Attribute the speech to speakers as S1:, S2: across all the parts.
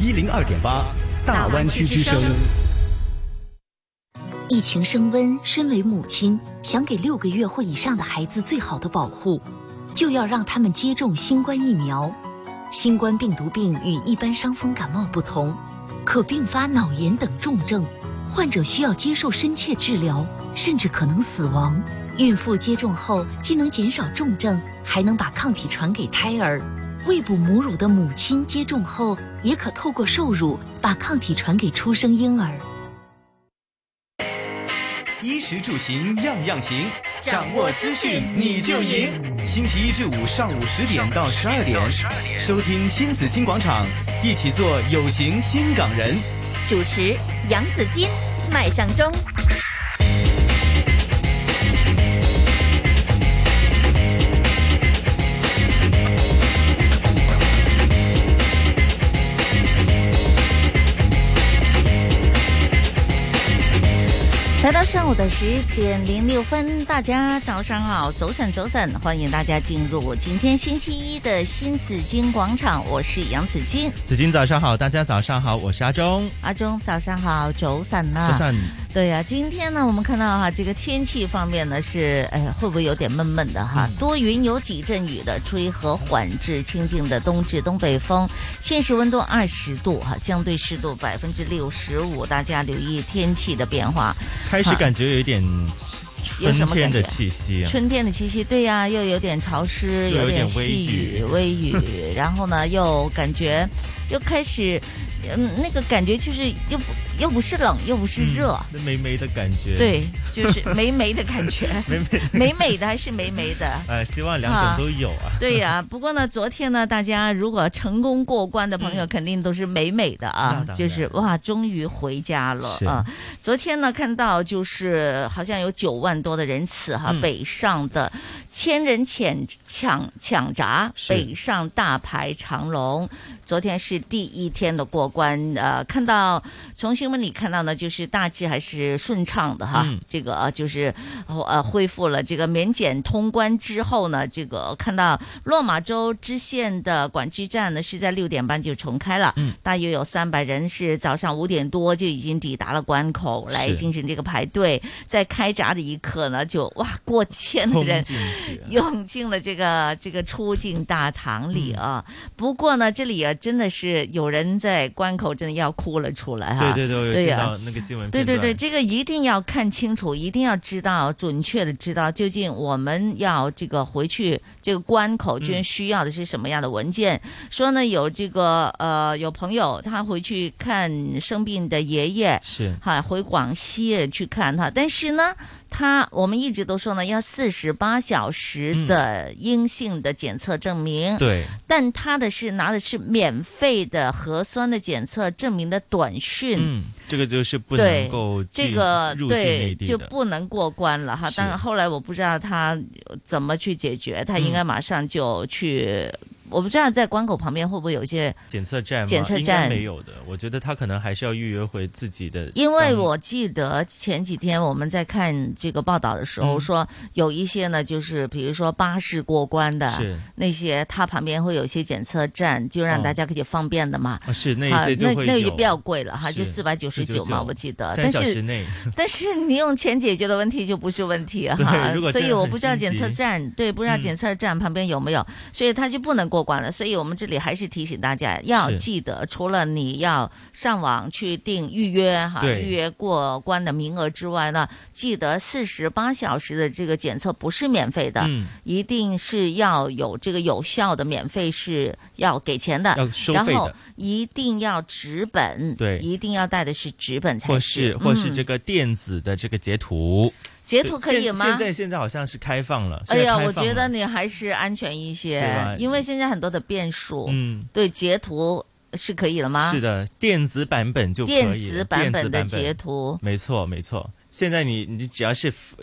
S1: 一零二点八大湾区之声。
S2: 疫情升温，身为母亲，想给六个月或以上的孩子最好的保护，就要让他们接种新冠疫苗。新冠病毒病与一般伤风感冒不同，可并发脑炎等重症，患者需要接受深切治疗，甚至可能死亡。孕妇接种后，既能减少重症，还能把抗体传给胎儿。未哺母乳的母亲接种后，也可透过受乳把抗体传给出生婴儿。
S1: 衣食住行样样行，
S3: 掌握资讯你就赢。
S1: 星期一至五上午十点到十二点，收听新紫金广场，一起做有型新港人。
S3: 主持杨子金，麦上中。来到上午的十点零六分，大家早上好，走散走散，欢迎大家进入今天星期一的新紫金广场，我是杨紫金，
S1: 紫金早上好，大家早上好，我是阿忠。
S3: 阿忠早上好，走散呐，
S1: 早上
S3: 对呀、今天呢，我们看到哈，这个天气方面呢是，哎，会不会有点闷闷的
S1: 嗯
S3: 哈？多云有几阵雨的，吹和缓至清劲的东至东北风，现时温度二十度哈，相对湿度百分之六十五，大家留意天气的变化。
S1: 开始感觉有一点
S3: 啊有
S1: 春
S3: 什么
S1: 天的
S3: 感觉
S1: 气息啊，
S3: 春天的气息，对呀、又有点潮湿，
S1: 对有点
S3: 点
S1: 微
S3: 细
S1: 雨
S3: 雨、微雨， 然后呢，又感觉又开始，嗯，那个感觉就是又不又不是冷，又不是热，
S1: 那美美的感觉。
S3: 对，就是 美美的感觉，
S1: 美美，
S3: 美美的还是美美的。
S1: 呃，希望两
S3: 啊
S1: 种都有啊。
S3: 对呀、不过呢，昨天呢，大家如果成功过关的朋友，肯定都是美美的
S1: 嗯那
S3: 啊
S1: 当，然
S3: 就是哇，终于回家了
S1: 是
S3: 啊。昨天呢，看到就是好像有九万多的人次哈，
S1: 嗯
S3: 北上的千人抢抢抢闸，
S1: 是
S3: 北上大排长龙。昨天是第一天的过关，呃，看到从新闻里看到呢，就是大致还是顺畅的哈。
S1: 嗯
S3: 这个呃就是呃恢复了这个免检通关之后呢，这个看到落马洲支线的管制站呢是在六点半就重开了，
S1: 嗯
S3: 大约有三百人是早上五点多就已经抵达了关口来
S1: 是
S3: 进行这个排队，在开闸的一刻呢，就哇过 千的
S1: 冲
S3: 人
S1: 进去啊，
S3: 涌进了这个这个出境大堂里啊。不过呢，这里啊真的是有人在关口真的要哭了出来哈、
S1: 对对对，我有
S3: 啊对
S1: 见
S3: 呀
S1: 到那个新闻
S3: 对
S1: 片
S3: 对
S1: 段。
S3: 对，这个一定要看清楚，一定要知道准确的知道究竟我们要这个回去这个关口居然
S1: 嗯
S3: 需要的是什么样的文件。说呢，有这个呃有朋友他回去看生病的爷爷，
S1: 是
S3: 哈，回广西去看他，但是呢。他我们一直都说呢，要四十八小时
S1: 嗯
S3: 的阴性的检测证明。
S1: 对，
S3: 但他的是拿的是免费的核酸的检测证明的短讯。
S1: 嗯，这个就是不
S3: 对
S1: 能够
S3: 这
S1: 进
S3: 个
S1: 入境内
S3: 对
S1: 地
S3: 就
S1: 的
S3: 不能过关了哈。
S1: 是
S3: 但后来我不知道他怎么去解决，
S1: 嗯
S3: 他应该马上就去。我不知道在关口旁边会不会有一些，
S1: 检测站吗，
S3: 检测
S1: 应该
S3: 站
S1: 没有的，我觉得他可能还是要预约回自己呃的当地。
S3: 因为我记得前几天我们在看这个报道的时候
S1: 嗯
S3: 说，有一些呢，就是比如说巴士过关的
S1: 是
S3: 那些，它旁边会有一些检测站，就让
S1: 哦
S3: 大家可以方便的嘛。
S1: 啊是那
S3: 啊
S1: 一些，就
S3: 那
S1: 会
S3: 那个
S1: 有
S3: 就比较贵了哈，就是四百九十九嘛，
S1: 499
S3: 我记得。
S1: 三
S3: 但
S1: 小时
S3: 是
S1: 内
S3: 但是你用钱解决的问题就不是问题哈
S1: 对如，果
S3: 所
S1: 真的
S3: 以我
S1: 很
S3: 不知道
S1: 心
S3: 检测
S1: 急
S3: 站，对，不知道
S1: 嗯
S3: 检测站旁边有没有，所以他就不能过关了。所以我们这里还是提醒大家要
S1: 是
S3: 记得，除了你要上网去订预约哈，
S1: 对
S3: 预约过关的名额之外呢，记得四十八小时的这个检测不是免费的，
S1: 嗯
S3: 一定是要有这个有效的免费是要给钱的，
S1: 要收
S3: 然
S1: 费
S3: 后
S1: 的，
S3: 一定要纸本，
S1: 对
S3: 一定要带的是嗯纸本才
S1: 或是或是这个电子的这个截图，
S3: 截图可以
S1: 现
S3: 吗？
S1: 现在现在好像是开放了。
S3: 哎
S1: 现在
S3: 呀，
S1: 开
S3: 我
S1: 放
S3: 觉得
S1: 了
S3: 你还是安全一
S1: 对吧
S3: 些，因为现在很多的变数。
S1: 嗯。
S3: 对，截图是可以了吗？
S1: 是的，电子版本就可以
S3: 啊电
S1: 了
S3: 子
S1: 电
S3: 版
S1: 子
S3: 本的
S1: 版
S3: 截图。
S1: 没错，没错。现在你你只要是 f-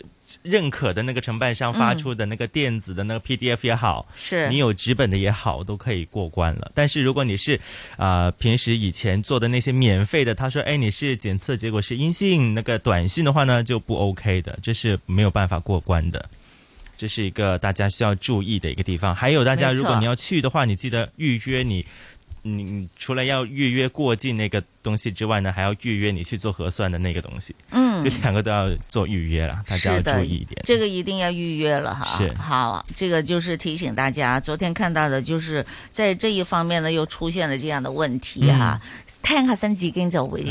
S1: 认可的那个承办商发
S3: 嗯
S1: 出的那个电子的那个 PDF 也好，
S3: 是
S1: 你有纸本的也好，都可以过关了。但是如果你是啊、呃平时以前做的那些免费的，他说哎你是检测结果是阴性，那个短信的话呢就不 OK 的，这是没有办法过关的。这是一个大家需要注意的一个地方。还有大家，
S3: 没错
S1: 如果你要去的话，你记得预约你。你除了要预约过境那个东西之外呢，还要预约你去做核酸的那个东西，
S3: 嗯
S1: 就两个都要做预约了，大家要
S3: 是的
S1: 注意一点。
S3: 这个一定要预约了哈。
S1: 是
S3: 好，这个就是提醒大家，昨天看到的就是在这一方面呢，又出现了这样的问题哈。
S1: 嗯
S3: 听下新紫荆就会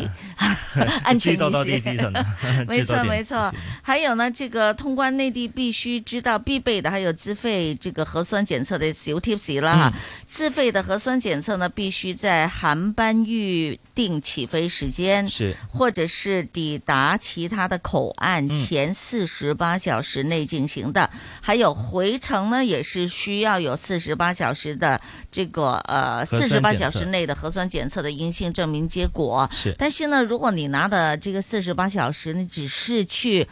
S3: 安全
S1: 知道
S3: 一
S1: 到底
S3: 些？
S1: 几。层呢
S3: 没
S1: 知道
S3: 错
S1: 点
S3: 没错，还有呢，这个通关内地必须知道必备的，还有自费这个核酸检测的小 tips 啦哈。自费的核酸检测呢，必须在航班预定起飞时间
S1: 是
S3: 或者是抵达其他的口岸前四十八小时内进行的，还有回程呢，也是需要有四十八小时的这个呃
S4: 核
S3: 四
S4: 酸
S3: 十
S4: 检
S3: 八
S4: 测
S3: 小时内的核酸检测的阴性证明结果。
S4: 是
S3: 但是呢，如果你拿的这个四十八小时，你只是去。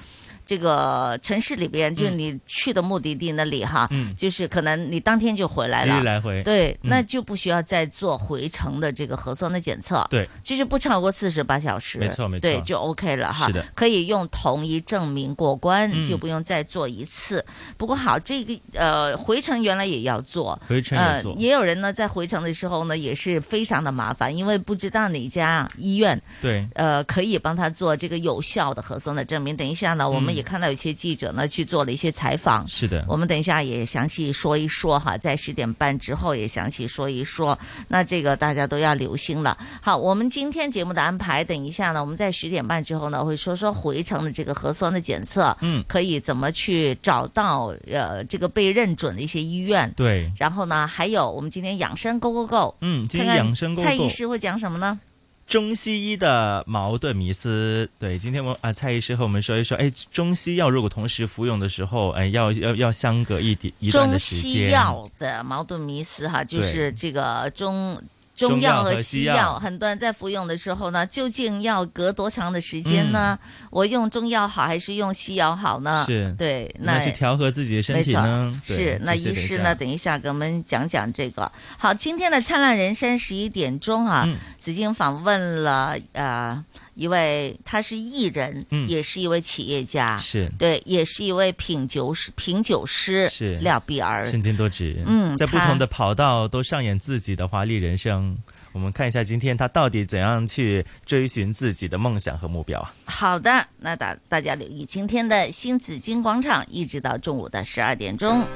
S3: 这个城市里边，就是
S1: 嗯
S3: 你去的目的地那里哈，
S1: 嗯
S3: 就是可能你当天就回来
S1: 即
S3: 了，
S1: 日来回
S3: 对，
S1: 嗯
S3: 那就不需要再做回程的这个核酸的检测，
S1: 对
S3: 就是不超过四十八小时，
S1: 没错没错
S3: 对，就 OK 了哈。
S1: 是的
S3: 可以用同一证明过关，
S1: 嗯
S3: 就不用再做一次。不过好，这个呃回程原来也要做，
S1: 回程也做
S3: 呃，也有人呢在回程的时候呢也是非常的麻烦，因为不知道哪家医院。
S1: 对，
S3: 呃，可以帮他做这个有效的核酸的证明。等一下呢，我们
S1: 嗯
S3: 也看到有些记者呢、去做了一些采访，
S1: 是的
S3: 我们等一下也详细说一说哈，在十点半之后也详细说一说。那这个大家都要留心了。好，我们今天节目的安排，等一下呢，我们在十点半之后呢，会说说回程的这个核酸的检测，
S1: 嗯
S3: 可以怎么去找到呃这个被认准的一些医院。
S1: 对，
S3: 然后呢，还有我们今天养生 Go Go Go，
S1: 嗯，今天
S3: 看看
S1: 养生工
S3: 蔡
S1: 作
S3: 医。师会讲什么呢？
S1: 中西医的矛盾迷思，对，今天我啊蔡医师和我们说一说，哎，中西药如果同时服用的时候，哎，要要要相隔一点一段
S3: 中
S1: 的时
S3: 西
S1: 间。
S3: 药的矛盾迷思哈，就是
S1: 对
S3: 这个中。
S1: 中
S3: 中
S1: 药
S3: 药和
S1: 和
S3: 西
S1: 西药
S3: 药，很多人在服用的时候呢，究竟要隔多长的时间呢？我用中药好还是用西药好呢？
S1: 嗯是
S3: 对，
S1: 怎么
S3: 那
S1: 去调和自己的身体呢？
S3: 没
S1: 对
S3: 错是，那
S1: 这些
S3: 医
S1: 等一
S3: 师
S1: 下
S3: 呢？等一下给我们讲讲这个。好，今天的灿烂人生十一点钟啊，
S1: 嗯
S3: 紫金访问了呃一位，他是艺人，
S5: 嗯
S3: 也是一位企业家，
S1: 是
S3: 对，也是一位品酒师，品酒师
S1: 是
S3: 廖碧儿，
S1: 身兼多职，
S3: 嗯
S1: 在不
S3: 他
S1: 同的跑道都上演自己的华丽人生。我们看一下今天他到底怎样去追寻自己的梦想和目标 啊？
S3: 好的，那大大家留意今天的新紫金广场，一直到中午的十二点钟。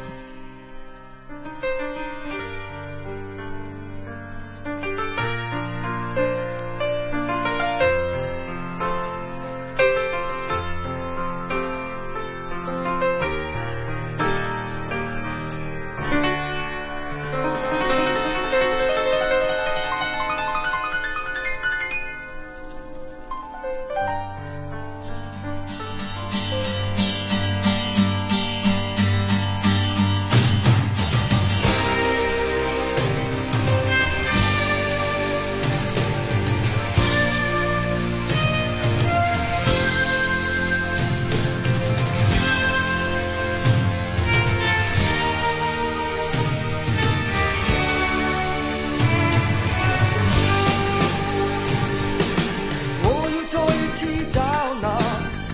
S6: 我要再次找那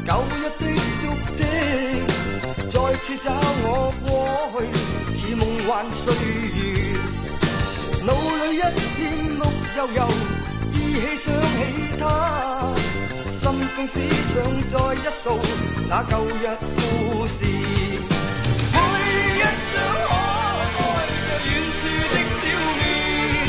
S6: 舊日的足跡，再次找我過去似夢幻歲月。腦裏一片綠油油，依稀想起他，心中只想再一掃那舊日故事。每一張可愛着遠處的笑面，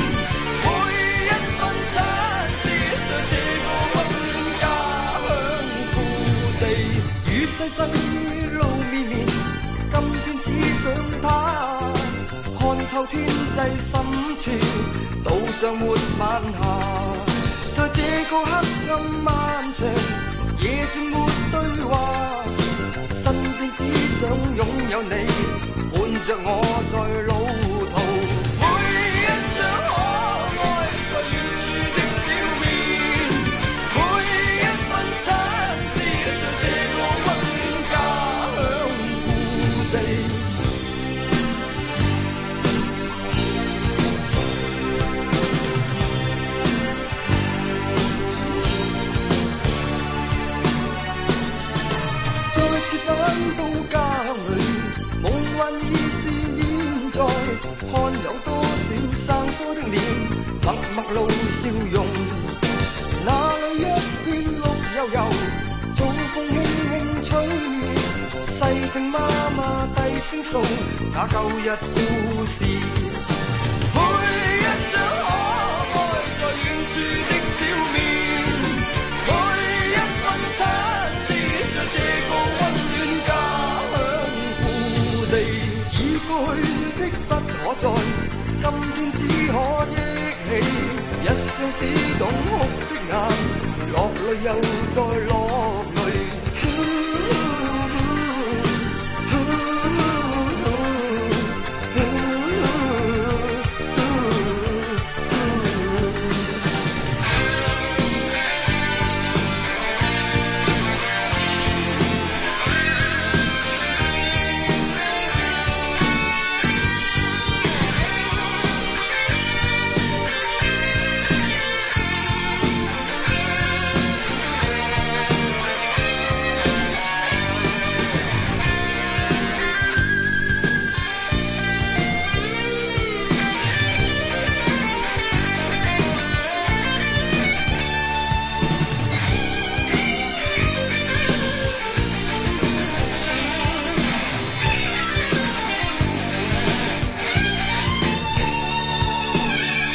S6: 每一分親切在這個溫家鄉故地，與世世路綿綿，今天只想他看透天際深處，島上沒晚霞，在這個黑暗漫長夜靜沒對話。身邊只想擁有你，伴着我在路途。每一張可愛在遠處的笑面，每一分親切在這個溫家鄉故地。再次返到家裏，夢幻已是現在，看有多少生疏的臉，默默露笑容。那裏一片綠油油，早風輕輕吹，細聽媽媽低聲訴那舊日故事。每一張可愛在遠處的小面，每一份親切在這個溫暖家鄉故地，已過去的不可再。今天只可憶起，一雙只懂哭的眼，落淚又再落淚。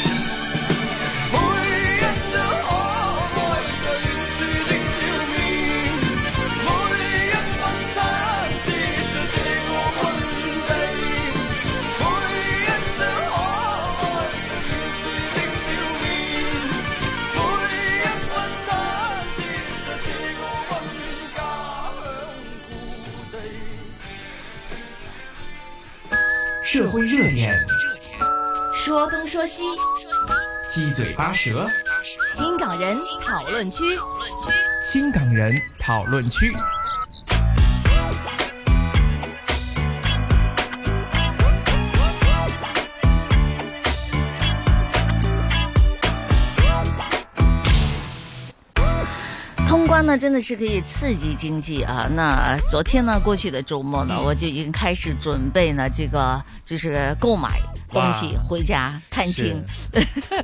S6: 每一張可愛在遠處的笑面，每一份親切在這個溫暖地，每一張可愛在遠處的笑面，每一份親切在這個溫暖家鄉故地。
S4: 社会热点，
S5: 说东说西，
S4: 七嘴八舌，
S5: 新港人讨论区。
S4: 新港人讨论区。
S3: 通关呢，真的是可以刺激经济啊！那昨天呢，过去的周末呢，
S1: 嗯
S3: 我就已经开始准备呢，这个就是购买东西
S1: 哇
S3: 回家探亲。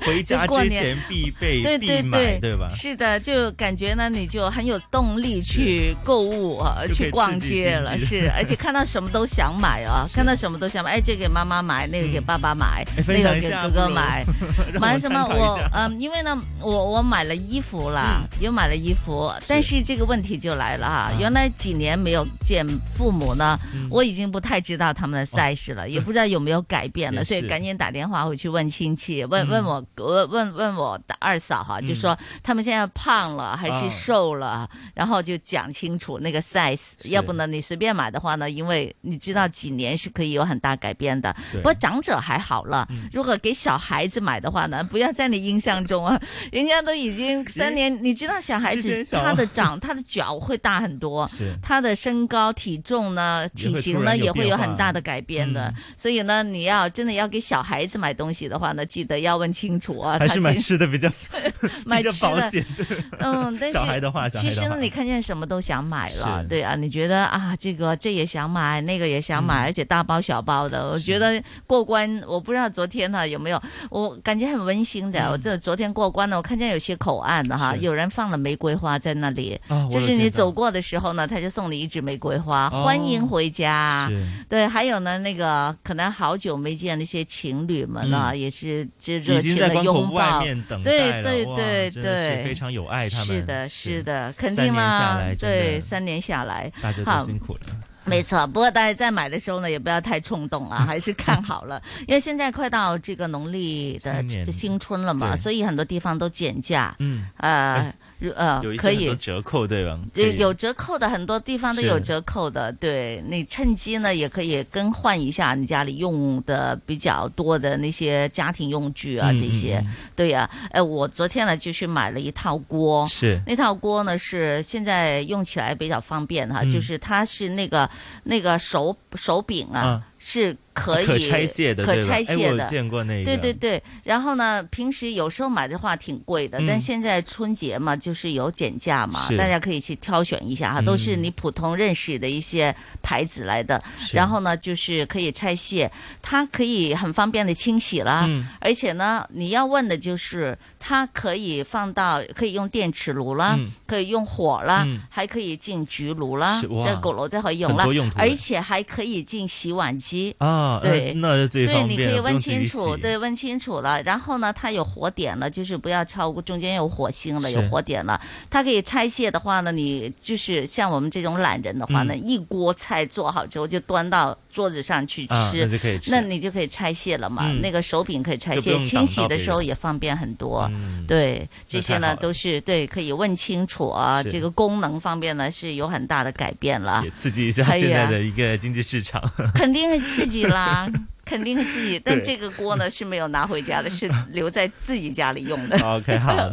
S1: 回家之前必备
S3: 对
S1: 必
S3: 对
S1: 买，
S3: 对，
S1: 对吧？
S3: 是的，就感觉呢，你就很有动力去购物啊，
S1: 就可以
S3: 去逛
S1: 刺激
S3: 街了，
S1: 经济
S3: 是，而且看到什么都想买 啊，看到什么都想买，哎，这给妈妈买，那个给爸爸买，
S1: 哎分
S3: 那
S1: 享
S3: 个
S1: 一
S3: 给
S1: 下
S3: 哥
S1: 不
S3: 哥
S1: 如
S3: 买，
S1: 让
S3: 买
S1: 我
S3: 什
S1: 参
S3: 么？
S1: 考一
S3: 我
S1: 下嗯
S3: 嗯，因为呢，我我买了衣服啦，又买了衣服，但是这个问题就来了
S1: 啊
S3: 哈，原来几年没有见父母呢，
S1: 嗯
S3: 我已经不太知道他们的 size 了，也不知道有没有改变
S1: 哦 也
S3: 了，所以
S1: 是
S3: 赶紧打电话回去问亲戚，问
S1: 嗯
S3: 问我问问问我的二嫂哈，就说他们现在胖了还
S1: 啊
S3: 是瘦了，然后就讲清楚那个 size，
S1: 是
S3: 要不呢你随便买的话呢，因为你知道几年是可以有很大改变的，
S1: 对嗯
S3: 不过长者还好了，如果给小孩子买的话呢，不要在你印象中啊，人家都已经三年，你知道小孩
S1: 之前
S3: 子
S1: 小
S3: 他的长， 他的脚会大很多。
S1: 是
S3: 他的身高、体重呢，
S1: 也会
S3: 体
S1: 突
S3: 型
S1: 然
S3: 呢
S1: 有
S3: 也会有
S1: 变化
S3: 很大的改变的，
S1: 嗯
S3: 所以呢，你要真的要给小孩子买东西的话呢，记得要问清楚啊，
S1: 还
S3: 他
S1: 是买
S3: 今
S1: 吃的比较
S3: 买
S1: 比较
S3: 吃
S1: 保
S3: 的
S1: 险，对。
S3: 嗯，但是
S1: 小孩的话小孩
S3: 其
S1: 的
S3: 实呢
S1: 话，
S3: 你看见什么都想买了，
S1: 是
S3: 对啊，你觉得啊，这个这也想买，那个也想买，
S1: 嗯
S3: 而且大包小包的。我觉得过关，我不知道昨天呢、啊有没有，我感觉很温馨的。我这昨天过关呢，我看见有些口岸的哈，
S1: 嗯是
S3: 有人放了玫瑰花在那里，
S1: 啊，
S3: 就是你走
S1: 过
S3: 过的时候呢，他就送你一支玫瑰花，
S1: 哦
S3: 欢迎回家。
S1: 是
S3: 对，还有呢，那个可能好久没见那些情侣们了，
S1: 嗯
S3: 也是这热
S1: 已经
S3: 情
S1: 在
S3: 的
S1: 关口
S3: 拥
S1: 外
S3: 抱。
S1: 面等待了，
S3: 对对
S1: 哇
S3: 对
S1: 真的是
S3: 对
S1: 非常有爱他们。
S3: 是的，是，的，肯
S1: 三
S3: 定
S1: 年下
S3: 啦
S1: 来，真的
S3: 对，三年下来，
S1: 大家
S3: 好
S1: 都辛苦了。
S3: 没错。不过大家在买的时候呢，也不要太冲 动啊，还是看好了，因为现在快到这个农历的
S1: 新年
S3: 这新春了嘛，
S1: 对
S3: 所以很多地方都减价，
S1: 嗯，
S3: 呃如呃
S1: 有一，些
S3: 可
S1: 很多
S3: 以。
S1: 折扣，对吧？可
S3: 有
S1: 以
S3: 有折扣的，很多地方都有
S1: 是
S3: 折扣的。对你趁机呢，也可以更换一下你家里用的比较多的那些家庭用具啊，
S1: 嗯
S3: 这
S1: 嗯
S3: 些。
S1: 嗯
S3: 对呀、哎，我昨天呢就去买了一套锅，
S1: 是
S3: 那套锅呢是现在用起来比较方便哈，
S1: 嗯
S3: 就是它是那个那个手手柄啊。
S1: 啊
S3: 是可以
S1: 可拆卸的，
S3: 可
S1: 对吧
S3: 拆
S1: 哎，
S3: 卸
S1: 我
S3: 的
S1: 有。见过那个，
S3: 对对对，然后呢，平时有时候买的话挺贵的，但
S1: 嗯
S3: 现在春节嘛，就是有减价嘛，
S1: 是嗯
S3: 大家可以去挑选一下哈，都是你普通认识的一些牌子来的。
S1: 是
S3: 然后呢，就是可以拆卸，它可以很方便的清洗啦，
S1: 嗯
S3: 而且呢，你要问的就是它可以放到可以用电磁炉啦，
S1: 嗯
S3: 可以用火啦，
S1: 嗯
S3: 还可以进焗炉啦，
S1: 是哇
S3: 即係焗爐即係可以用
S1: 很
S3: 啦
S1: 多用，途
S3: 而
S1: 嘅
S3: 且还可以进洗碗机。
S1: 啊，那
S3: 对
S1: 那就最
S3: 对，
S1: 方
S3: 你
S1: 便，
S3: 可以
S1: 不
S3: 问
S1: 用自己
S3: 清楚，
S1: 洗
S3: 对，问清楚了。然后呢，它有火点了，就是不要超过中间有火星了，
S1: 是
S3: 有火点了。它可以拆卸的话呢，你就是像我们这种懒人的话呢，
S1: 嗯
S3: 一锅菜做好之后就端到桌子上去
S1: 啊，
S3: 吃，
S1: 那就可以吃，
S3: 那你就可以拆卸了嘛。
S1: 嗯
S3: 那个手柄可以拆
S1: 就不
S3: 卸，
S1: 用
S3: 清
S1: 挡
S3: 洗
S1: 到
S3: 的
S1: 别
S3: 时候
S1: 人
S3: 也方便很多。
S1: 嗯，
S3: 对，这
S1: 那
S3: 些
S1: 太好
S3: 呢
S1: 了
S3: 都是对，可以问清楚啊。
S1: 是
S3: 这个功能方面呢是有很大的改变了
S1: 也，刺激一下
S3: 哎
S1: 现在
S3: 呀
S1: 的一个经济市 场。
S3: 肯定很刺激啦，肯定很刺激。但
S1: 对
S3: 这个锅呢是没有拿回家 的，是留在自己家里用的。
S1: 啊 OK，好 的，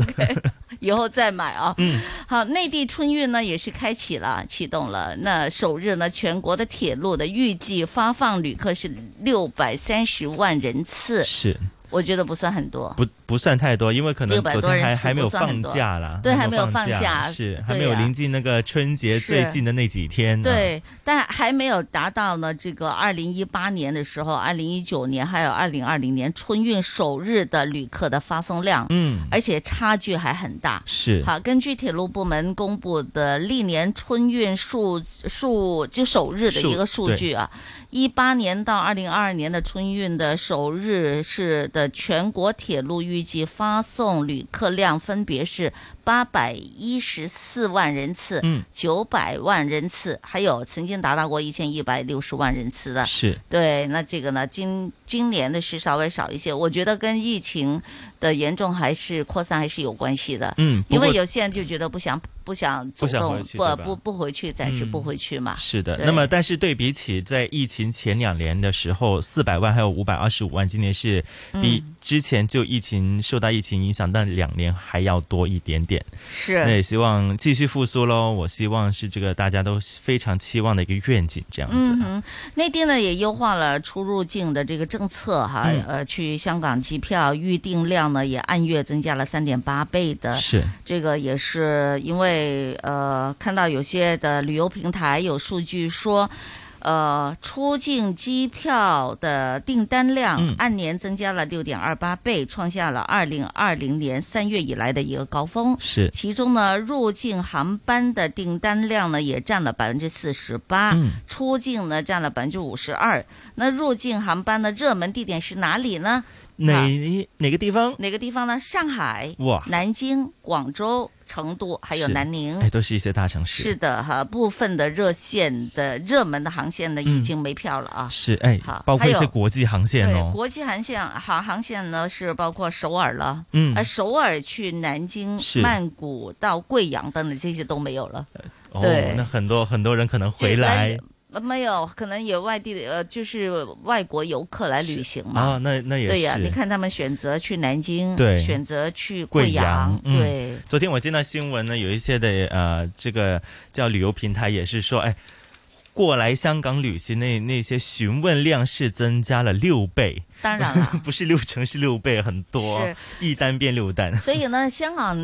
S3: 以后再买啊。嗯，好，内地春运呢也是开启了，启动了。那首日呢，全国的铁路的预计发放旅客是六百三十万人次，
S1: 是
S3: 我觉得不算很多。
S1: 不不算太多，因为可能
S3: 600
S1: 昨
S3: 多
S1: 天
S3: 人
S1: 还
S3: 次
S1: 还没
S3: 不
S1: 有
S3: 算很
S1: 放
S3: 多
S1: 假啦，
S3: 对还
S1: 还
S3: 没有放假
S1: 是
S3: 对
S1: 还没有
S3: 呀
S1: 临近那个春节最
S3: 是
S1: 近的那几天啊呢。
S3: 对，但还没有达到呢。这个二零一八年的时候，二零一九年还有二零二零年春运首日的旅客的发送量，
S1: 嗯，
S3: 而且差距还很大。
S1: 是
S3: 好，根据铁路部门公布的历年春运数数就首日的一个
S1: 数
S3: 数据啊，一八年到二零二二年的春运的首日是的全国铁路预计发送旅客量分别是八百一十四万人次，
S1: 嗯，
S3: 九百万人次，还有曾经达到过一千一百六十万人次的，
S1: 是
S3: 对，那这个呢，今今年的是稍微少一些，我觉得跟疫情的严重还是扩散还是有关系的。
S1: 嗯，不
S3: 因为
S1: 过
S3: 有些人就觉得不想不想走
S1: 想
S3: 动
S1: 回，去对
S3: 不
S1: 吧
S3: 不不回去，暂时不
S1: 嗯
S3: 回去嘛。
S1: 是的，
S3: 对
S1: 那么但是对比起在疫情前两年的时候，四百万还有五百二十五万，今年是
S3: 嗯
S1: 比之前就疫情受到疫情影响，但两年还要多一点点。那
S3: 是，
S1: 也希望继续复苏喽，我希望是这个大家都非常期望的一个愿景，这样子
S3: 嗯。哼，内地呢也优化了出入境的这个政策哈，
S1: 嗯
S3: 呃，去香港机票预订量呢也按月增加了三点八倍的，
S1: 是，
S3: 这个也是因为呃，看到有些的旅游平台有数据说。呃，出境机票的订单量
S1: 嗯
S3: 按年增加了六点二八倍，创下了二零二零年三月以来的一个高峰。
S1: 是，
S3: 其中呢，入境航班的订单量呢也占了百分之四十八，
S1: 嗯
S3: 出境呢占了百分之五十二。那入境航班的热门地点是哪里呢？
S1: 哪一哪个地方？
S3: 哪个地方呢？上海、
S1: 哇，
S3: 南京、广州、成都还有
S1: 是
S3: 南宁。
S1: 哎，都是一些大城市。
S3: 是的哈，部分的热线的热门的航线呢已
S1: 嗯
S3: 经没票了啊。
S1: 是，哎
S3: 好，
S1: 包括
S3: 还
S1: 一些
S3: 有
S1: 国际航线
S3: 对，
S1: 哦。
S3: 国际航线航航线呢是包括首尔了，
S1: 嗯
S3: 呃，，首尔去南京
S1: 是、
S3: 曼谷到贵阳等等这些都没有了。
S1: 哦
S3: 对，
S1: 那很多很多人可能
S3: 就
S1: 回来
S3: 来呃没有，可能有外地的呃，就是外国游客来旅行嘛。
S1: 啊，那那也是。
S3: 嗯对呀、你看他们选择去南京，
S1: 对
S3: 选择去
S1: 贵
S3: 贵阳
S1: 阳，嗯
S3: 对，
S1: 昨天我见到新闻呢，有一些的呃，这个叫旅游平台也是说，哎，过来香港旅行那那些询问量是增加了六倍，
S3: 当然 了。
S1: 不是六成是六倍，很多
S3: 是，
S1: 一单变六单，
S3: 所以呢，香港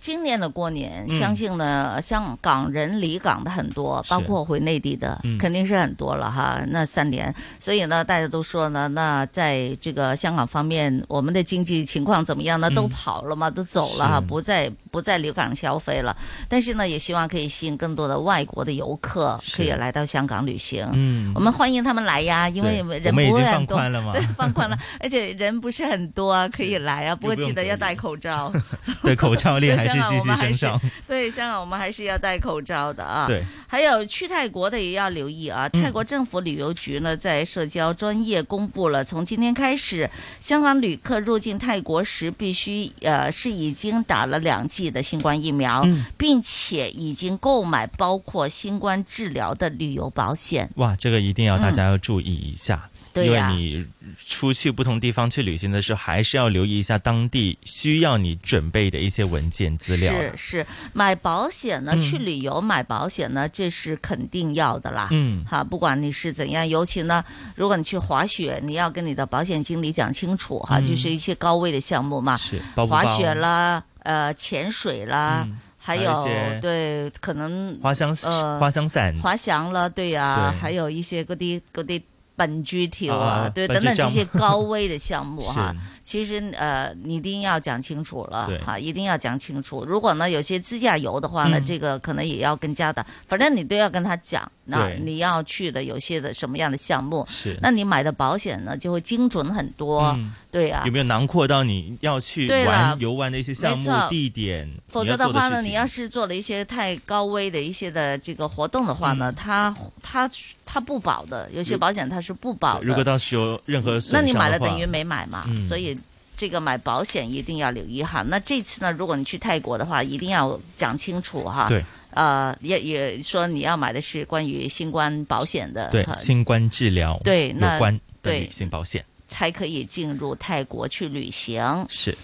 S3: 今年的过年，
S1: 嗯
S3: 相信呢，香港人离港的很多，
S1: 是
S3: 包括回内地的，
S1: 嗯
S3: 肯定是很多了哈。那三年，所以呢，大家都说呢，那在这个香港方面，我们的经济情况怎么样呢？
S1: 嗯
S3: 都跑了嘛，都走了哈，
S1: 是
S3: 不再不再留港消费了。但是呢，也希望可以吸引更多的外国的游客
S1: 是
S3: 可以来到香港旅行。
S1: 嗯
S3: 我，们欢迎他们来呀，因为
S1: 对
S3: 人
S1: 我们已
S3: 不会
S1: 经
S3: 很
S1: 放
S3: 多，
S1: 宽了嘛
S3: 对，放宽了，而且人不是很多啊，可以来啊，不过
S1: 不
S3: 记
S1: 用
S3: 得
S1: 隔
S3: 要
S1: 离
S3: 戴 口罩。
S1: 对，口罩令
S3: 对
S1: 还 是
S3: 香港
S1: 继
S3: 我
S1: 续
S3: 们
S1: 升上
S3: 还，对，香港我们还是要戴口罩的啊。
S1: 对，
S3: 还有去泰国的也要留意啊！
S1: 嗯
S3: 泰国政府旅游局呢，在社交专业公布了，从今天开始，香港旅客入境泰国时必须呃是已经打了两剂的新冠疫苗，
S1: 嗯
S3: 并且已经购买包括新冠治疗的旅游保险。
S1: 哇，这个一定要大家要注意一下。
S3: 嗯对呀
S1: 因为你出去不同地方去旅行的时候，还是要留意一下当地需要你准备的一些文件资料。嗯
S3: 是是，买保险呢，去旅游买保险呢，这是肯定要的啦。
S1: 嗯
S3: 哈，不管你是怎样，尤其呢，如果你去滑雪，你要跟你的保险经理讲清楚哈，就
S1: 嗯
S3: 是一些高危的项目嘛，
S1: 是包不
S3: 滑
S1: 包嗯
S3: 雪啦，呃，潜水啦，还
S1: 还有
S3: 有
S1: 一些
S3: 对，可能
S1: 花香、
S3: 呃
S1: 花香伞，
S3: 滑翔啦，對啊，
S1: 對
S3: 還有一些嗰啲嗰啲笨豬跳
S1: 啊
S3: 啊，對，
S1: 笨豬
S3: 等等這
S1: 跳
S3: 些高危的 項目哈
S1: 是，
S3: 其實呃，你一定要講清楚了
S1: 對
S3: 哈，一定要講清楚。如果呢有些自駕遊的話呢，
S1: 嗯
S3: 這個可能也要跟家的，反正你都要跟他講，那
S1: 對
S3: 你要去的有些的什麼樣的項目，
S1: 是
S3: 那你買的保險呢就會精準很多，
S1: 嗯
S3: 對啊
S1: 有。没有囊括到你要去
S3: 对了
S1: 玩游玩的一些项
S3: 没
S1: 目
S3: 错
S1: 地点？
S3: 否
S1: 你
S3: 则
S1: 要
S3: 的
S1: 做的
S3: 話呢，
S1: 事情
S3: 你要是做了一些太高危的一些的这个活动的话
S1: 嗯
S3: 呢，它它它不保的，有些
S1: 如
S3: 保险它是不保的。
S1: 如果到时候任何损
S3: 那你
S1: 伤
S3: 买
S1: 的
S3: 了
S1: 话
S3: 等于没买嘛，
S1: 嗯
S3: 所以这个买保险一定要留意哈。那这次呢，如果你去泰国的话，一定要讲清楚哈。
S1: 对。
S3: 呃，也也说你要买的是关于新冠保险的，
S1: 对
S3: 哈
S1: 新冠治疗
S3: 呃对那
S1: 有关的
S3: 对
S1: 旅行保险
S3: 才可以进入泰国去旅行。
S1: 是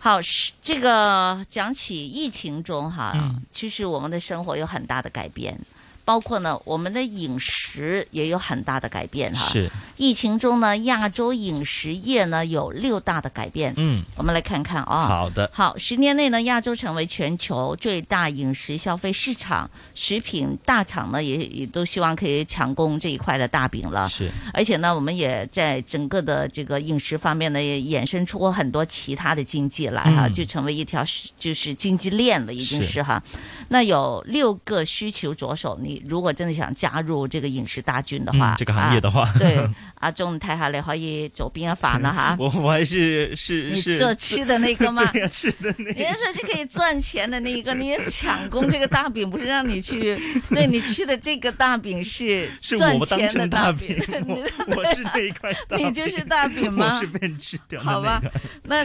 S3: 好，是这个讲起疫情中哈，
S1: 嗯
S3: 其实我们的生活有很大的改变，包括呢我们的饮食也有很大的改变哈。
S1: 是
S3: 疫情中呢，亚洲饮食业呢有六大的改变，
S1: 嗯
S3: 我们来看看啊、
S1: 好的
S3: 好，十年内呢，亚洲成为全球最大饮食消费市场，食品大厂呢也也都希望可以抢攻这一块的大饼了。
S1: 是
S3: 而且呢，我们也在整个的这个饮食方面呢，也衍生出很多其他的经济来哈，
S1: 嗯
S3: 就成为一条是就是经济链了，已经
S1: 是
S3: 是哈。那有六个需求着手，你如果真的想加入这个饮食大军的
S1: 嗯
S3: 话，
S1: 这个行业的话。
S3: 啊、对阿钟，你睇下你可以做边一范啦哈
S1: 我我还是是
S3: 你
S1: 是
S3: 做吃 的那个嘛，
S1: 对呀是的那
S3: 人家说是可以赚钱的那一个，你也抢攻这个大饼，不是让你去，对你去的这个大饼是
S1: 是
S3: 赚
S1: 我当
S3: 钱的
S1: 成大
S3: 饼啊
S1: 饼， 我我是那一块大饼，
S3: 你就是大饼吗
S1: 我是被吃掉的
S3: 好
S1: 那
S3: 吧
S1: 个。？
S3: 那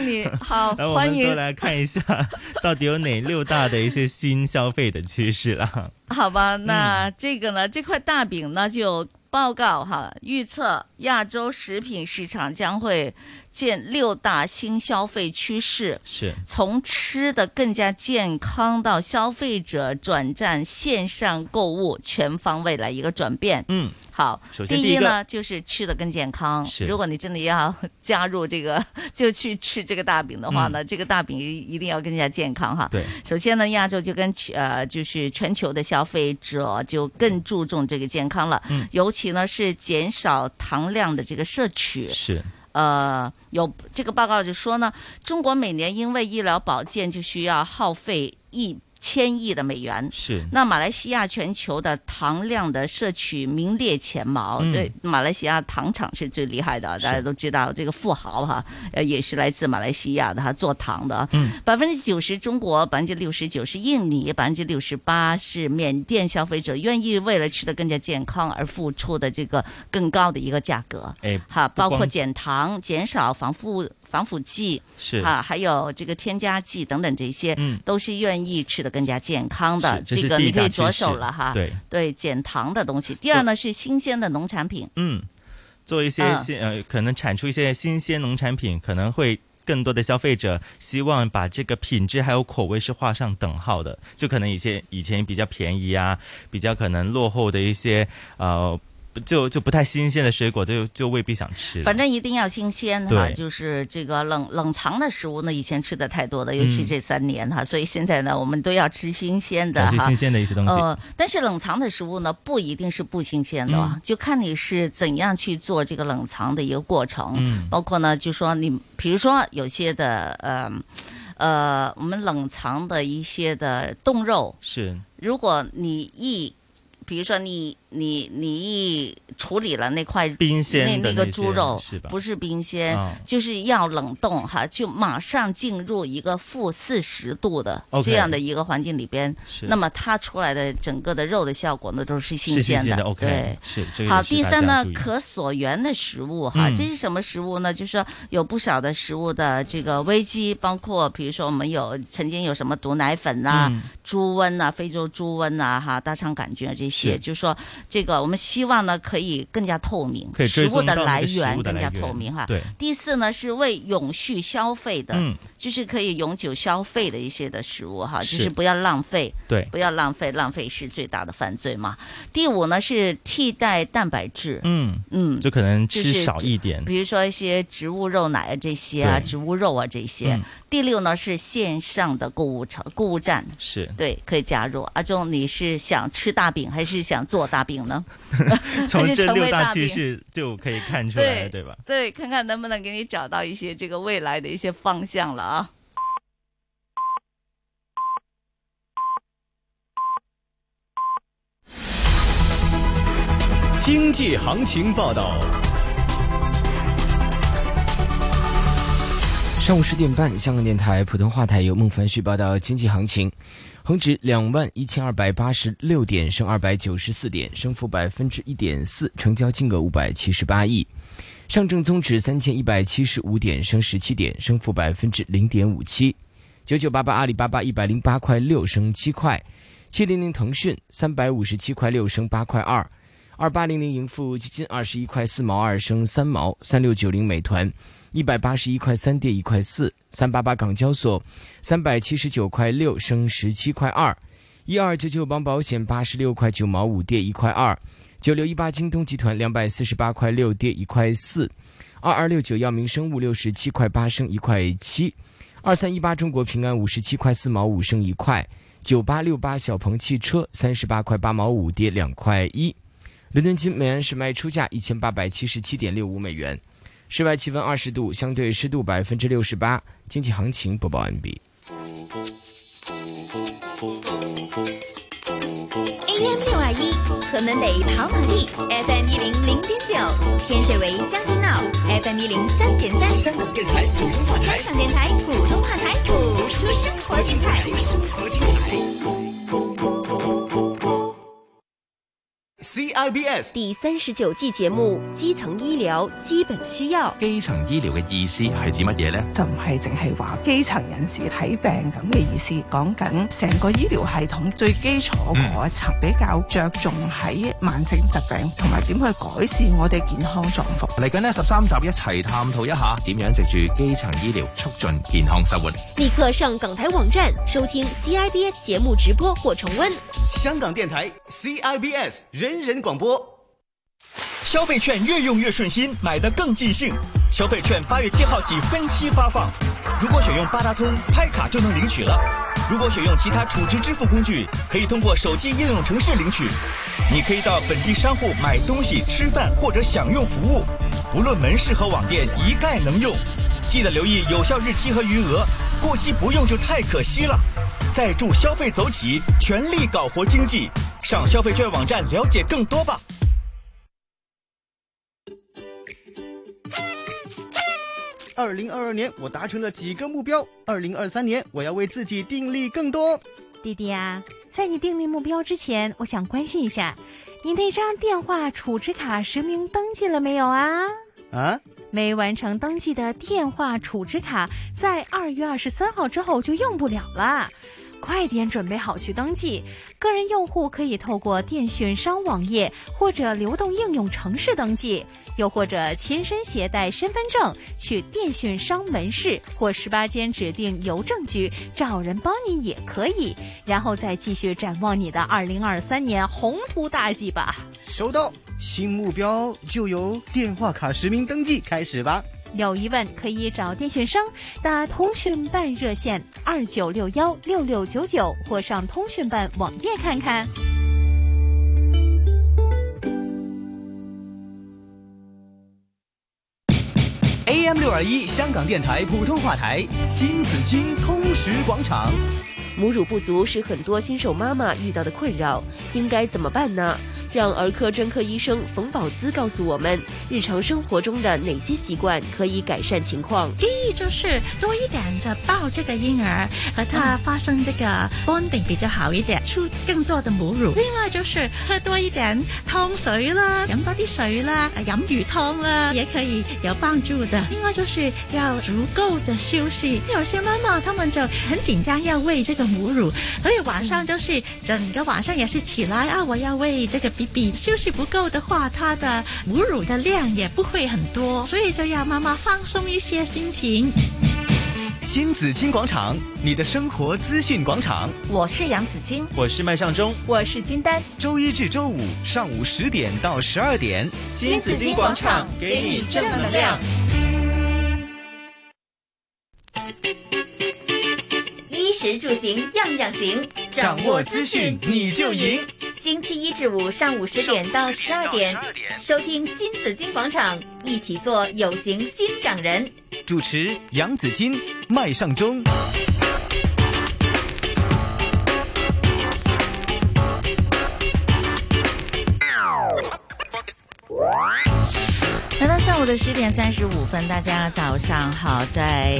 S3: 你好，
S1: 来，我
S3: 欢
S1: 们
S3: 迎
S1: 都来看一下， 到底有哪六大的一些新消费的趋势啦？
S3: 好吧？
S1: 嗯
S3: 那这个呢，这块大饼呢就报告哈，预测亚洲食品市场将会见六大新消费趋势。
S1: 是
S3: 从吃的更加健康到消费者转战线上购物，全方位来一个转变。
S1: 嗯，
S3: 好，
S1: 首先
S3: 第
S1: 第一个
S3: 呢就是吃的更健康。
S1: 是
S3: 如果你真的要加入这个， 就去吃这个大饼的话呢，这个大饼一定要更加健康哈。
S1: 嗯对，
S3: 首先呢，亚洲就跟呃，就是全球的消费者就更注重这个健康了，
S1: 嗯
S3: 尤其呢是减少糖量的这个摄取。
S1: 是
S3: 呃，有这个报告就说呢，中国每年因为医疗保健就需要耗费一千亿的美元，
S1: 是
S3: 那马来西亚全球的糖量的摄取名列前茅，
S1: 嗯
S3: 对，马来西亚糖厂是最厉害的，大家都知道这个富豪哈，呃，也是来自马来西亚的哈，做糖的，
S1: 嗯，
S3: 百分之九十中国，百分之六十九是印尼，百分之六十八是缅甸消费者愿意为了吃的更加健康而付出的这个更高的一个价格，
S1: 哎
S3: 哈，
S1: 不光
S3: 包括减糖、减少防腐防腐剂
S1: 是
S3: 啊，还有这个添加剂等等这些，
S1: 嗯
S3: 都是愿意吃的更加健康的
S1: 是。这
S3: 这
S1: 是
S3: 个
S1: 第
S3: 你
S1: 一大
S3: 可以
S1: 趋
S3: 着
S1: 势
S3: 手了哈。
S1: 对，
S3: 减糖的东西。第二呢是新鲜的农产品，
S1: 嗯，做一些
S3: 嗯
S1: 新、呃，可能产出一些新鲜农产品，可能会更多的消费者希望把这个品质还有口味是画上等号的，就可能一些以前比较便宜啊，比较可能落后的一些呃，不就就不太新鲜的水果就就未必想吃了，
S3: 反正一定要新鲜哈。
S1: 对
S3: 就是这个冷冷藏的食物呢，以前吃的太多了，尤
S1: 嗯
S3: 其这三年哈，所以现在呢，我们都要吃新鲜的
S1: 找些
S3: 哈
S1: 新。鲜的一些东西，
S3: 呃，但是冷藏的食物呢，不一定是不新鲜的
S1: 嗯
S3: 啊，就看你是怎样去做这个冷藏的一个过程。
S1: 嗯
S3: 包括呢，就说你，比如说有些的，呃，呃，我们冷藏的一些的冻肉，
S1: 是
S3: 如果你一，比如说你你你一处理了那块
S1: 冰
S3: 那
S1: 鲜的
S3: 那个
S1: 些
S3: 猪肉，
S1: 是吧？
S3: 不是冰鲜，
S1: 啊
S3: 就是要冷冻哈，就马上进入一个负四十度的
S1: OK
S3: 这样的一个环境里边，
S1: 是
S3: 那么它出来的整个的肉的效果呢都是
S1: 是
S3: 新
S1: 新
S3: 鲜
S1: 鲜
S3: 的。
S1: 的，OK，
S3: 对。
S1: 是这个
S3: 好，
S1: 也是
S3: 第
S1: 大
S3: 三
S1: 家
S3: 呢
S1: 要注，意
S3: 可所缘的食物哈，
S1: 嗯
S3: 这是什么食物呢？就是说有不少的食物的这个危机，包括比如说我们有曾经有什么毒奶粉呐、
S1: 嗯
S3: 猪瘟呐、非洲猪瘟呐、哈大肠杆菌啊这些，
S1: 是
S3: 就是说这个我们希望呢可以更加透明，
S1: 可以追
S3: 食物
S1: 踪到
S3: 的
S1: 那个
S3: 来
S1: 食物
S3: 源
S1: 的
S3: 更
S1: 来
S3: 加
S1: 源
S3: 透明哈。
S1: 对
S3: 第四呢是为永续消费的，
S1: 嗯
S3: 就是可以永久消费的一些的食物哈，
S1: 是
S3: 就是不要浪费，
S1: 对
S3: 不要浪费，浪费是最大的犯罪嘛。第五呢是替代蛋白质，
S1: 嗯
S3: 嗯，
S1: 就可能
S3: 就
S1: 吃
S3: 是
S1: 少一点，
S3: 比如说一些植物肉奶啊这些啊，
S1: 对
S3: 植物肉啊这些。
S1: 嗯
S3: 第六呢是线上的购物城、购物站，
S1: 是
S3: 对，可以加入。阿忠，你是想吃大饼还是想做大饼呢？
S1: 从
S3: 就
S1: 这
S3: 成
S1: 六
S3: 为
S1: 大
S3: 大
S1: 趋
S3: 饼
S1: 势就可以看出来，对吧？
S3: 对，看看能不能给你找到一些这个未来的一些方向了啊。
S7: 经济行情报道。
S8: 上午十点半，香港电台普通话台由孟凡旭报道经济行情。恒指两万一千二百八十六点，升二百九十四点，升幅百分之一点四，成交金额五百七十八亿。上证综指三千一百七十五点，升十七点，升幅百分之零点五七。九九八八阿里巴巴一百零八块六升七块，七零零腾讯三百五十七块六升八块二，二八零零盈富基金二十一块四毛二升三毛，三六九零美团一百八十一块三跌一块四，三八八港交所三百七十九块六升十七块二，一二九九帮保险八十六块九毛五跌一块二，九六一八京东集团两百四十八块六跌一块四，二二六九药明生物六十七块八升一块七。二三一八中国平安五十七块四毛五升一块，九八六八小鹏汽车三十八块八毛五跌两块一，伦敦金美安市卖出价一千八百七十七点六五美元，室外气温二十度，相对湿度百分之六十八，经济行情播报完毕。
S5: AM 六二一，河门北跑马地，FM 一零零点九，天水围将军澳，FM 一零三点三。香港电台普通话台，香港电台普通话台，播出生活精彩，生活精彩。
S9: CIBS 第三十九季节目《基层醫療基本需要》。
S10: 基層醫療嘅意思係指乜嘢呢？
S11: 就唔係淨係話基層人士睇病咁嘅意思，講緊成個醫療系統最基礎嗰一
S1: 嗯
S11: 層，比較着重喺慢性疾病同埋點去改善我哋健康狀況。
S10: 嚟緊呢十三集一齊探討一下點樣藉住基層醫療促進健康生活。
S9: 立刻上港台网站收听 CIBS 节目直播或重温。
S7: 香港电台 CIBS 人人广播。
S12: 消费券越用越顺心，买得更尽兴。消费券八月七号起分期发放，如果选用八达通拍卡就能领取了；如果选用其他储值支付工具，可以通过手机应用程式领取。你可以到本地商户买东西、吃饭或者享用服务，无论门市和网店一概能用。记得留意有效日期和余额，过期不用就太可惜了。再助消费走起，全力搞活经济。上消费券网站了解更多吧。
S13: 二零二二年我达成了几个目标，二零二三年我要为自己订立更多。
S14: 弟弟啊，在你订立目标之前，我想关心一下，你那张电话储值卡实名登记了没有啊？
S13: 啊，
S14: 没完成登记的电话储值卡，在二月二十三号之后就用不了了。快点准备好去登记。个人用户可以透过电讯商网页或者流动应用程式登记，又或者亲身携带身份证去电讯商门市或十八间指定邮政局找人帮你也可以。然后再继续展望你的二零二三年宏图大计吧。
S13: 收到，新目标就由电话卡实名登记开始吧。
S14: 有疑问可以找电讯商，打通讯办热线二九六幺六六九九，或上通讯办网页看看。
S4: AM 六二一香港电台普通话台新紫金通识广场。
S9: 母乳不足是很多新手妈妈遇到的困扰，应该怎么办呢？让儿科专科医生冯宝姿告诉我们，日常生活中的哪些习惯可以改善情况。
S15: 第一就是多一点的抱这个婴儿，和他发生这个 bonding 比较好一点，出更多的母乳。另外就是喝多一点汤水啦，饮多啲水啦，呃饮鱼汤啦，也可以有帮助的。另外就是要足够的休息，有些妈妈她们就很紧张要喂这个母乳，所以晚上就是整个晚上也是起来啊，我要喂这个 baby。 B B。休息不够的话，它的母乳的量也不会很 多，所以就要妈妈放松一些心情。
S4: 新紫金广场，你的生活资讯广场。
S16: 我是杨子金，
S1: 我是麦尚中，
S16: 我是金丹。
S4: 周一至周五上午十点到十二点，
S16: 新紫金广场给你正能量。
S5: 衣食住行样样行，
S4: 掌握资讯你就赢。
S5: 星期一至五上午十点到十二点，收听新紫金广场，一起做有型新港人。
S4: 主持杨紫金、麦尚中。
S3: 来到上午的十点三十五分，大家早上好，在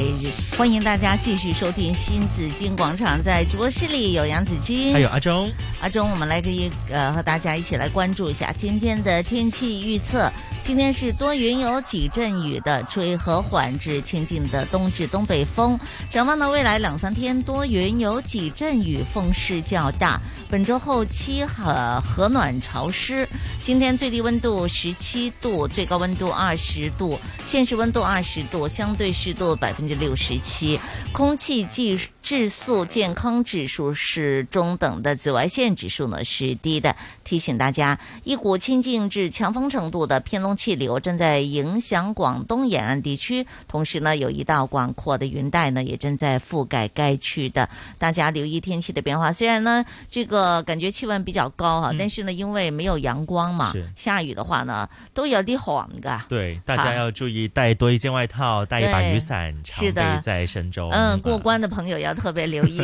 S3: 欢迎大家继续收听新紫金广场，在直播室里有杨紫金，
S1: 还有阿忠，
S3: 阿忠，我们来个一呃和大家一起来关注一下今天的天气预测。今天是多云有几阵雨的，吹和缓至清劲的东至东北风。展望呢，未来两三天多云有几阵雨，风势较大。本周后期和和暖潮湿。今天最低温度十七度，最高温度二十度，现实温度二十度，相对湿度百分之六十七，空气质质素健康指数是中等的，紫外线指数呢是低的。提醒大家，一股清劲至强风程度的偏东气流正在影响广东沿岸地区，同时呢，有一道广阔的云带呢也正在覆盖该区的。大家留意天气的变化。虽然呢，这个感觉气温比较高啊，但是呢，因为没有阳光嘛
S1: 是，
S3: 下雨的话呢，都有啲寒噶。
S1: 对，大
S3: 好
S1: 家要注意带多一件外套，带一把
S3: 对
S1: 雨伞，常
S3: 是的
S1: 备在身中。
S3: 嗯，过关的朋友要特别留意，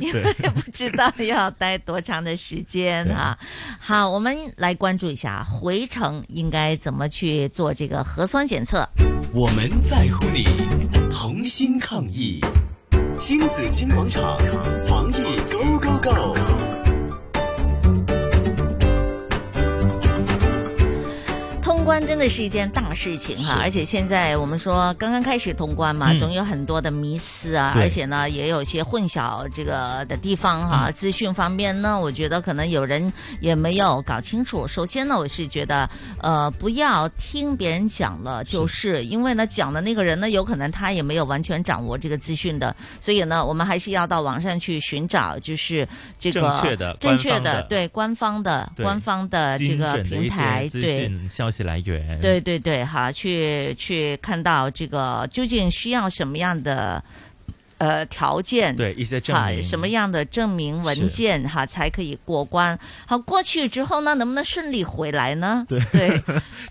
S3: 因为
S1: 对
S3: 不知道要待多长的时间啊。好，我们来关注一下回程应该怎么去做这个核酸检测。
S7: 我们在乎你，同心抗疫。新紫金广场，防疫 Go Go Go！
S3: 通关真的是一件大事情哈、
S16: 是
S3: 而且现在我们说刚刚开始通关嘛，
S16: 嗯
S3: 总有很多的迷思啊，
S16: 对
S3: 而且呢也有一些混淆这个的地方
S1: 嗯
S3: 哈、资讯方面呢，我觉得可能有人也没有搞清楚。首先呢，我是觉得呃不要听别人讲了，就是因为呢讲的那个人呢，有可能他也没有完全掌握这个资讯的，所以呢，我们还是要到网上去寻找，就是这个
S1: 正确的
S3: 正确
S1: 官方的
S3: 对官方的
S1: 对
S3: 官方的这
S1: 精
S3: 个
S1: 准的
S3: 平
S1: 一
S3: 台
S1: 些资
S3: 对。
S1: 讯消息来源。
S3: 对对对，哈，去去看到这个究竟需要什么样的呃条件，
S1: 对一些证
S3: 哈，
S1: 明
S3: 什么样的证明文
S1: 是
S3: 件哈才可以过关？好，过去之后呢，能不能顺利回来呢？对，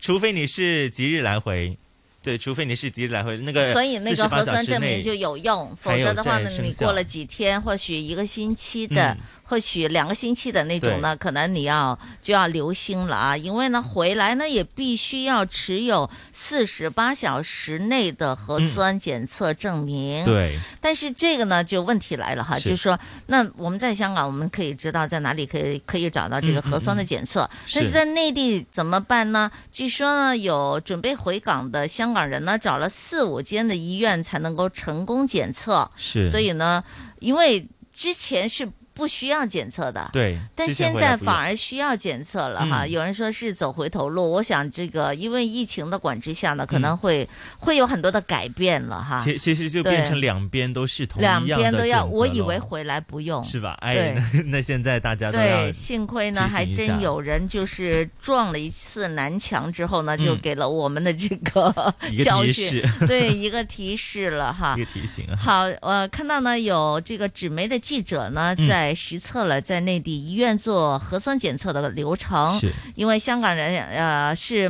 S1: 除非你是即日来回，对，除非你是即日来回，那个
S3: 所以那个
S1: 48
S3: 核酸
S1: 小时
S3: 证明
S1: 内
S3: 就有用，否
S1: 还有
S3: 则的话呢
S1: 在，生
S3: 你
S1: 效
S3: 过了几天，或许一个星期的
S1: 嗯，
S3: 或许两个星期的那种呢，可能你要就要留心了啊，因为呢，回来呢也必须要持有四十八小时内的核酸检测证明。
S1: 嗯对，
S3: 但是这个呢，就问题来了哈，
S1: 是
S3: 就是说，那我们在香港，我们可以知道在哪里可以可以找到这个
S16: 嗯嗯
S3: 核酸的检测，
S16: 是
S3: 但是在内地怎么办呢？据说呢，有准备回港的香港人呢，找了四五间的医院才能够成功检测，
S1: 是
S3: 所以呢，因为之前是不需要检测的，
S1: 对，
S3: 但
S1: 之前
S3: 现
S1: 回
S3: 在
S1: 来不
S3: 反
S1: 用
S3: 而需要检测了哈，
S1: 嗯
S3: 有人说是走回头路，我想这个因为疫情的管制下呢，可能会、会有很多的改变了哈。
S1: 嗯其其实就
S3: 对
S1: 变成两边都是同一
S3: 两
S1: 样的
S3: 边都要，
S1: 准则
S3: 我以为
S1: 咯
S3: 回来不用，
S1: 是吧？哎
S3: 对，
S1: 那 那现在大家都要
S3: 对，幸亏呢，
S1: 提醒
S3: 还
S1: 一
S3: 真
S1: 下
S3: 有人就是撞了一次南墙之后呢，
S1: 嗯
S3: 就给了我们的这个
S1: 一个
S3: 教
S1: 提
S3: 训
S1: 示，
S3: 对一个提示了哈
S1: 一个。提醒啊。
S3: 好，呃，看到呢有这个纸媒的记者呢，
S1: 嗯
S3: 在实测了在内地医院做核酸检测的流程，
S16: 是
S3: 因为香港人呃是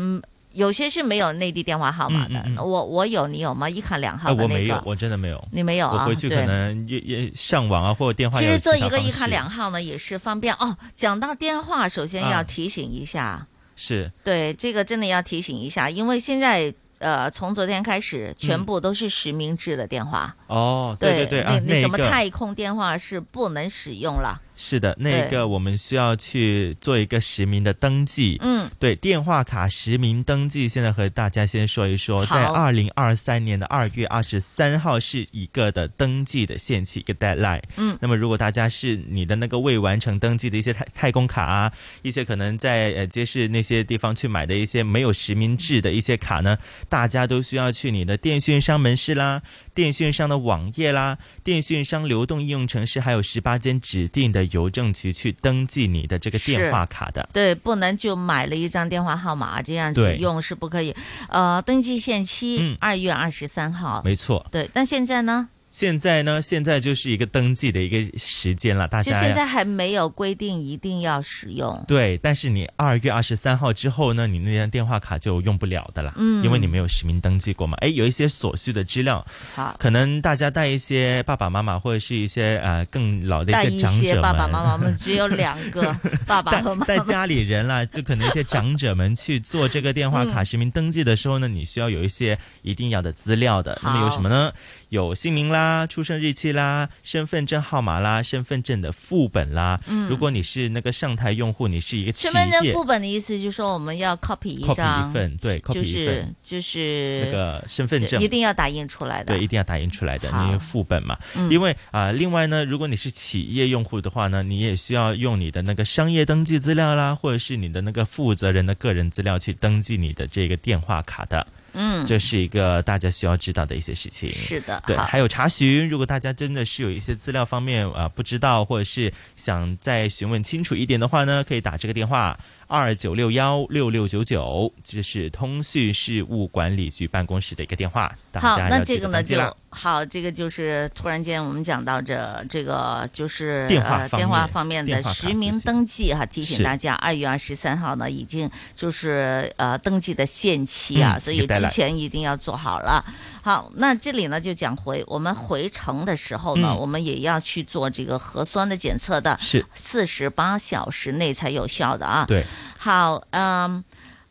S3: 有些是没有内地电话号码的，
S1: 嗯
S3: 我我有你有吗？一卡两
S1: 哎，
S3: 号的
S1: 我
S3: 那个，
S1: 没有，我真的没有，
S3: 你没有啊
S1: 我回去可
S3: 对
S1: 能也也上网啊，或者电话
S3: 其
S1: 也有
S3: 实
S1: 其
S3: 做
S1: 他方式。
S3: 一个一卡两号呢，也是方便哦。讲到电话，首先要
S1: 啊
S3: 提醒一下，
S1: 是
S3: 对这个真的要提醒一下，因为现在呃，从昨天开始，全
S1: 嗯
S3: 部都是实名制的电话。
S1: 哦，对对啊，
S3: 那
S1: 那
S3: 什么
S1: 个
S3: 太空电话是不能使用了。
S1: 是的，那
S3: 对
S1: 个我们需要去做一个实名的登记。
S3: 嗯
S1: 对，电话卡实名登记，现在和大家先说一说，在
S3: 好
S1: 二零二三年的二月二十三号是一个的登记的限期，一个 deadline。
S17: 嗯
S1: 那么如果大家是你的那个未完成登记的一些太太空卡啊，一些可能在呃街市那些地方去买的一些没有实名制的一些卡呢，大家都需要去你的电讯商门市啦。电讯商的网页啦，电讯商流动应用程式，还有十八间指定的邮政局去登记你的这个电话卡的。
S3: 对，不能就买了一张电话号码这样子
S1: 对嗯
S3: 用是不可以。呃，登记限期二月二十三号。
S1: 没错。
S3: 对，但现在呢？
S1: 现在呢，现在就是一个登记的一个时间了，大
S3: 就
S1: 家
S3: 现在还没有规定一定要使用。
S1: 对，但是你二月二十三号之后呢，你那张电话卡就用不了的啦，
S3: 嗯
S1: 因为你没有实名登记过嘛。哎，有一些所需的资料，
S3: 好，
S1: 可能大家带一些爸爸妈妈或者是一些呃更老的
S3: 带
S1: 一些
S3: 一
S1: 长者
S3: 些
S1: 们，
S3: 爸爸妈妈们只有两个爸爸和 妈
S1: 带
S3: 妈。
S1: 家里人 啦，就可能一些长者们去做这个电话卡
S3: 嗯
S1: 实名登记的时候呢，你需要有一些一定要的资料的。那么有
S3: 好
S1: 什么呢？有姓名啦、出生日期啦、身份证号码啦、身份证的副本啦。
S3: 嗯
S1: 如果你是那个上台用户，你是一个企
S3: 身份证
S1: 业
S3: 副本的意思就是说我们要 copy 一
S1: copy
S3: 张，
S1: 一份，对，copy
S3: 就
S1: 一
S3: 是
S1: 份。
S3: 就是
S1: 那个身份证
S3: 一定要打印出来的。
S1: 对，一定要打印出来的
S3: 好
S1: 那些副本嘛。
S3: 嗯
S1: 因为啊、另外呢，如果你是企业用户的话呢，你也需要用你的那个商业登记资料啦，或者是你的那个负责人的个人资料去登记你的这个电话卡的。
S3: 嗯
S1: 这是一个大家需要知道的一些事情。
S3: 是的
S1: 对，
S3: 好
S1: 还有查询，如果大家真的是有一些资料方面啊、呃不知道，或者是想再询问清楚一点的话呢，可以打这个电话二九六幺六六九九，这是通讯事务管理局办公室的一个电话。大
S3: 好，
S1: 家要
S3: 那这
S1: 记
S3: 个
S1: 得
S3: 呢
S1: 登记
S3: 就
S1: 啦
S3: 好，这个就是突然间我们讲到这这个就是
S1: 电话
S3: 呃
S1: 方
S3: 电话
S1: 面
S3: 方面
S1: 电
S3: 的
S1: 话卡
S3: 实
S1: 自
S3: 名
S1: 己
S3: 登记哈，提醒
S1: 是
S3: 大家二月二十三号呢已经就是呃登记的限期啊，
S18: 嗯
S3: 所
S18: 一个
S3: 以
S18: deadline
S3: 之前一定要做好了。好，那这里呢就讲回我们回程的时候呢，
S18: 嗯
S3: 我们也要去做这个核酸的检测的，
S18: 是
S3: 四十八小时内才有效的啊。
S18: 对，
S3: 好，嗯。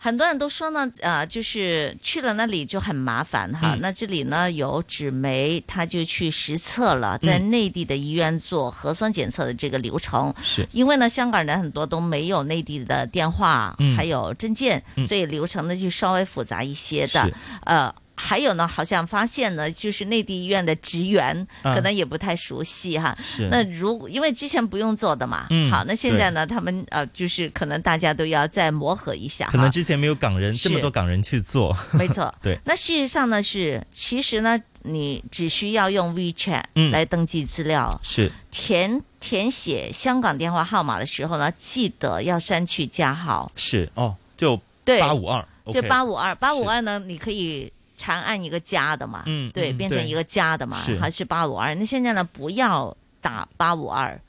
S3: 很多人都说呢，呃，就是去了那里就很麻烦哈。
S18: 嗯
S3: 那这里呢有纸媒，他就去实测了，在
S18: 嗯
S3: 内地的医院做核酸检测的这个流程。
S1: 是
S3: 因为呢，香港人很多都没有内地的电话，
S18: 嗯
S3: 还有证件，
S18: 嗯
S3: 所以流程呢就稍微复杂一些的
S18: 是。
S3: 呃。还有呢，好像发现呢，就是内地医院的职员
S18: 啊
S3: 可能也不太熟悉哈。
S18: 是
S3: 那如果因为之前不用做的嘛，
S1: 嗯
S3: 好，那现在
S1: 对
S3: 呢，他们呃，就是可能大家都要再磨合一下哈。
S1: 可能之前没有港人
S3: 是
S1: 这么多港人去做，
S3: 没错
S1: 对，
S3: 那事实上呢是，其实呢，你只需要用 WeChat
S1: 嗯
S3: 来登记资料，
S1: 是
S3: 填填写香港电话号码的时候呢，记得要删去加号，
S1: 是哦，就
S3: 对
S1: 八五二，
S3: 对，八五二，八五二呢，你可以。长按一个加的嘛，
S1: 嗯
S3: 对，
S1: 嗯
S3: 变成
S1: 对
S3: 一个加的嘛，
S1: 是
S3: 还是八五二？那现在呢，不要打八五二，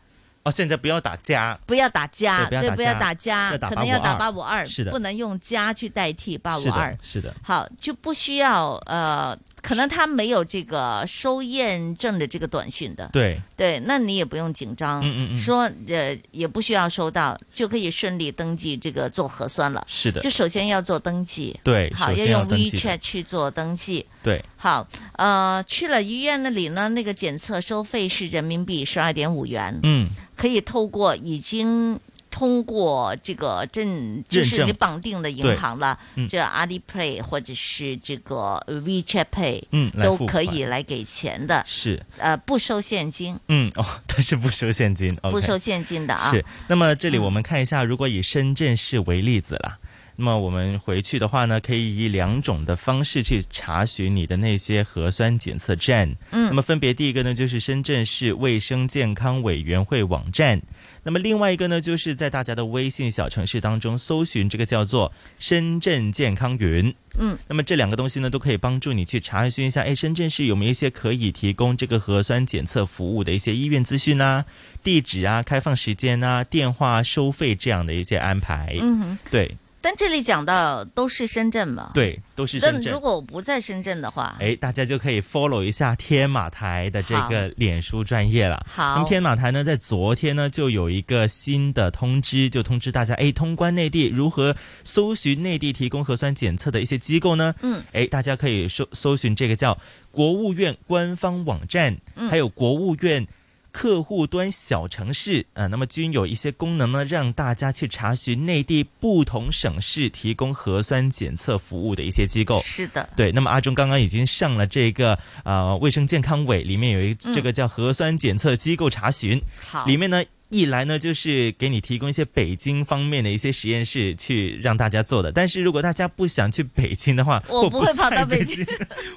S1: 哦，现在不要打加，
S3: 不要打加，
S1: 对
S3: 对，
S1: 不
S3: 不
S1: 要
S3: 要
S1: 打
S3: 打
S1: 加
S3: 加，
S1: 要打
S3: 可能要打八五
S1: 852
S3: 二，
S1: 是的
S3: 不能用加去代替八五
S1: 是
S3: 二
S1: 的，，是的，
S3: 好，就不需要呃，可能他没有这个收验证的这个短讯的，
S1: 对，
S3: 对，那你也不用紧张，
S1: 嗯嗯嗯
S3: 说呃也不需要收到，就可以顺利登记这个做核酸了。
S1: 是的
S3: 就首先要做登记，
S1: 对
S3: 好，
S1: 首先要
S3: 用
S1: 登记的
S3: WeChat 去做登记。
S1: 对，
S3: 好，呃，去了医院那里呢，那个检测收费是人民币十二点五元，
S1: 嗯，
S3: 可以透过已经通过这个证，就
S18: 认
S3: 是
S18: 证
S3: 你绑定的银
S18: 对
S3: 行了
S18: 嗯，
S3: 这 Alipay 或者是这个呃 WeChat Pay，
S1: 嗯来
S3: 都
S1: 付
S3: 可以
S1: 款
S3: 来给钱的，
S1: 是，
S3: 呃，不收现金，
S1: 嗯哦， 但是不收现金，
S3: 不
S1: OK
S3: 收现金的啊。
S1: 是，那么这里我们看一下，如果以深圳市为例子啦。那么我们回去的话呢，可以以两种的方式去查询你的那些核酸检测站。
S19: 嗯
S1: 那么分别第一个呢，就是深圳市卫生健康委员会网站；那么另外一个呢，就是在大家的微信小程序当中搜寻这个叫做“深圳健康云”。
S3: 嗯，
S1: 那么这两个东西呢，都可以帮助你去查询一下，哎，深圳市有没有一些可以提供这个核酸检测服务的一些医院资讯啊、地址啊、开放时间啊、电话收费这样的一些安排。
S3: 嗯哼
S1: 对，
S3: 但这里讲到都是深圳嘛，，
S1: 对，都是深
S3: 但
S1: 圳
S3: 如。果我不在深圳的话，
S1: 哎，大家就可以 follow 一下天马台的这个脸书专业了。
S3: 好
S1: 那么天马台呢，在昨天呢就有一个新的通知，就通知大家，哎，通关内地如何搜寻内地提供核酸检测的一些机构呢？
S17: 嗯
S1: 哎，大家可以搜搜寻这个叫国务院官方网站，
S17: 嗯
S1: 还有国务院。客户端小程市啊、那么均有一些功能呢，让大家去查询内地不同省市提供核酸检测服务的一些机构。
S3: 是的，
S1: 对，那么阿中刚刚已经上了这个呃卫生健康委里面有一
S3: 嗯
S1: 这个叫核酸检测机构查询，
S3: 好
S1: 里面呢。一来呢，就是给你提供一些北京方面的一些实验室去让大家做的。但是如果大家不想去北京的话，
S3: 我不
S1: 不
S3: 会跑
S1: 在
S3: 到
S1: 北
S3: 北京，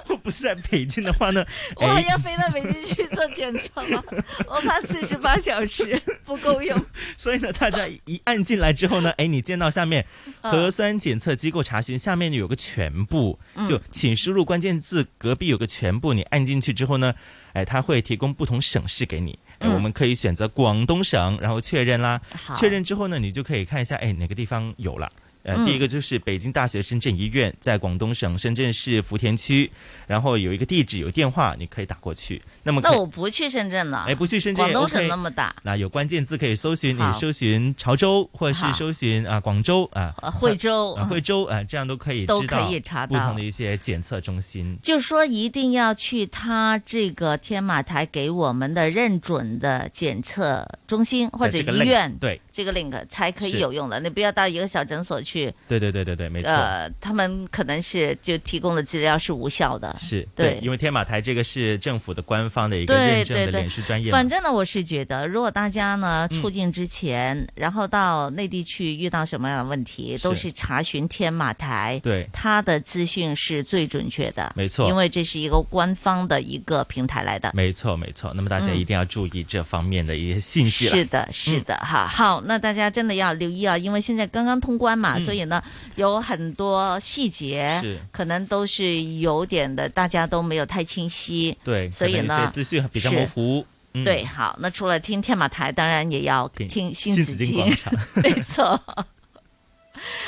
S1: 我不是在北京的话呢，
S3: 我还
S1: 哎
S3: 要飞到北京去做检测吗？ 我怕四十八小时不够用。
S1: 所以呢，大家一按进来之后 呢，哎，你见到下面
S3: 嗯
S1: 核酸检测机构查询，下面有个全部，就
S3: 嗯
S1: 请输入关键字，隔壁有个全部，你按进去之后呢，哎，它会提供不同省市给你。哎
S3: 嗯
S1: 我们可以选择广东省，然后确认啦
S3: 好。
S1: 确认之后呢，你就可以看一下，哎，哪个地方有了。呃，
S3: 嗯
S1: 第一个就是北京大学深圳医院，在广东省深圳市福田区，然后有一个地址，有电话，你可以打过去。那么可以
S3: 那我不去深圳了，
S1: 哎不去深圳
S3: 啊广
S1: 也
S3: 东
S1: OK
S3: 省那么大，
S1: 那有关键字可以搜寻，
S3: 好
S1: 你搜寻潮州，或者
S3: 好
S1: 是搜寻啊广州啊
S3: 呃惠州
S1: 啊惠州啊，这样都可以
S3: 都
S1: 知
S3: 可
S1: 道
S3: 以查到
S1: 不同的一些检测中心。
S3: 就说一定要去他这个天马台给我们的认准的检测中心或者
S1: 这个
S3: 医院
S1: link，，对
S3: 这个 link 才可以
S1: 是
S3: 有用的。你不要到一个小诊所去，
S1: 对对对对对，没错。
S3: 呃，他们可能是就提供的资料是无效的，
S1: 是
S3: 对
S1: 因为天马台这个是政府的官方的一个
S3: 对
S1: 认证
S3: 对
S1: 的
S3: 对，
S1: 脸书专业嘛，
S3: 反正呢，我是觉得，如果大家呢
S1: 嗯
S3: 出境之前，然后到内地去遇到什么样的问题，都
S1: 是
S3: 是查询天马台，
S1: 对
S3: 它的资讯是最准确的，
S1: 没错
S3: 因为这是一个官方的一个平台来的。
S1: 没错没错。那么大家
S3: 嗯
S1: 一定要注意这方面的一些信息了。嗯
S3: 是的，是的，哈、好，那大家真的要留意啊，因为现在刚刚通关嘛，
S1: 嗯
S3: 所以呢，有很多细节
S1: 是
S3: 可能都是有点的，大家都没有太清晰，
S1: 对，
S3: 所以
S1: 可能有些，
S3: 呢
S1: 资讯比较
S3: 是
S1: 模糊。嗯
S3: 对，好，那除了听天马台，当然也要听新
S1: 新
S3: 紫
S1: 紫荆
S3: 荆
S1: 广，
S3: 没错。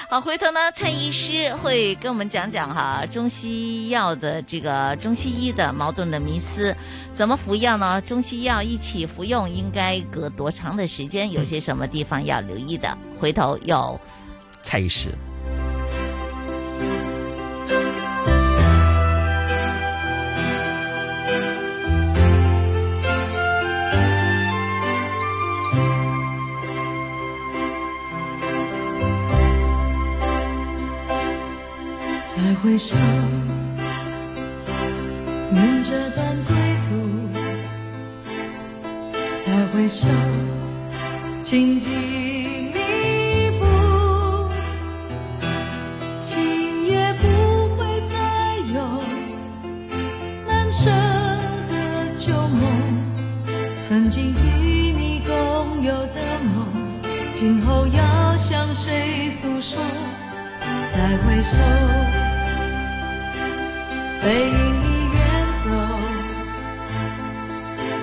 S3: 好，回头呢，蔡医师会跟我们讲讲哈中西药的这个中西医的矛盾的迷思，怎么服药呢？中西药一起服用应该隔多长的时间？有些什么地方要留意的？回头有
S1: 蔡医师。
S18: 再回首，念这段归途。再回首，荆棘密布，今夜不会再有难舍的旧梦。曾经与你共有的梦，今后要向谁诉说？再回首，背影已远走。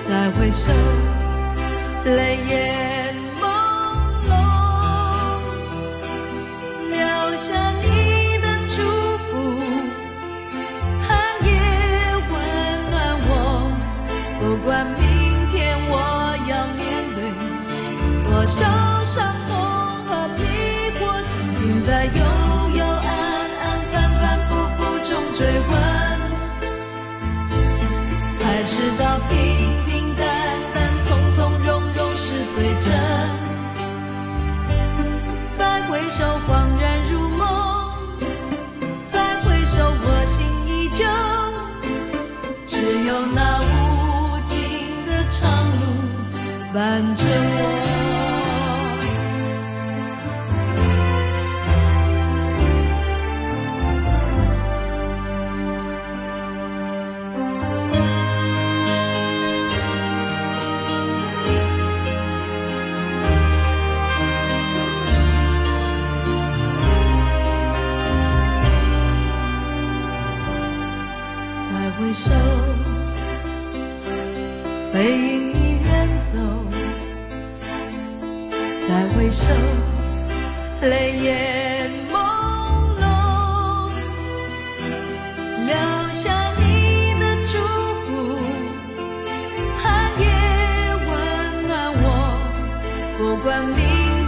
S18: 再回首，泪眼朦胧，留下你的祝福，寒夜温暖我。不管明天我要面对多少伤痛和迷惑，曾经在幽幽暗暗、反反复复中追问，才知道平平淡淡、从从容容是最真。再回首，恍然如梦；再回首，我心依旧。只有那无尽的长路伴着我。再回首，背影已远走。再回首，泪眼朦不管明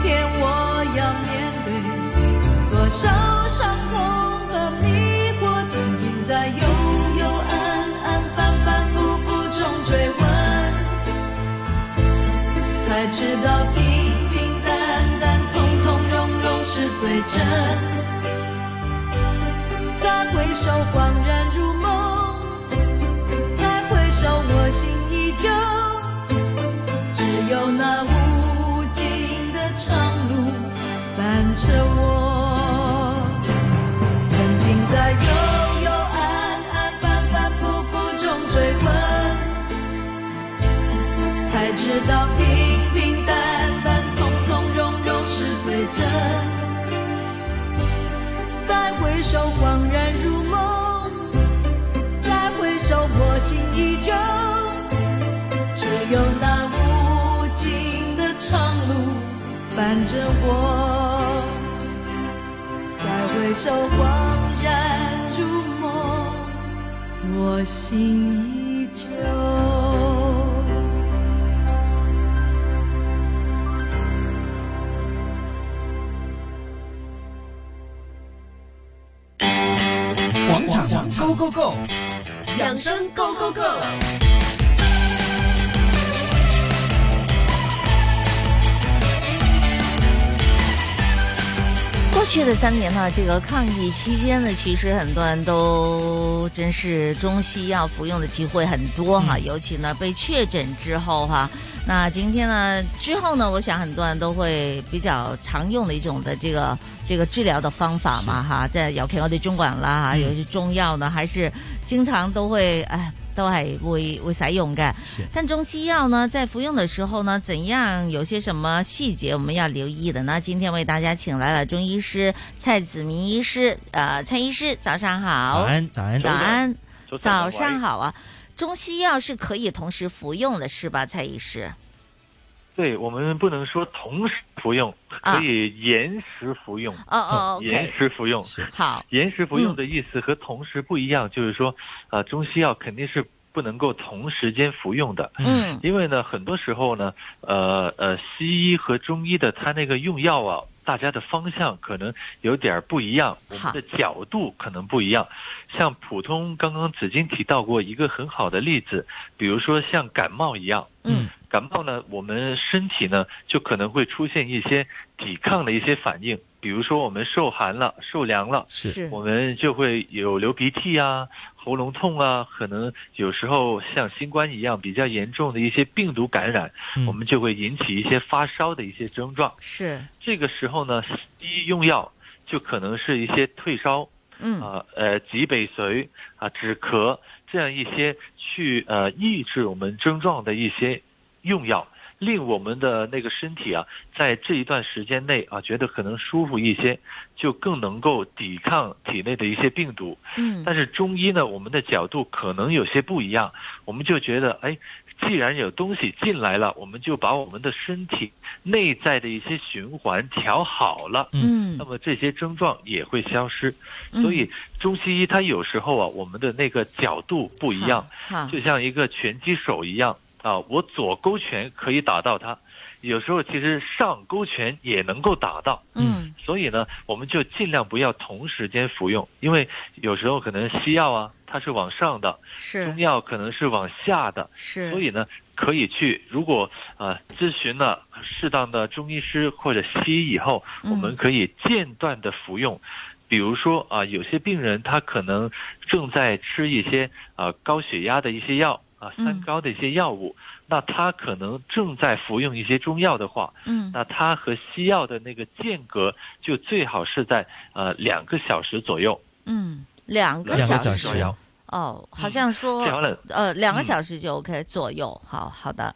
S18: 天我要面对多少伤痛和迷惑，曾经在幽幽暗暗、反反复复中追问，才知道平平淡淡、从从容容是最真。再回首，恍然如梦。再回首，我心依旧，只有那无尽的长路伴着我。曾经在幽幽暗暗、反反复复中追问，才知道平平淡淡、从从容容是最真。再回首，恍然如梦。再回首，我心依旧，只有那无尽的长路伴着我。再回首，恍然如梦，我心依旧。
S4: 广场 Go Go Go，
S18: 养生 Go Go Go。
S3: 过去的三年呢，这个抗疫期间呢，其实很多人都真是中西药服用的机会很多哈，尤其呢被确诊之后哈，那今天呢之后呢，我想很多人都会比较常用的一种的这个这个治疗的方法嘛哈，即係尤其我哋中國人啦嚇，
S17: 嗯
S3: 尤其中藥呢，還是經常都會唉。都係會會使用嘅，但中西藥呢，在服用的时候呢，怎样有些什么细节我们要留意的呢？今天为大家请来了中医师蔡子明医师，呃，蔡医师，早上好，
S1: 早安早安
S3: 早安，
S1: 早晨
S3: 早
S1: 两
S3: 上
S1: 位
S3: 好啊！中西药是可以同时服用的，是吧，蔡医师？
S19: 对我们不能说同时服用，
S3: 啊
S19: 可以延时服用。嗯
S3: 哦哦，OK
S19: 延时服用
S3: 好，嗯
S19: 延时服用的意思和同时不一样，就是说，啊，中西药肯定是不能够同时间服用的。
S3: 嗯，
S19: 因为呢，很多时候呢，呃呃，西医和中医的它那个用药啊。大家的方向可能有点儿不一样，我们的角度可能不一样。像普通刚刚紫金提到过一个很好的例子，比如说像感冒一样，
S3: 嗯，
S19: 感冒呢，我们身体呢就可能会出现一些抵抗的一些反应，比如说我们受寒了、受凉了，
S20: 是
S19: 我们就会有流鼻涕啊、喉咙痛啊，可能有时候像新冠一样比较严重的一些病毒感染，
S20: 嗯
S19: 我们就会引起一些发烧的一些症状。
S3: 是，
S19: 这个时候呢，西医用药就可能是一些退烧。
S3: 嗯
S19: 啊呃脊北髓啊止咳这样一些去呃抑制我们症状的一些用药，令我们的那个身体啊，在这一段时间内啊，觉得可能舒服一些，就更能够抵抗体内的一些病毒。
S20: 嗯
S19: 但是中医呢，我们的角度可能有些不一样，我们就觉得，哎，既然有东西进来了，我们就把我们的身体内在的一些循环调好了，
S3: 嗯
S19: 那么这些症状也会消失。
S3: 嗯
S19: 所以中西医它有时候啊，我们的那个角度不一样
S3: 好好，
S19: 就像一个拳击手一样啊，我左勾拳可以打到他，有时候其实上勾拳也能够打到。
S3: 嗯，
S19: 所以呢，我们就尽量不要同时间服用，因为有时候可能西药啊，它是往上的，
S3: 是
S19: 中药可能是往下的，
S3: 是
S19: 所以呢，可以去如果呃咨询了适当的中医师或者西医以后，
S3: 嗯
S19: 我们可以间断的服用。比如说啊、有些病人他可能正在吃一些呃高血压的一些药啊、
S3: 嗯
S19: 三高的一些药物，那他可能正在服用一些中药的话，
S3: 嗯
S19: 那它和西药的那个间隔就最好是在呃两个小时左右，
S3: 嗯，两个
S19: 两个
S3: 小
S19: 小时
S3: 哦，
S19: 嗯
S3: 好像说、
S19: 两个
S3: 呃两
S19: 嗯
S3: 个小时就 OK 左右，好好的。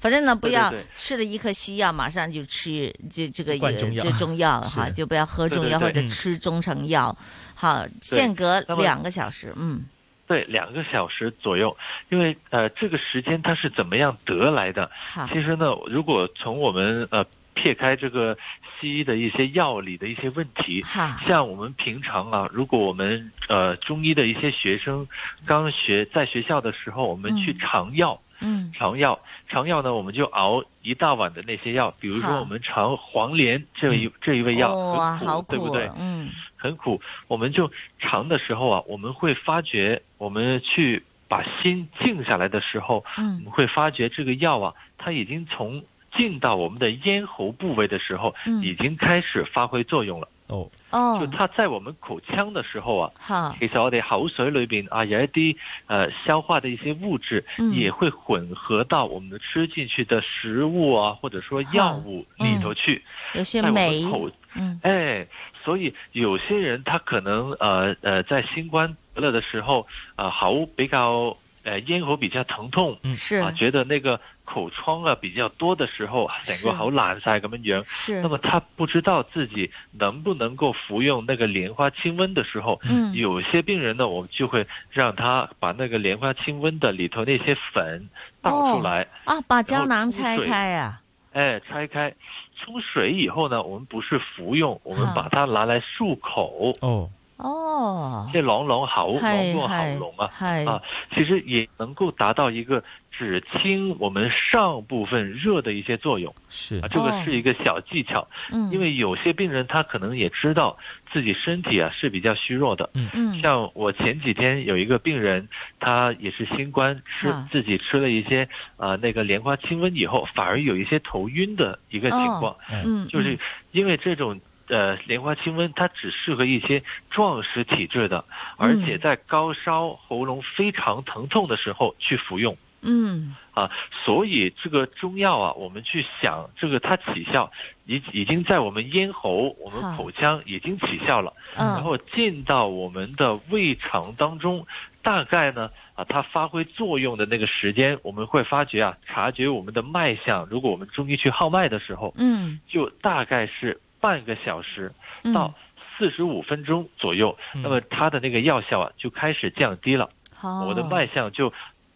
S3: 反正呢，不
S19: 对对
S3: 要
S19: 对
S3: 吃了一颗西药，马上就吃这这个
S19: 就灌
S3: 也
S19: 中药
S3: 这中药哈，
S19: 是嗯
S3: 就不要喝中药
S19: 对
S3: 或
S19: 对对
S3: 者吃中成药。好，
S19: 对
S3: 间隔
S19: 那么
S3: 两个小时，嗯
S19: 对，两个小时左右。因为呃，这个时间它是怎么样得来的
S3: 好？
S19: 其实呢，如果从我们呃撇开这个西医的一些药理的一些问题
S3: 哈，
S19: 像我们平常啊，如果我们呃中医的一些学生刚学在学校的时候，我们去
S3: 嗯
S19: 尝药。嗯，常药，常药呢，我们就熬一大碗的那些药，比如说
S3: 好嗯
S19: 我们尝黄连这一这一味药，
S3: 哇，
S19: 很
S3: 好
S19: 对不
S3: 苦
S19: 对
S3: 啊？嗯，
S19: 很苦。我们就尝的时候啊，我们会发觉，我们去把心静下来的时候，
S3: 嗯
S19: 我们会发觉这个药啊，它已经从进到我们的咽喉部位的时候，
S3: 嗯
S19: 已经开始发挥作用了。
S1: 哦，
S3: 哦，
S19: 就它在我们口腔的时候啊，
S3: 好，
S19: 其實我哋口水裏邊啊有一啲誒、呃消化的一些物質，
S3: 嗯
S19: 也會混合到我們吃進去的食物啊，或者說藥物裡头去。
S3: 嗯有些
S19: 在我
S3: 酶
S19: 们口，
S3: 嗯，
S19: 哎，所以有些人他可能呃呃在新冠得了的时候，啊、喉比較呃咽喉比較疼痛，
S1: 嗯
S3: 是
S19: 啊，覺得那個口瘡啊比較多的時候，啊整
S3: 是
S19: 個口爛晒咁樣樣。
S3: 是
S19: 那么他不知道自己能不能夠服用那個蓮花清瘟的時候，
S3: 嗯
S19: 有些病人呢，我们就會讓他把那個蓮花清瘟的裡頭那些粉倒出来。
S3: 啊，把胶囊
S19: 出
S3: 拆
S19: 水
S3: 开呀、
S19: 哎，拆开，冲水以后呢，我们不是服用，我们把它拿来漱口。
S1: 哦，
S3: 哦，
S19: 即係朗朗口，朗
S3: 係
S19: 過喉
S3: 係
S19: 嚨啊，
S3: 係
S19: 啊，其實也能夠達到一個只清我們上部分熱的一些作用。
S1: 是
S19: 啊，这
S3: 哦
S19: 个是一个小技巧。
S3: 嗯
S19: 因为有些病人他可能也知道自己身体啊是比较虚弱的。
S1: 嗯
S3: 嗯
S19: 像我前几天有一个病人，他也是新冠吃
S3: 啊
S19: 自己吃了一些呃那个莲花清瘟以后，反而有一些头晕的一个情况
S3: 哦。嗯
S19: 就是因为这种。呃，莲花清瘟它只适合一些壮实体质的，而
S3: 嗯
S19: 且在高烧、喉咙非常疼痛的时候去服用。
S3: 嗯，
S19: 啊，所以这个中药啊，我们去想这个它起效，已已经在我们咽喉、我
S3: 好
S19: 们口腔已经起效了，
S3: 嗯
S19: 然后进到我们的胃肠当中，大概呢啊，它发挥作用的那个时间，我们会发觉啊，察觉我们的脉象，如果我们中医去号脉的时候，
S3: 嗯，
S19: 就大概是半个小时到四十五分钟左右，
S3: 嗯
S19: 那么它的那个药效啊就开始降低了。
S3: 好，
S19: 我的脉象就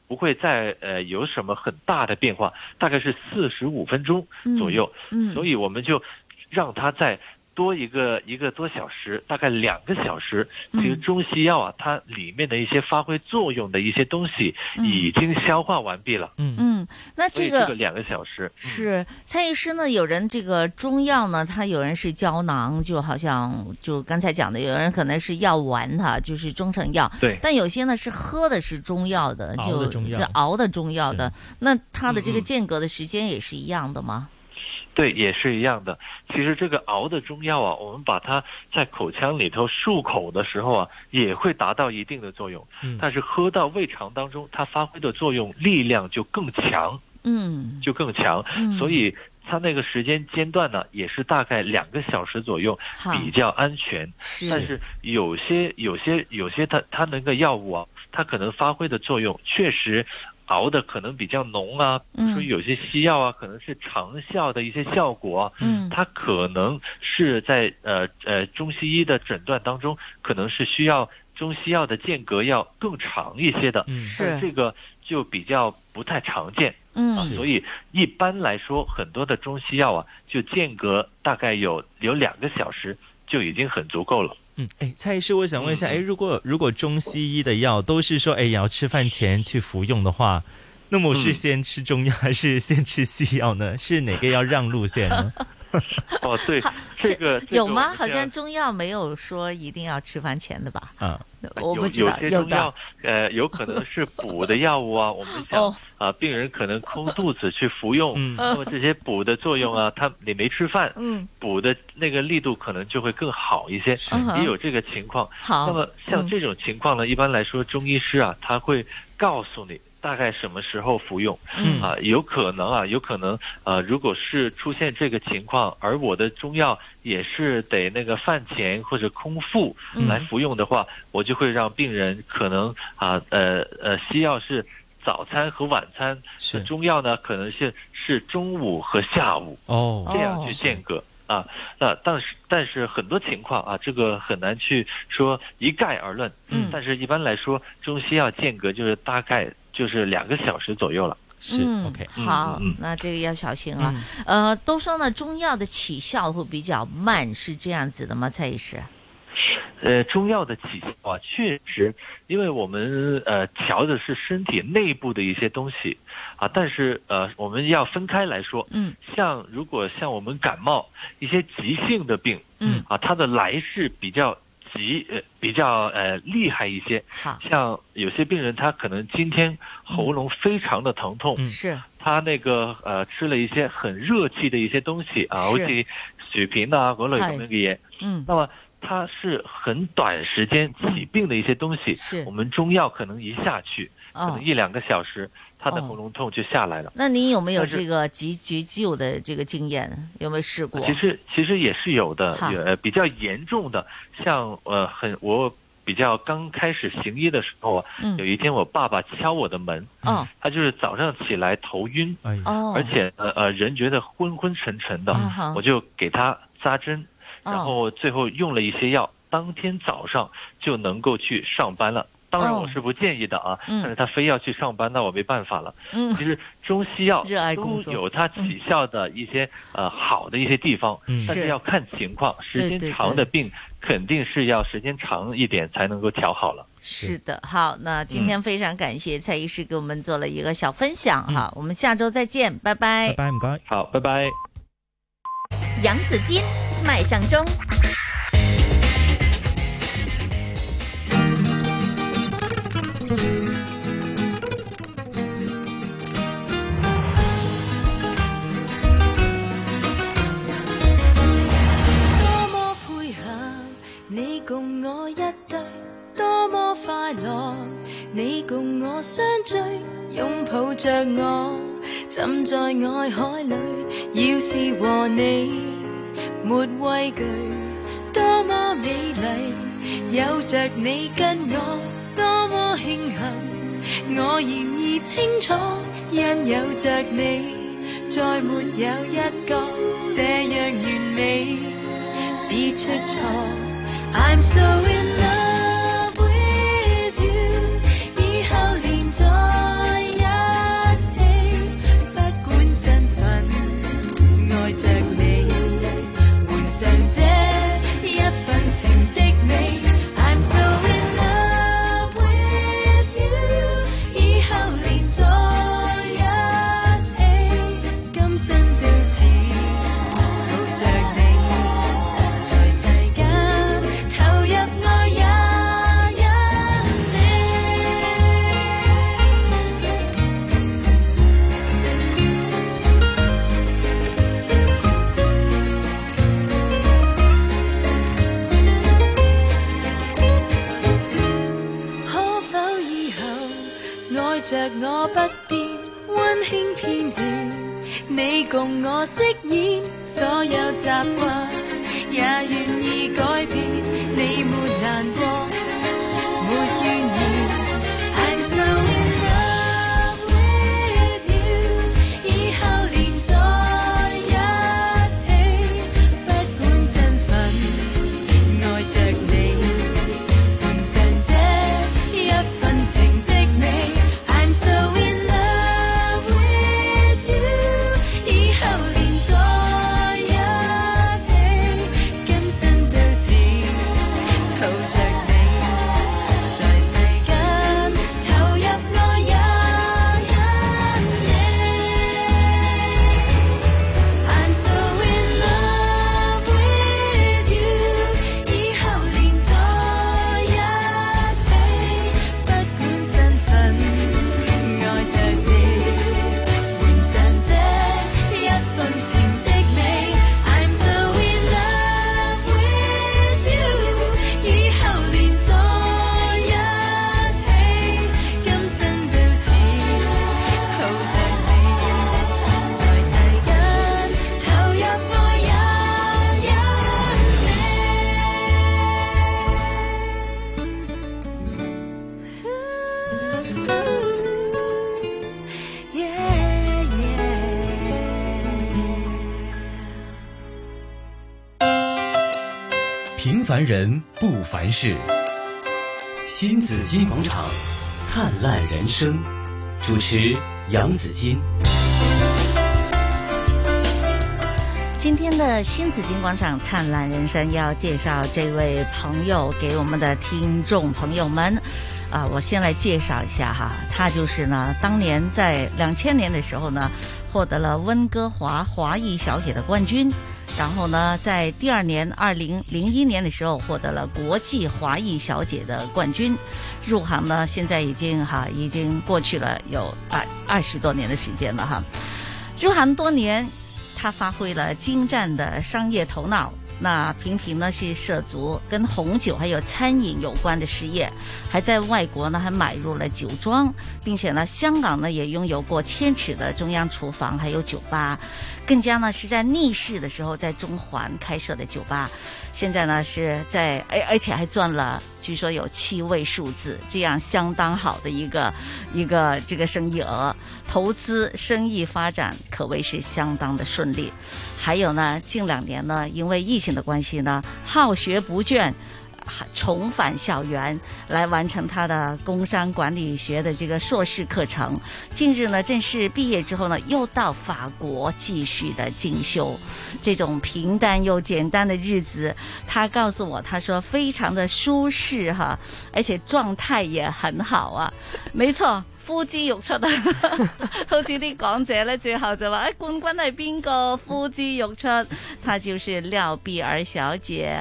S19: 不会再呃有什么很大的变化，大概是四十五分钟左右。
S3: 嗯嗯
S19: 所以我们就让它再多一个一个多小时，大概两个小时。其实
S3: 嗯
S19: 中西药啊，它里面的一些发挥作用的一些东西
S3: 嗯
S19: 已经消化完毕了。
S1: 嗯
S3: 嗯，那
S19: 所以
S3: 这
S19: 这
S3: 个
S19: 个两个小时，嗯
S3: 是蔡医师呢，有人这个中药呢，他有人是胶囊，就好像就刚才讲的，有人可能是药丸哈，就是中成药。
S19: 对
S3: 但有些呢是喝的是中药的，
S19: 熬
S3: 就
S19: 的中药
S3: 就熬的中药的，那它的这个
S19: 嗯嗯
S3: 间隔的时间也是一样的吗？
S19: 对，也是一样的。其实这个熬的中药啊，我们把它在口腔里头漱口的时候啊，也会达到一定的作用。
S1: 嗯
S19: 但是喝到胃肠当中，它发挥的作用力量就更强，
S3: 嗯
S19: 就更强。
S3: 嗯
S19: 所以它那个时间间段呢，也是大概两个小时左右
S3: 好，
S19: 比较安全。
S3: 是
S19: 但是有些有些有些它它那个药物啊，它可能发挥的作用确实。熬的可能比较浓啊，比如说
S17: 嗯
S19: 有些西药啊，可能是长效的一些效果啊，
S17: 嗯
S19: 它可能是在呃呃中西医的诊断当中，可能是需要中西药的间隔要更长一些的，
S1: 是
S19: 但这个就比较不太常见。
S3: 嗯
S19: 啊，
S3: 是
S19: 所以一般来说，很多的中西药啊，就间隔大概有有两个小时就已经很足够了。
S1: 嗯，哎，蔡医师，我想问一
S19: 嗯
S1: 下，哎，如果如果中西医的药都是说，哎，也要吃饭前去服用的话，那么我是
S19: 嗯
S1: 先吃中药还是先吃西药呢？是哪个要让路线
S19: 啊
S1: 呢？
S19: 哦，对，这个
S3: 有吗？好像
S19: 像
S3: 中药没有说一定要吃饭前的吧？
S1: 啊，
S3: 我不知
S19: 呃有
S3: 道
S19: 些
S3: 有
S19: 中
S3: 的
S19: 药，呃，有可能是补的药物啊。我 们想
S3: 哦
S19: 啊、病人可能空肚子去服用，
S1: 嗯
S19: 那么这些补的作用啊，他你没吃饭，
S3: 嗯，
S19: 补的那个力度可能就会更好一些
S17: 嗯，哼
S19: 也有这个情况。
S17: 好
S19: 那么像
S17: 嗯
S19: 这种情况呢，一般来说，中医师啊，他会告诉你。大概什么时候服用？
S17: 嗯
S19: 啊，有可能啊，有可能呃，如果是出现这个情况，而我的中药也是得那个饭前或者空腹来
S17: 嗯
S19: 服用的话，我就会让病人可能啊呃呃西药是早餐和晚餐，
S1: 是
S19: 中药呢可能是是中午和下午
S1: 哦
S19: 这样去间隔。啊，那但是但是很多情况啊，这个很难去说一概而论。
S1: 嗯，
S19: 但是一般来说，中西药间隔就是大概就是两个小时左右了。
S3: 嗯、
S19: 嗯
S3: 好
S19: 嗯，
S3: 那这个要小心啊。呃，都说呢，中药的起效会比较慢，是这样子的吗？蔡医师？
S19: 呃，中药的起效啊，确实，因为我们呃调的是身体内部的一些东西啊，但是呃我们要分开来说，
S3: 嗯，
S19: 像如果像我们感冒一些急性的病，
S3: 嗯，
S19: 啊，它的来势比较。急呃比较呃厉害一些，
S3: 好，嗯
S19: 像有些病人他可能今天喉咙非常的疼痛，
S3: 是
S19: 他那个呃吃了一些很热气的一些东西啊，
S3: 是
S19: 好似薯片啊嗰類咁樣嘅嘢。
S3: 嗯，
S19: 那么它是很短时間起病的一些東西，
S3: 嗯是
S19: 我們中藥可能一下去，
S3: 哦
S19: 可能一兩個小時，他的
S3: 哦
S19: 喉嚨痛就下來了。
S3: 那您有没有
S19: 但是
S3: 这个急急救的这个经验？有没有试过？
S19: 其实其实也是有的，
S3: 哈
S19: 有呃比较严重的，像呃很我比较刚开始行医的时候啊，
S3: 嗯
S19: 有一天我爸爸敲我的门，
S3: 哦
S19: 他就是早上起来头晕，
S3: 哦
S19: 而且呃呃人觉得昏昏沉沉的，
S3: 嗯哼
S19: 我就给他扎针，
S3: 哦
S19: 然后最后用了一些药，当天早上就能够去上班了。当然
S3: 哦
S19: 我是不建议的啊，
S3: 嗯
S19: 但是他非要去上班，那我没办法了。
S3: 嗯
S19: 其实中西药
S3: 热爱工
S19: 都
S3: 作
S19: 有它起效的一些、呃好的一些地方，
S3: 嗯
S19: 但
S3: 是
S19: 是要看情况，时
S3: 对
S19: 间
S3: 对
S19: 长
S3: 对
S19: 的病肯定是要时间长一点才能够调好了。
S3: 是的，好，那
S19: 嗯
S3: 今天非常感谢蔡医师给我们做了一个小分享
S19: 嗯
S3: 哈，我们下周再见，拜拜。
S1: 拜唔该，
S19: 好，拜拜。
S5: 杨子金麦上中，
S17: 多么配合，你共我一对；多么快樂，你共我相聚。擁抱着我，浸在愛海裏。要是和你沒畏懼，多麼美麗，有着你跟我，多麼慶幸。我然已清楚，因有着你，再沒有一個這樣完美。別出錯。I'm so in love with you，以後連在一起，不管身份，愛着你，換上這一份情的你。I'm so in love with you，以後連在一起，今生對此抱着你。在世間投入愛也因你。可否以後愛着我不變，温馨片段，你共我飾演所有習慣，也願意改變，你沒難過，沒怨言。I'm so in love with you，以後連在一起，不管身份，愛着你。換上這一份情的你，I'm so in love with you，以後連在一起，今生對此抱着你，在世間投入愛也因你。I'm so in love with you，以後連在一起，不管身份，愛着你，換上這一份情的你。I'm so in love with you，以後連在一起，今生到此抱着你，在世間投入愛也因你。
S7: 平凡人不凡事，新紫金广场，灿烂人生，主持杨紫金。
S3: 今天的新紫金广场灿烂人生要介绍这位朋友给我们的听众朋友们，啊、我先来介绍一下哈，他就是呢，当年在两千年的时候呢，获得了温哥华华裔小姐的冠军。然后呢，在第二年，二零零一年的时候获得了国际华裔小姐的冠军，入行呢，现在已经哈、已经过去了有二二十多年的时间了哈。入行多年，他发挥了精湛的商业头脑。那频频呢是涉足跟红酒还有餐饮有关的事业，还在外国呢还买入了酒庄，并且呢香港呢也拥有过千尺的中央厨房还有酒吧，更加呢是在逆市的时候在中环开设的酒吧，现在呢是在而而且还赚了据说有七位数字，这样相当好的一个一个这个生意额，投资生意发展可谓是相当的顺利。还有呢，近两年呢，因为疫情的关系呢，好学不倦。啊重返校园，来完成他的工商管理学的这个硕士课程。近日呢，正式毕业之后呢，又到法国继续的进修。这种平淡又简单的日子，他告诉我，他说非常的舒适哈，而且状态也很好啊。没错。呼之欲 出啊！好似啲港姐呢，最後就話：，哎，冠軍係邊個？呼之欲出，她就是廖碧兒小姐。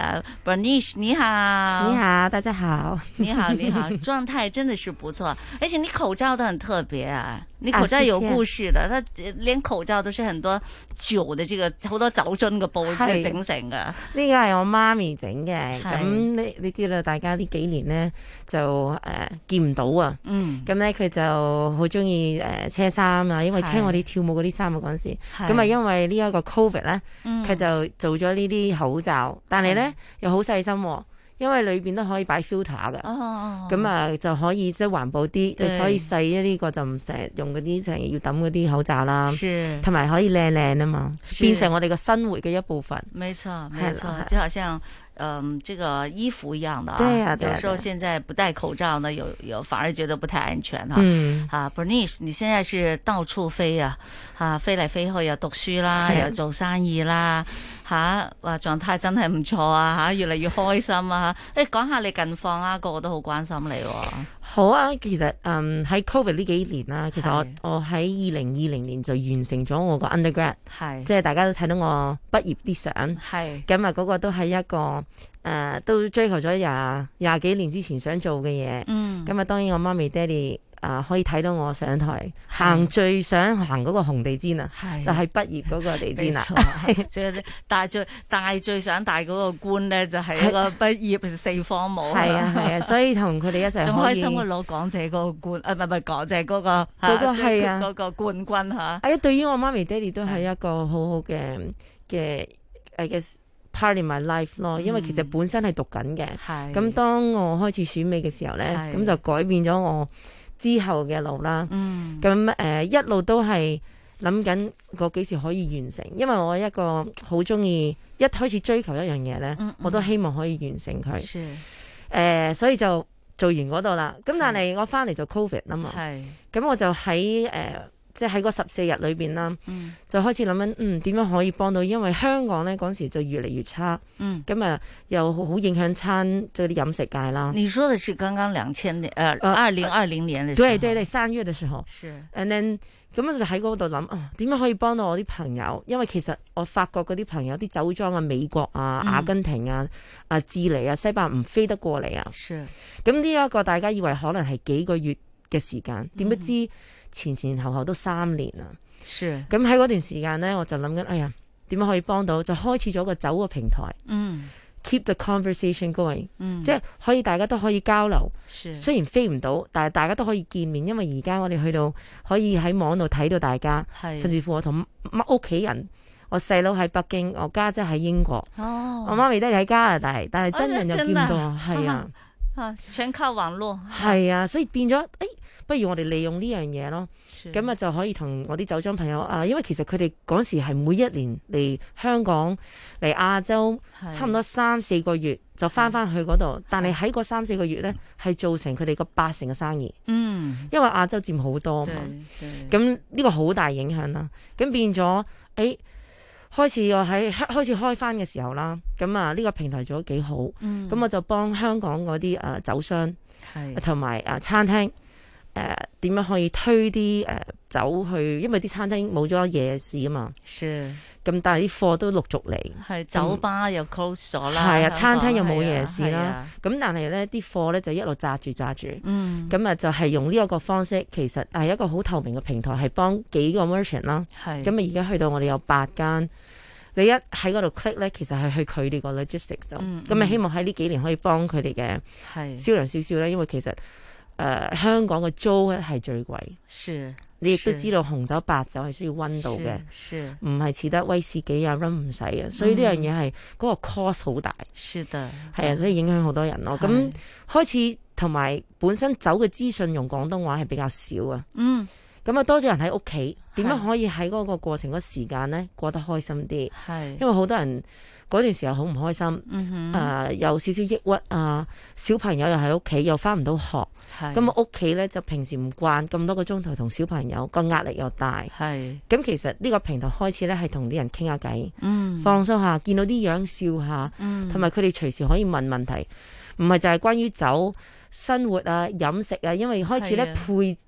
S3: Bernice，你好，
S20: 你好，大家好，
S3: 你好，你好，状态真的是不错，而且你口罩都很特别啊，你口罩有故事的，它呃连口罩都是很多酒的這個好多酒樽嘅布
S20: 係
S3: 整成噶。
S20: 呢個係我媽咪整嘅，
S3: 係
S20: 咁你你知啦，大家呢幾年咧就誒、呃、見唔到啊，
S3: 嗯，
S20: 咁咧佢就好中意誒車衫啊，因為車
S3: 係
S20: 我哋跳舞嗰啲衫啊嗰陣時，
S3: 係
S20: 咁啊因為呢一個 covid 咧，佢、
S3: 嗯
S20: 就做咗呢啲口罩，但係咧
S3: 係
S20: 又好細心喎、因為裏邊都可以擺 filter 啊嘅，
S3: 哦
S20: 咁啊就可以即係環保
S3: 對
S20: 啲，所以細一呢個就唔成日用嗰啲成日要抌嗰啲口罩啦
S3: 是，
S20: 同埋可以靚靚啊嘛，
S3: 是
S20: 變成我哋個生活嘅一部分。
S3: 没错，
S20: 係
S3: 没
S20: 啦
S3: 错
S20: 係，
S3: 就好像嗯这个衣服一样的啊。
S20: 對啊對啊
S3: 有时候
S20: 對啊
S3: 现在不戴口罩呢，有有反而觉得不太安全哈。
S20: 嗯
S3: 啊，Bernice，你现在是到处飞啊，啊飞嚟飛去又讀 書啦，
S20: 係啊
S3: 又做生意啦。吓，話狀態真係唔錯啊！吓，越嚟越開心啊！誒，講下你近況啊，個個都好關心你喎、
S20: 好啊，其實嗯喺 Covid 呢幾年啦，其實我我喺二零二零年就完成咗我個 undergrad，
S3: 係
S20: 即係大家都睇到我畢業啲相，
S3: 係
S20: 咁啊嗰個都係一個誒、呃都追求咗廿廿幾年之前想做嘅嘢，
S3: 嗯
S20: 咁啊當然我媽咪爹哋。啊、可以睇到我上台行最想行嗰個紅地氈啊
S3: 係，
S20: 就係畢業嗰個地氈啦。
S3: 冇 錯最但係最但係最想戴嗰個冠咧，就係一個畢業四方帽。
S20: 係啊係 啊，所以同佢哋一齊
S3: 仲
S20: 可
S3: 開
S20: 以
S3: 心過攞港姐嗰個冠，啊唔係唔係港姐嗰個嚇
S20: 嗰個係啊
S3: 嗰個冠軍嚇。
S20: 哎呀，對於我媽咪爹哋都
S3: 啊
S20: 係一個好好嘅嘅誒嘅 part in my life 咯，因為其實本身係讀緊嘅，
S3: 嗯係
S20: 咁當我開始選美嘅時候咧，
S3: 係
S20: 咁就改變咗我之後嘅路啦。
S3: 嗯
S20: 咁誒、呃一路都係諗緊我幾時可以完成，因為我一個好中意一開始追求一樣嘢咧，
S3: 嗯嗯
S20: 我都希望可以完成佢。
S3: 是
S20: 誒、所以就做完嗰度啦。咁但係我翻嚟就 covid 啊嘛，
S3: 係
S20: 咁我就喺誒、呃即係喺嗰十四日裏邊啦，就開始諗緊嗯點樣可以幫到，因為香港咧嗰陣時就越嚟越差，
S3: 嗯
S20: 咁啊又好好影響餐即係啲飲食界啦。
S3: 你說的是剛剛兩千年，呃，
S20: 呃
S3: 二零二零年的時候，
S20: 對對對，三月嘅時候。
S3: 是
S20: and then 咁我就喺嗰度諗啊，點樣可以幫到我啲朋友？因為其實我發覺嗰啲朋友啲酒莊啊、美國啊、
S3: 嗯
S20: 阿根廷啊、啊智利啊、西班牙唔飛得過嚟啊。
S3: 是。
S20: 咁呢一個大家以為可能係幾個月嘅時
S3: 嗯
S20: 間，點不知前前後後都三年啊。
S3: 是
S20: 咁喺嗰段時間呢，我就諗緊，哎呀，點樣可以幫到？就開始咗個酒嘅平台。
S3: 嗯
S20: keep the conversation going，、
S3: 嗯
S20: 即係可以大家都可以交流。
S3: 是
S20: 雖然飛唔到，但係大家都可以見面，因為而家我哋去到可以喺網度睇到大家，
S3: 係
S20: 甚至乎我同屋屋企人，我細佬喺北京，我家姐喺英國，
S3: 哦
S20: 我媽咪都喺加拿大，但係真人又
S3: 哦
S20: 見
S3: 真
S20: 唔
S3: 啊
S20: 到我，係啊，
S3: 啊，全靠網絡。
S20: 係啊，所以變咗，誒、不如我哋利用呢樣嘢咯。
S3: 是
S20: 咁啊就可以同我啲酒莊朋友啊，因為其實佢哋嗰時係每一年嚟香港、嚟亞洲，
S3: 係
S20: 差唔多三四個月就翻翻去嗰度，但係喺嗰三四個月呢，係造成佢哋個八成嘅生意，
S3: 嗯，
S20: 因為亞洲
S19: 哦
S20: 佔好多嘛。
S3: 對
S20: 咁呢個好大影響啦。咁變咗，誒、開始我喺開始開翻嘅時候啦，咁啊呢個平台做得幾好，咁、
S3: 嗯
S20: 我就幫香港嗰啲誒酒商
S3: 係
S20: 同埋誒餐廳誒點樣可以推啲誒、酒去，因為啲餐廳冇咗夜市啊嘛，但
S3: 咁
S20: 係啲貨都陸續嚟，嗯
S3: 係酒吧又 close 咗啦，
S20: 係啊，餐
S3: 香港
S20: 廳又冇
S3: 係啊
S20: 夜市
S3: 係
S20: 啦
S3: 啊。
S20: 咁但係咧，啲貨咧就一路揸住揸住。
S3: 嗯
S20: 咁啊，就係用呢一個方式，其實係一個好透明嘅平台，係幫幾個 merchant 啦。
S3: 係
S20: 咁啊，而家去到我哋有八間。你一喺嗰度 click 咧，其實係去佢哋個 logistics 度。咁啊、
S3: 嗯
S20: 希望喺呢幾年可以幫佢哋嘅
S3: 係
S20: 銷量少少咧，因為其實誒、呃香港嘅租咧係最貴。
S3: 是
S20: 你亦都
S3: 是
S20: 知道紅酒白酒係需要温度嘅。
S3: 是是
S20: 唔係似得威士忌啊 rum 唔使嘅，所以呢樣嘢係嗰個 cost 好大。
S3: 是的，
S20: 係啊，所以影響好多人咯。咁開始同埋本身走嘅資訊用廣東話係比較少啊。
S3: 嗯，
S20: 咁啊多咗人喺屋企，點樣
S3: 係
S20: 可以喺嗰個過程嗰時間咧過得開心啲？
S3: 係
S20: 因為好多人嗰段時候好唔開心，
S3: 嗯哼
S20: 啊有少少抑鬱啊，小朋友又喺屋企又翻唔到學，
S3: 係
S20: 咁啊屋企咧就平時唔慣咁多個鐘頭同小朋友，個壓力又大，
S3: 係
S20: 咁其實呢個平台開始咧係同啲人傾下偈，
S3: 嗯
S20: 放鬆下，見到啲樣笑下，
S3: 嗯
S20: 同埋佢哋隨時可以問問題，唔係就係關於酒、生活啊、飲食啊，因為開始咧
S3: 係啊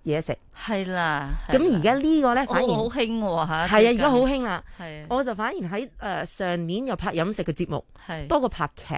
S20: 配嘢食，
S3: 係啦。係
S20: 咁而家呢個咧
S3: 我
S20: 反而
S3: 哦好興喎嚇
S20: 係啊，
S3: 最
S20: 而
S3: 近
S20: 家好興啦。
S3: 係
S20: 我就反而喺誒、呃上年又拍飲食嘅節目
S3: 係，
S20: 多過拍劇，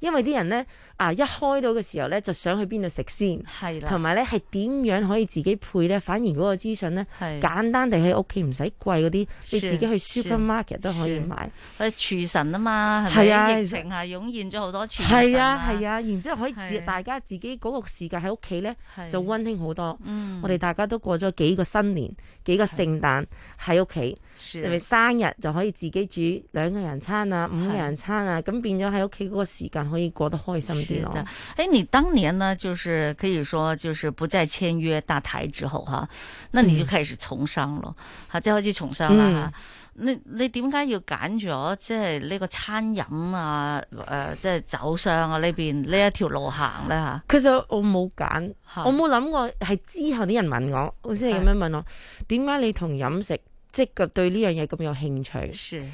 S20: 因為啲人咧啊一開到嘅時候咧就想去邊度食先，
S3: 係啦
S20: 同埋咧係點樣可以自己配咧，反而嗰個資訊咧
S3: 係
S20: 簡單地喺屋企唔使貴嗰啲，你
S3: 是
S20: 自己去
S3: 是
S20: supermarket 都可以買。
S3: 佢廚神啊嘛，係咪？
S20: 係啊
S3: 疫情下湧現咗好多廚神
S20: 係啊係啊，然之後可以自
S3: 係
S20: 大家自己嗰個時間喺屋企咧
S3: 係
S20: 就温馨好多。
S3: 嗯
S20: 我哋大家都過咗幾個新年、幾個聖誕喺屋企，
S3: 是
S20: 甚至生日就可以自己煮兩個人餐啊、五個人餐啊，咁變咗喺屋企嗰個時間可以過得開心
S3: 是
S20: 啲
S3: 的
S20: 咯。，
S3: 哎，你当年呢，就是可以说就是不再签约大台之后哈、那你就
S20: 嗯
S3: 开始從商咯，吓、即系開始從商啦吓、
S20: 嗯
S3: 你你點解要揀咗即係呢個餐飲啊？誒、即係酒商啊呢邊呢一條路行咧吓？
S20: 其實我冇揀，
S3: 嚇
S20: 我冇諗過係之後啲人問我，好似你咁樣問
S3: 嗯
S20: 我，點解你同飲食即係對呢樣嘢咁有興
S3: 趣？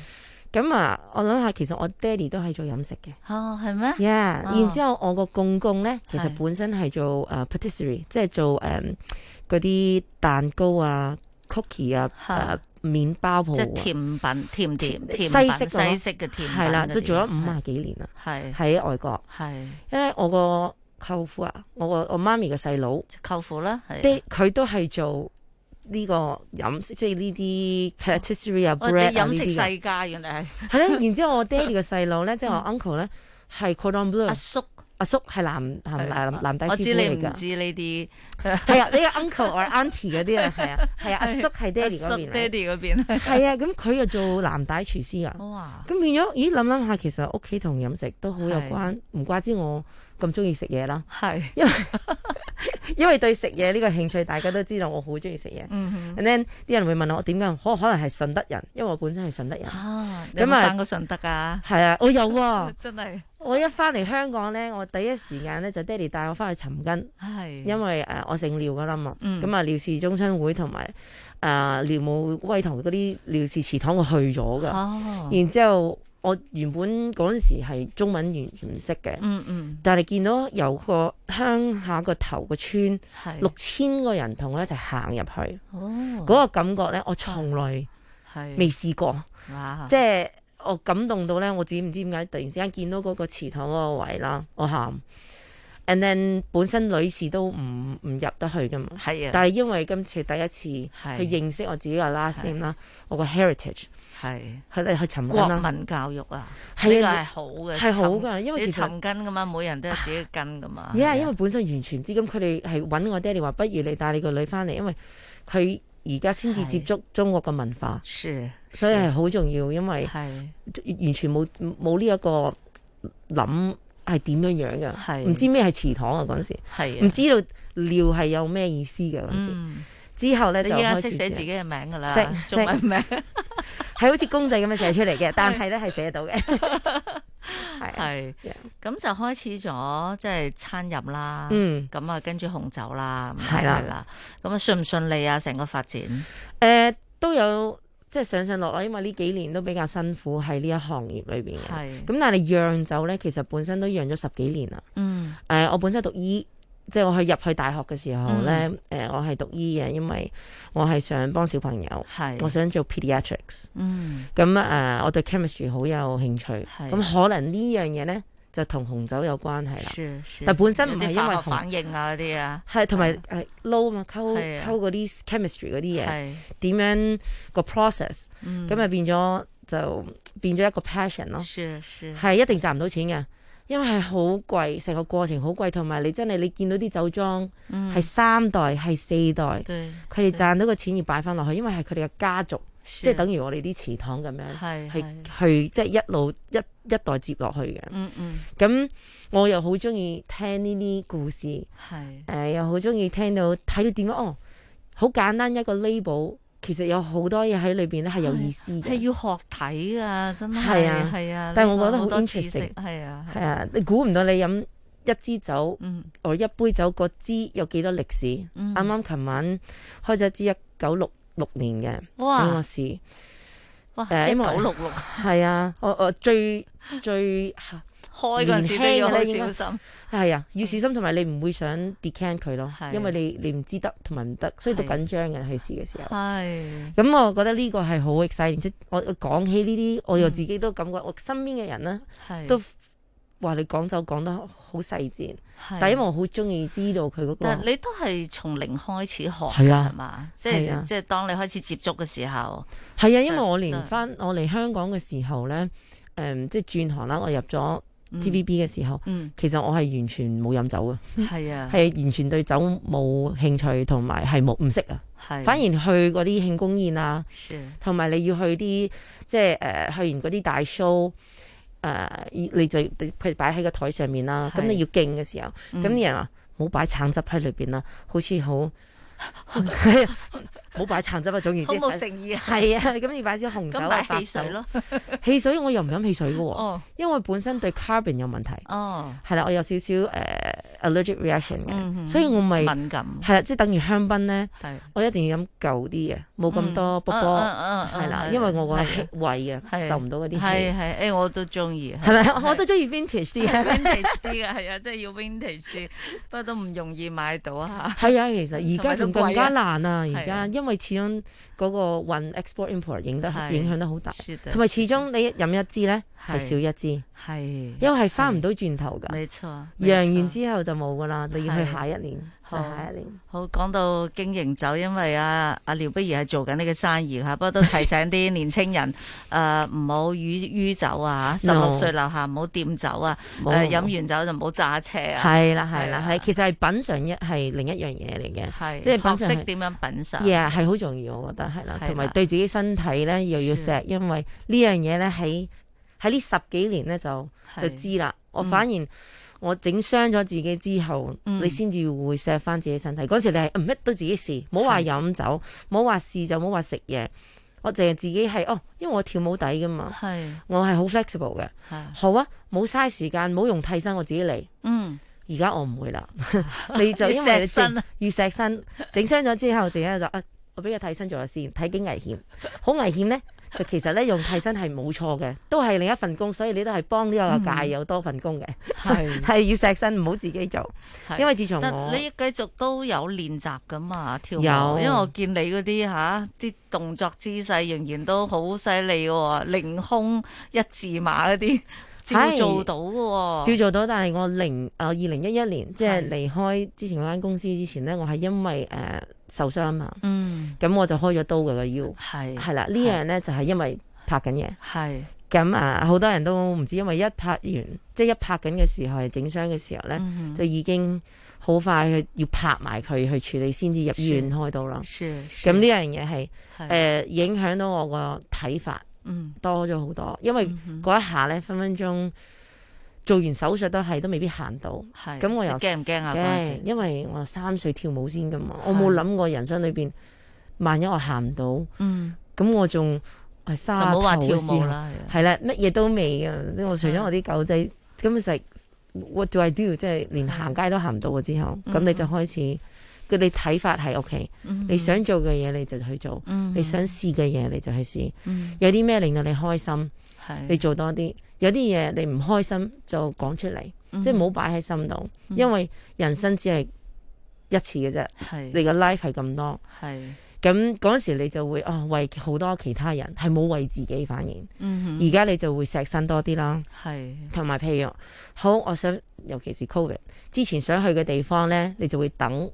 S20: 咁啊，我諗下，其實我爹哋都係做飲食嘅。
S3: 哦，係咩
S20: yeah，
S3: 哦
S20: 然之後我個公公咧，其實
S3: 係
S20: 本身係做誒 patisserie，即係做誒嗰啲蛋糕啊、cookie 啊、誒
S3: 嚇
S20: 麵包鋪啊，
S3: 即係甜品、甜點、甜
S20: 西
S3: 品
S20: 式
S3: 西式嘅甜品
S20: 係啦，
S3: 嗰
S20: 即係
S3: 啲
S20: 做咗
S3: 係
S20: 五啊幾年啦，
S3: 係
S20: 喺外國，
S3: 係
S20: 因為我個舅父啊，我個我媽咪嘅細佬，
S3: 舅父啦，係
S20: 爹佢都係做呢個飲食，即係呢啲 patisserie 啊、
S3: 我哋
S20: bread 啊
S3: 哦飲
S20: 呢
S3: 食
S20: 啲嘅
S3: 世家原來係
S20: 係咧，然之後我爹哋嘅細佬咧，即係我 uncle 咧，係 cordon bleu。阿
S3: 嗯叔，
S20: 阿叔係男 男 男男底
S3: 我
S20: 師
S3: 知
S20: 傅
S3: 你
S20: 嚟
S3: 唔
S20: 㗎。
S3: 知呢啲，
S20: 係啊，呢個 uncle or auntie 嗰啲啊，係啊，係啊，阿叔係爹哋嗰
S3: 阿叔
S20: 邊
S3: 爹
S20: 嚟。
S3: 哋嗰邊
S20: 係啊，咁佢又做藍帶廚師啊。
S3: 哇！
S20: 咁變咗，咦諗諗下，其實屋企同飲食都好有
S3: 係
S20: 關，唔怪之我咁中意食嘢啦。
S3: 係，
S20: 因為 因為對食嘢呢個興趣，大家都知道我好中意食嘢。
S3: 嗯
S20: And then 啲人會問我點解，可可能係順德人，因為我本身係順德人。
S3: 啊你有
S20: 咁
S3: 冇
S20: 啊，
S3: 翻過順德啊？
S20: 係啊，我有喎
S3: 。真係
S20: 我一翻嚟香港咧，我第一時間咧就爹哋帶我翻去尋根，
S3: 係
S20: 因為誒、呃我姓廖噶啦嘛，
S3: 嗯
S20: 咁啊廖氏中親會同埋誒廖武威堂嗰啲廖氏祠堂我去咗噶，
S3: 哦
S20: 然之後我原本嗰陣時係中文完全唔識嘅，
S3: 嗯嗯
S20: 但係見到有個鄉下個頭個村
S3: 係
S20: 六千個人同我一齊行入去，
S3: 哦，
S20: 嗰、個感覺咧我從來
S3: 係
S20: 未試過。
S3: 哇，
S20: 即係我感動到咧，我自己唔知點解突然之間見到嗰個祠堂嗰個位啦，我喊。And then 本身女士都唔唔入得去噶嘛，
S3: 係啊
S20: 但係因為今次第一次
S3: 係
S20: 去認識我自己個 last name 啦，我個 heritage
S3: 係
S20: 係去尋根
S3: 國
S20: 啦。
S3: 民教育啊，
S20: 係啊
S3: 呢個係好嘅，
S20: 係好
S3: 尋
S20: 㗎因為
S3: 你
S20: 其實
S3: 尋根噶嘛，每人都有自己嘅根噶嘛。
S20: yeah，因為本身完全唔知，咁佢哋係揾我爹哋話，不如你帶你個女翻嚟，因為佢而家先至接觸中國嘅文化，
S3: 是
S20: 所以係好重要，因為完全冇冇呢一個諗係點樣樣
S3: 係
S20: 嘅，唔知咩係祠堂啊嗰陣時，
S3: 係啊
S20: 唔知道尿係有咩意思嘅嗰陣時。
S3: 嗯
S20: 之後咧
S3: 你
S20: 就
S3: 依家
S20: 開
S3: 識
S20: 始
S3: 寫自己嘅名㗎啦
S20: 識
S3: 中文 名
S20: 係好似公仔咁樣寫出嚟 嘅，但係咧係寫到嘅。啊
S3: 係，咁就開始咗即係餐飲啦，
S20: 嗯
S3: 咁啊跟住紅酒啦，咁
S20: 係啦
S3: 係啦，咁啊順唔順利啊？成個發展
S20: 呃誒都有即係上上落落，因為呢幾年都比較辛苦喺呢一行業裏邊嘅。
S3: 係
S20: 咁但係釀酒咧，其實本身都釀咗十幾年啦。
S3: 嗯
S20: 誒、我本身讀醫，即係我去入去大學嘅時候咧，誒、
S3: 嗯
S20: 我係讀醫嘅，因為我係想幫小朋友，我想做 pediatrics。
S3: 嗯
S20: 咁誒、我對 chemistry 好有興趣。
S3: 係
S20: 咁可能呢樣嘢咧，就同紅酒有關係啦。
S3: 是是
S20: 但本身唔係
S3: 有
S20: 因
S3: 啲
S20: 為
S3: 化
S20: 紅
S3: 學反應啊嗰啲啊，
S20: 係同埋誒撈啊嘛，溝
S3: 係啊
S20: 溝嗰啲 chemistry 嗰啲
S3: 係
S20: 嘢，點樣個 process，
S3: 嗯
S20: 咁咪變咗就變咗一個 passion 咯，
S3: 是是
S20: 係一定賺唔到錢嘅，因為係好貴，成個過程好貴，同埋你真係你見到啲酒莊
S3: 嗯
S20: 係三代係四代，
S3: 對
S20: 佢哋賺到個錢要擺翻落去，因為係佢哋嘅家族，
S3: 是
S20: 即係等於我哋啲祠堂咁樣，係
S3: 係係
S20: 去即係一路一一代接落去嘅。
S3: 嗯嗯
S20: 咁我又好中意聽呢啲故事，誒、
S3: 係
S20: 呃又好中意聽到睇到點解哦，好簡單一個 label，其實有好多嘢喺裏邊咧係有意思嘅，
S3: 係要學睇啊，真係
S20: 係啊
S3: 係啊，
S20: 但係
S3: 呢個
S20: 我覺得好
S3: 多知
S20: interesting
S3: 識係啊
S20: 係啊，你估唔到你飲一支酒，
S3: 嗯
S20: 或一杯酒個支有幾多歷史？
S3: 嗯
S20: 啱啱琴晚開咗一支一九六六年嘅，俾
S3: 哇
S20: 我試。
S3: 哇
S20: 誒因為
S3: 1966
S20: 係啊，我我最最啊
S3: 開嗰陣時都要好小心。
S20: 係 啊，要小心，同埋你唔會想 decant 佢咯，因為你你唔知得同埋唔得，所以都緊張嘅去試嘅時候。
S3: 係
S20: 咁我覺得呢個係好 exciting，即係我我講起呢啲，我又自己都感覺我身邊嘅人咧
S3: 嗯係
S20: 都話你講就講得好細緻，
S3: 係
S20: 但係因為我好中意知道佢嗰個啊
S3: 但你都係從零開始學㗎，
S20: 係啊
S3: 係嘛？即
S20: 係啊
S3: 係即係當你開始接觸嘅時候，
S20: 係啊，因為我連翻我嚟香港嘅時候咧，誒、即係轉行啦，我入咗
S3: 嗯
S20: TVB 嘅時候，
S3: 嗯
S20: 其實我係完全冇飲酒嘅。
S3: 係
S20: 嗯
S3: 啊，
S20: 係完全對酒冇興趣，同埋係冇唔識啊。
S3: 係
S20: 反而去嗰啲慶功宴啊
S3: 是，
S20: 同埋你要去啲即係誒、呃去完嗰啲大 show。誒、你就譬如擺喺個台上面啦，咁
S3: 係
S20: 你要敬嘅時候，
S3: 嗯
S20: 咁啲、人話冇擺橙汁喺裏邊啦，好似 好 冇擺橙汁啊，總言之
S3: 好冇誠意啊
S20: 係啊，咁要擺少紅酒
S3: 咁
S20: 啊，
S3: 擺
S20: 白
S3: 汽水
S20: 酒
S3: 咯，
S20: 汽水我又唔飲汽水嘅喎，
S3: 哦
S20: 因為本身對 carbon 有問題。
S3: 哦，
S20: 係啦，我有少少誒 allergic reaction 嘅，
S3: 嗯哼
S20: 所以我咪
S3: 敏感
S20: 係啦，即係等於香檳咧
S3: 係，
S20: 我一定要飲舊啲嘅，冇咁多波
S3: 嗯
S20: 波，
S3: 嗯嗯嗯
S20: 係啦，
S3: 嗯
S20: 因為我個
S3: 係啊
S20: 氣胃嘅
S3: 係
S20: 受唔到嗰啲氣，
S3: 係係，誒我都中意，
S20: 係 咪？我都中意 vintage 啲嘅。
S3: vintage 啲嘅，係啊，即係要 vintage 啲，不過都唔容易買到啊。
S20: 係啊，其實而家仲更加
S3: 同埋
S20: 難啊！
S3: 都貴啊
S20: 而家因為始終嗰個運 export import 影得
S3: 係
S20: 影響得好大
S3: 是，的
S20: 同埋始終你飲一支咧係
S3: 係
S20: 少一支，
S3: 係因
S20: 因為係翻唔到轉頭㗎。
S3: 冇錯，
S20: 揚完之後就冇㗎啦，你要去
S3: 係
S20: 下一年，就
S3: 好
S20: 下一年。
S3: 好，講到經營酒，因為啊阿廖碧兒係做緊呢個生意嚇，不過都提醒啲年 青人誒唔好酗酗酒啊，十
S20: No
S3: 六歲樓下唔好掂酒啊，
S20: 冇
S3: 誒飲完酒就唔好揸車啊。
S20: 係啦，係啦，係其實係品嚐一係另一樣嘢嚟嘅，
S3: 係
S20: 即係品嚐
S3: 學識
S20: 係
S3: 點樣品嚐
S20: Yeah，係好重要，我覺得係啦
S3: 係，啦
S20: 同埋對自己身體咧又要錫，因為呢樣嘢咧喺喺呢十幾年咧就
S3: 係
S20: 就知啦。我
S3: 嗯
S20: 反而我整傷咗自己之後，
S3: 嗯
S20: 你先至會錫翻自己身體。嗰時你係嗯乜都自己試，唔好話飲酒，唔好話試就唔好話食嘢。我淨係自己係哦，因為我跳舞底噶嘛，
S3: 係
S20: 我係好 flexible 嘅。
S3: 係
S20: 好啊，冇嘥時間，唔好用替身，我自己嚟。
S3: 嗯，
S20: 而家我唔會 啦，你就因為
S3: 要
S20: 你
S3: 錫身
S20: 整要錫身，整傷咗之後，自己就啊，我俾個替身做下先，睇幾危 險，好危險呢，就其實呢，用替身係冇錯嘅，都係另一份工，所以你都係幫呢個界有多份工嘅，
S3: 嗯 係
S20: 係要錫身，唔好自己做，
S3: 係
S20: 因為自從
S3: 但
S20: 我
S3: 你繼續都有練習噶嘛跳舞，
S20: 有
S3: 因為我見你嗰啲吓啲動作姿勢仍然都好犀利喎，凌空一字馬嗰啲照
S20: 係
S3: 做到嘅
S20: 照
S3: 喎。
S20: 做到，但係我零誒二零一一年即係
S3: 係
S20: 離開之前嗰間公司之前呢，我係因為誒、呃受傷嘛，
S3: 嗯，
S20: 咁我就開咗刀嘅個腰，
S3: 係
S20: 係啦，呢樣呢就係因為拍緊嘢。
S3: 係
S20: 咁啊，好多人都唔知，因為一拍完，即係一拍緊嘅時候，係整傷嘅時候咧，
S3: 嗯哼
S20: 就已經好快去要拍埋佢去處理，先至入醫院開刀啦。咁呢樣嘢係
S3: 係
S20: 誒影響到我個睇法，
S3: 嗯，
S20: 多咗好多，因為嗰一下咧分分鐘做完手術都係都未必行到。
S3: 係
S20: 咁我又
S3: 你驚唔驚啊
S20: 驚
S3: 嗰陣時
S20: 因為我三歲跳舞先噶嘛，我冇諗過人生裏邊，萬一我行唔到。
S3: 嗯，
S20: 咁我仲係沙
S3: 就唔好話
S20: 頭
S3: 跳
S20: 嘅時
S3: 舞
S20: 候
S3: 啦啊嗯
S20: 係啦，乜嘢都未嘅。我除咗我啲狗仔，啊咁就係 what do I do？即係連行街都行唔到嘅之後，咁
S3: 嗯
S20: 你就開始佢哋睇法係 OK，
S3: 嗯
S20: 你想做嘅嘢你就去做，
S3: 嗯
S20: 你想試嘅嘢你就去試。
S3: 嗯
S20: 有啲咩令到你開心
S3: 係，
S20: 你做多啲；有啲嘢你唔開心就講出嚟，
S3: 嗯
S20: 即係唔好擺喺心度，
S3: 嗯
S20: 因為人生只係一次嘅啫
S3: 係，
S20: 你個 life 係咁多。
S3: 係
S20: 咁嗰陣時你就會啊、為好多其他人，係冇為自己反應。
S3: 嗯
S20: 而家你就會錫身多啲啦，
S3: 係
S20: 同埋譬如好，我想尤其是 Covid 之前想去嘅地方咧，你就會等，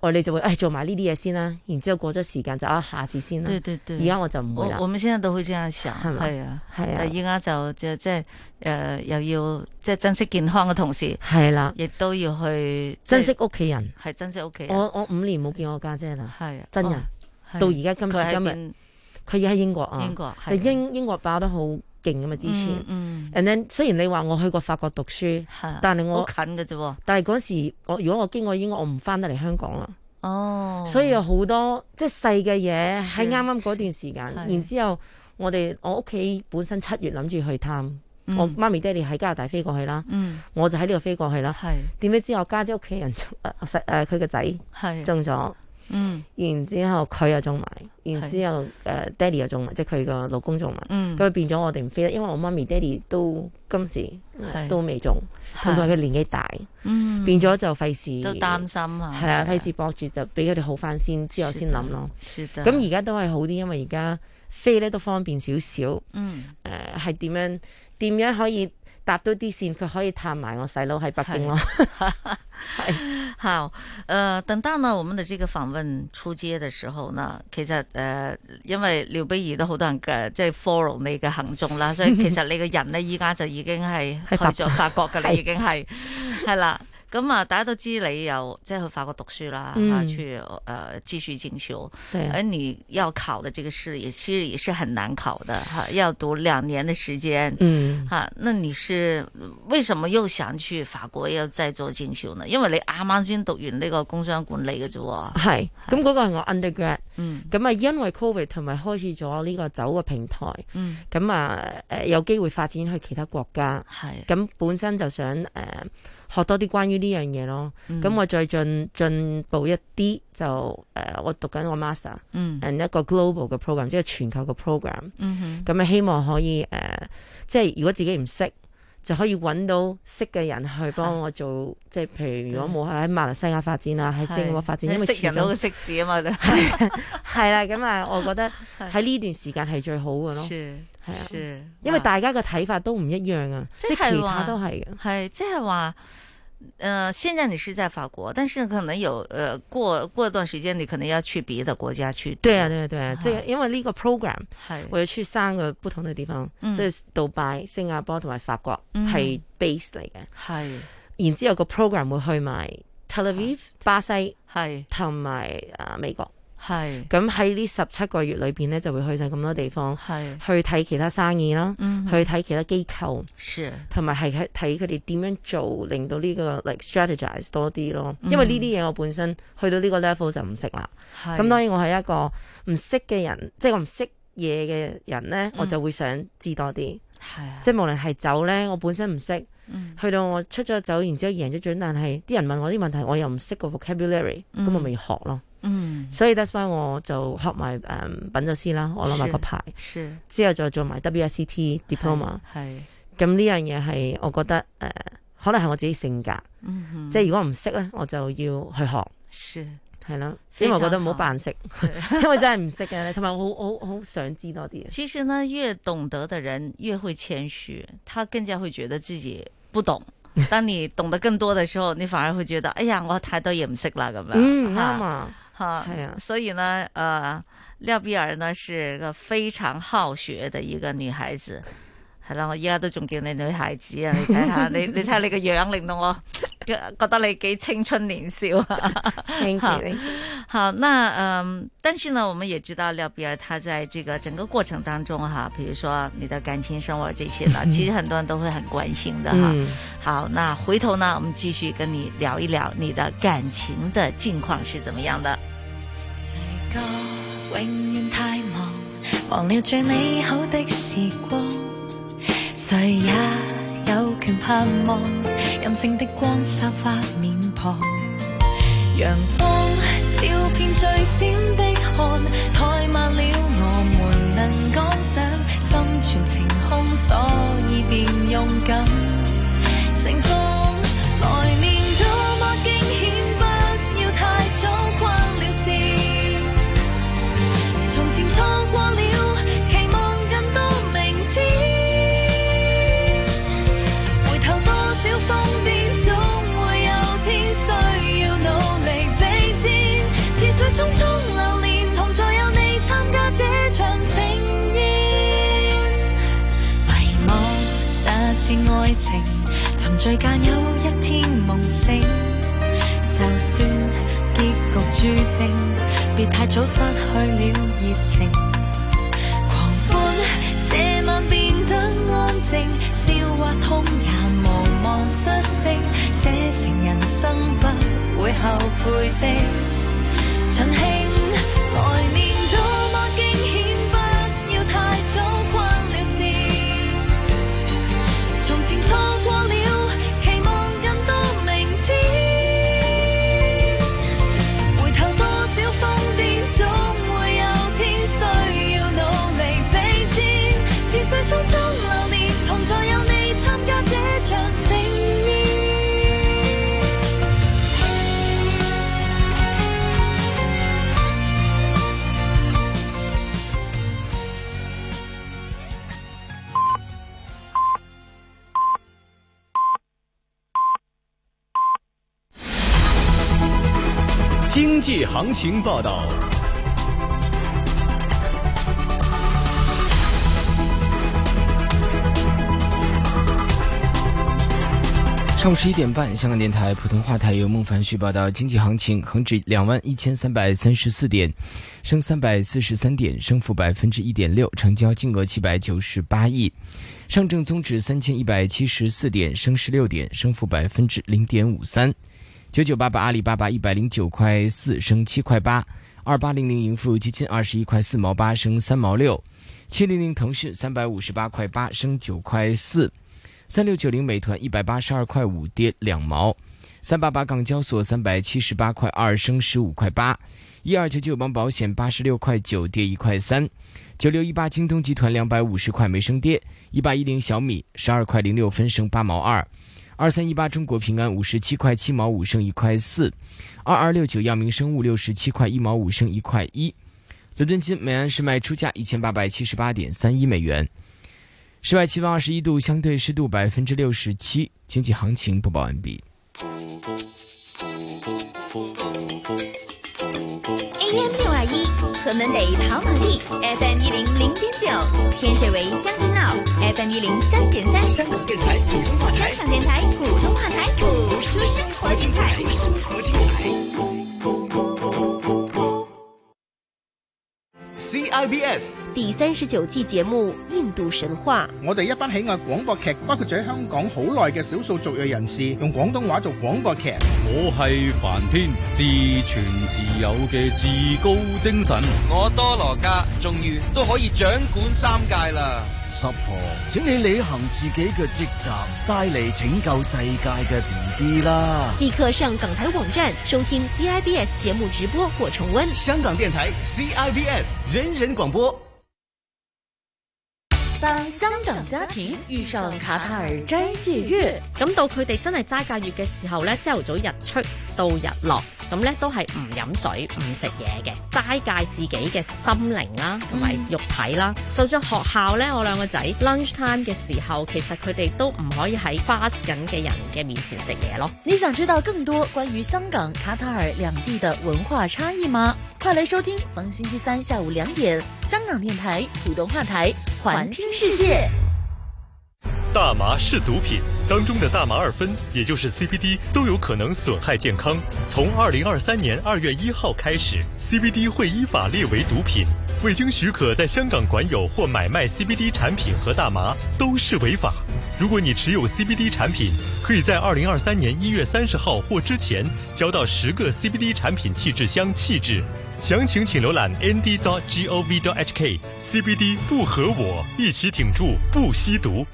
S20: 我你就會誒、唉哎做埋呢啲嘢先啦，然之後過咗時間就啊下次先啦。
S3: 對對對，
S20: 而家我就唔會啦
S3: 我。我們現在都會這樣想，
S20: 係嘛
S3: 係啊，
S20: 係啊
S3: 但依家就即即係誒又要即係珍惜健康嘅同時，
S20: 係啦
S3: 亦都要去
S20: 珍惜屋企人，
S3: 係珍惜屋企人。
S20: 我我五年冇見我家姐啦，
S3: 係
S20: 真人
S3: 哦係
S20: 到而家今時
S3: 佢喺
S20: 今
S3: 邊
S20: 日，佢而家喺英國啊，
S3: 英國
S20: 就
S3: 係
S20: 英英國爆得好勁啊嘛！之前
S3: 嗯嗯
S20: ，and then 雖然你話我去過法國讀書，但係我
S3: 好近嘅啫喎，
S20: 但係嗰時我如果我經過英國，我唔翻得嚟香港啦。
S3: 哦，
S20: 所以有好多即係細嘅嘢
S3: 是
S20: 喺啱啱嗰段時間，
S3: 是
S20: 然之後我哋我屋企本身七月諗住去探，
S3: 嗯
S20: 我媽咪爹哋喺加拿大飛過去啦，
S3: 嗯
S20: 我就喺呢度飛過去啦。點解知我家姐屋企人 中呃細呃佢個
S3: 是
S20: 仔中咗，
S3: 嗯
S20: 然之後佢又中埋，然
S3: 是
S20: 之後誒爹哋又中埋，即係佢個老公中埋，咁、
S3: 嗯
S20: 變咗我哋唔飛得，因為我媽咪爹哋都今時呃
S3: 是
S20: 都未中，同埋佢年紀大，
S3: 嗯
S20: 變咗就費事
S3: 都擔心啊，
S20: 係啊，費事搏住就俾佢哋好翻先，之後先諗咯。
S3: 是的
S20: 咁而家都係好啲，因為而家飛咧都方便少少。
S3: 嗯
S20: 誒係點樣點樣可以搭到啲線，佢可以探埋我細佬喺北京咯。
S3: 好，呃，等到呢我們的這個訪問出街嘅時候呢，其實誒、呃因為廖碧兒都好多人嘅即係 follow 你嘅行蹤啦，所 以其實你嘅人呢，依家就已經係去
S20: 喺法
S3: 咗法國㗎啦，
S20: 係
S3: 已經係係啦。咁啊，大家都知你又即係去法國讀書啦，
S20: 嗯
S3: 啊，去呃繼續進修。
S20: 對
S3: 而你要考的這個試也其實也是很難考的，哈、要讀兩年的時間。
S20: 嗯
S3: 哈、那你是為什麼又想去法國要再做進修呢？因為你啱啱先讀完呢個工商管理嘅啫喎。
S20: 係，啊咁嗰個係我 undergrad。
S3: 嗯
S20: 咁啊，因為 covid 同埋開始咗呢個走嘅平台。
S3: 嗯
S20: 咁啊，誒有機會發展去其他國家。
S3: 係。
S20: 咁本身就想誒學多啲關於呢樣嘢咯。
S3: 嗯
S20: 咁我再進進步一啲，就誒我讀緊我 master。
S3: 嗯
S20: and 一個 global 嘅 program，即係全球嘅 program。
S3: 嗯哼
S20: 咁啊，希望可以誒、呃即係如果自己唔識，就可以揾到識嘅人去幫我做，即係譬如如果冇喺馬來西亞發展啊，喺新加坡發展，因為
S3: 識人
S20: 始終
S3: 到個識字啊嘛，都
S20: 係啦，咁啊，我覺 得喺呢段時間係最好嘅咯。
S3: 是
S20: 係啊
S3: 是，
S20: 因為大家嘅睇法都唔一樣啊，即係其他都係嘅。
S3: 係即係話，呃，現在你是在法國，但是可能有呃過過段時間，你可能要去別的國家去。
S20: 對啊，對啊，對啊，即係因為呢個 program，我要去三個不同嘅地方，
S3: 嗯
S20: 所以杜拜、新加坡同埋法國
S3: 嗯
S20: 係 base 嚟嘅。
S3: 係
S20: 然之後個 program 會去埋 Tel Aviv、巴西，
S3: 係
S20: 同埋啊美國。
S3: 係
S20: 咁喺呢十七個月裏邊咧，就會去晒咁多地方，
S3: 係
S20: 去睇其他生意啦，
S3: 嗯
S20: 去睇其他機構，
S3: 是
S20: 同埋係睇睇佢哋點樣做，令到呢、個 like strategize 多啲咯。
S3: 嗯
S20: 因為呢啲嘢我本身去到呢個 level 就唔識啦。
S3: 係
S20: 咁當然我係一個唔識嘅人，即係我唔識嘢嘅人
S3: 嗯
S20: 咧，我就會想知多啲。即係無論係酒咧，我本身唔識，
S3: 啊嗯
S20: 去到我出咗酒，然之後贏咗獎，但係啲人問我啲問題，我又唔識個 vocabulary，咁、
S3: 嗯
S20: 我咪要學咯。
S3: 嗯
S20: 所以 that's why 我就學埋誒、嗯品酒師啦，我攞埋個牌，
S3: 是
S20: 之後再做埋 WSET diploma。
S3: 係
S20: 咁呢樣嘢係我覺得誒、呃可能係我自己性格，
S3: 嗯哼
S20: 即係如果唔識咧，我就要去學。
S3: 是
S20: 係啦，
S3: 非
S20: 因為
S3: 常
S20: 我覺得唔好扮 識，因為真係唔識嘅，同埋我好好好想知多啲。啊
S3: 其實呢，越懂得的人越會謙虛，他更加會覺得自己 不懂。當你懂得更多的時候，你反而會覺得，哎呀，我太多嘢唔識啦咁樣。
S20: 嗯，啱
S3: 嚇
S20: 啊，
S3: 哈，
S20: 係啊
S3: 所以呢，呃，廖碧兒呢是個非常好學的一個女孩子，係啦，我依家都仲叫你女孩子啊，你 睇下，你你睇下你個樣，令到我 覺得你幾青春年少啊。
S20: Thank you,
S3: 好
S20: thank you.
S3: 好，那嗯，但是呢，我們也知道廖碧兒她在这个整個過程當中哈，比如說你的感情生活這些呢，
S20: 嗯
S3: 其實很多人都會很關心的哈。
S20: 嗯
S3: 好，那回頭呢，我們繼續跟你聊一聊你的感情的近況是怎麼樣的。
S16: 永遠太忙，忘了最美好的時光。誰也有權盼望，任性的光灑發面龐。陽光
S17: 照片最閃的看，怠慢了我們能趕上，心全晴空，所以便勇敢。成功來年多麼驚險，不要太早跨了線。從前錯過了，期望更多明天。回頭多少瘋癲，總會有天需要努力備戰。似水匆匆流年，同在有你參加這場盛宴。遺忘那次愛情，沉醉間有一天夢醒。就算結局注定，別太早失去了熱情。狂歡這晚變得安靜，笑或痛也無望率性，寫情人生不會後悔的。盡興來年多麼驚險，不要太早關了事。從前錯過了，期望更多明天。回頭多少瘋癲，總會有天需要努力備戰。似水匆匆流年，同在有你參加這場盛宴。
S21: 经济行情报道。
S8: 上午十一点半，香港电台普通话台由孟凡旭报道经济行情：恒指两万一千三百三十四点，升三百四十三点，升幅百分之一点六，成交金额七百九十八亿；上证综指三千一百七十四点，升十六点，升幅百分之零点五三；九九八八阿里巴巴一百零九块四，升七块八；二八零零盈富基金二十一块四毛八，升三毛六；七零零腾讯三百五十八块八，升九块四。三六九零美团一百八十二块五跌两毛，三八八港交所三百七十八块二升十五块八，一二九九帮保险八十六块九跌一块三，九六一八京东集团两百五十块没升跌，一八一零小米十二块零六分升八毛二。二三一八中国平安五十七块七毛五升一块四，二二六九药明生物六十七块一毛五升一块一，伦敦金每安士卖出价一千八百七十八点三一美元。室外气温二十一度，相对湿度百分之六十七。经济行情播报完毕。
S5: AM 六二一，河门北跑马地，FM 一零零点九，天水围将军澳，FM 一零三点三。香港电台普通话台，香港电台普通话台，谱出生活精彩，生活精彩。
S12: CIBS 第三十九季节目《印度神话》，
S10: 我哋一班喜愛廣播劇，包括咗喺香港好耐嘅少數族裔人士，用廣東話做廣播劇。
S22: 我係梵天，自存自有嘅至高精神。
S23: 我多羅家終於都可以掌管三界啦！
S24: 十婆，請你履行自己嘅職責，帶嚟拯救世界嘅 B B 啦！
S12: 立刻上港台网站收听 CIBS 节目直播或重温。香港电台 CIBS 人人广播。
S25: 當香港家庭遇上卡塔爾齋戒月，
S26: 咁到佢哋真係齋戒月嘅時候咧，朝頭早日出到日落，咁咧都係唔飲水、唔食嘢嘅，齋戒自己嘅心靈啦，同埋肉體啦。就算學校咧，我兩個仔 lunch time 嘅時候，其實佢哋都唔可以喺 fast 緊嘅人嘅面前食嘢咯。
S25: 你想知道更多關於香港、卡塔爾兩地的文化差異嗎？快來收聽逢星期三下午兩點，香港電台普通話台《環聽世界》。
S27: 大麻是毒品，当中的大麻二酚，也就是 CBD，都有可能损害健康。从二零二三年二月一号开始，CBD 会依法列为毒品。未经许可在香港管有或买卖 CBD 产品和大麻都是违法。如果你持有 CBD 产品，可以在二零二三年一月三十号或之前交到十个 CBD 产品气质箱气质。详情请浏览 nd.gov.hk。CBD 不和我一起挺住，不吸毒。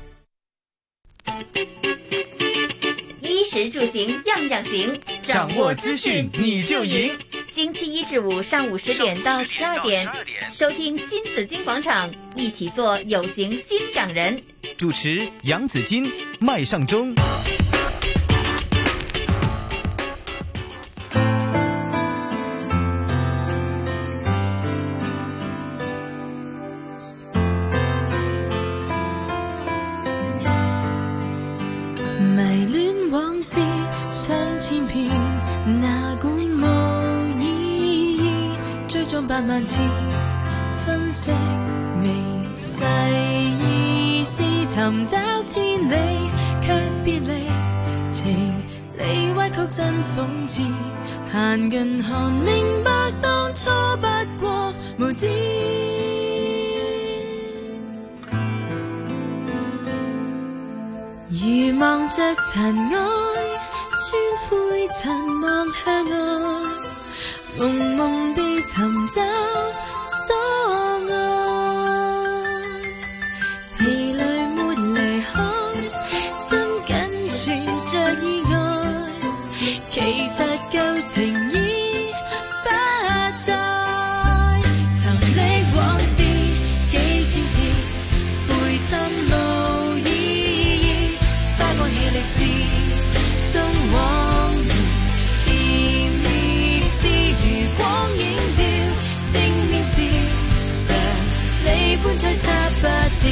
S5: 衣食住行样样行，掌握资讯你就赢。星期一至五上午十点到十二点，收听新紫金广场，一起做有型新港 人。
S28: 主持杨紫金、麦尚中。
S17: 迷恋往事相千遍，哪管無意義，追蹤百萬次，分析微細意思，尋找千里卻別離，情理歪曲真諷刺，盼銀行明白當初不過無知。如望着塵埃，穿灰塵望向外，朦朦地尋找所愛。疲累沒離開，心緊存着意外，其實舊情已不再。尋歷往事幾千次，灰心無意義。花光氣力是中往而甜蜜是如光映照，正面是常理般推測不至，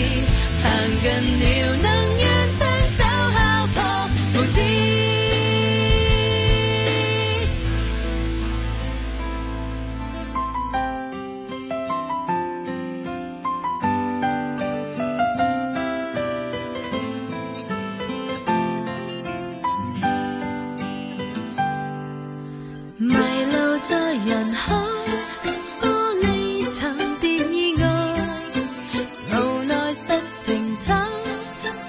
S17: 行近了能讓雙手敲破無知。迷路在人海，玻璃沉澱意外，無奈實情差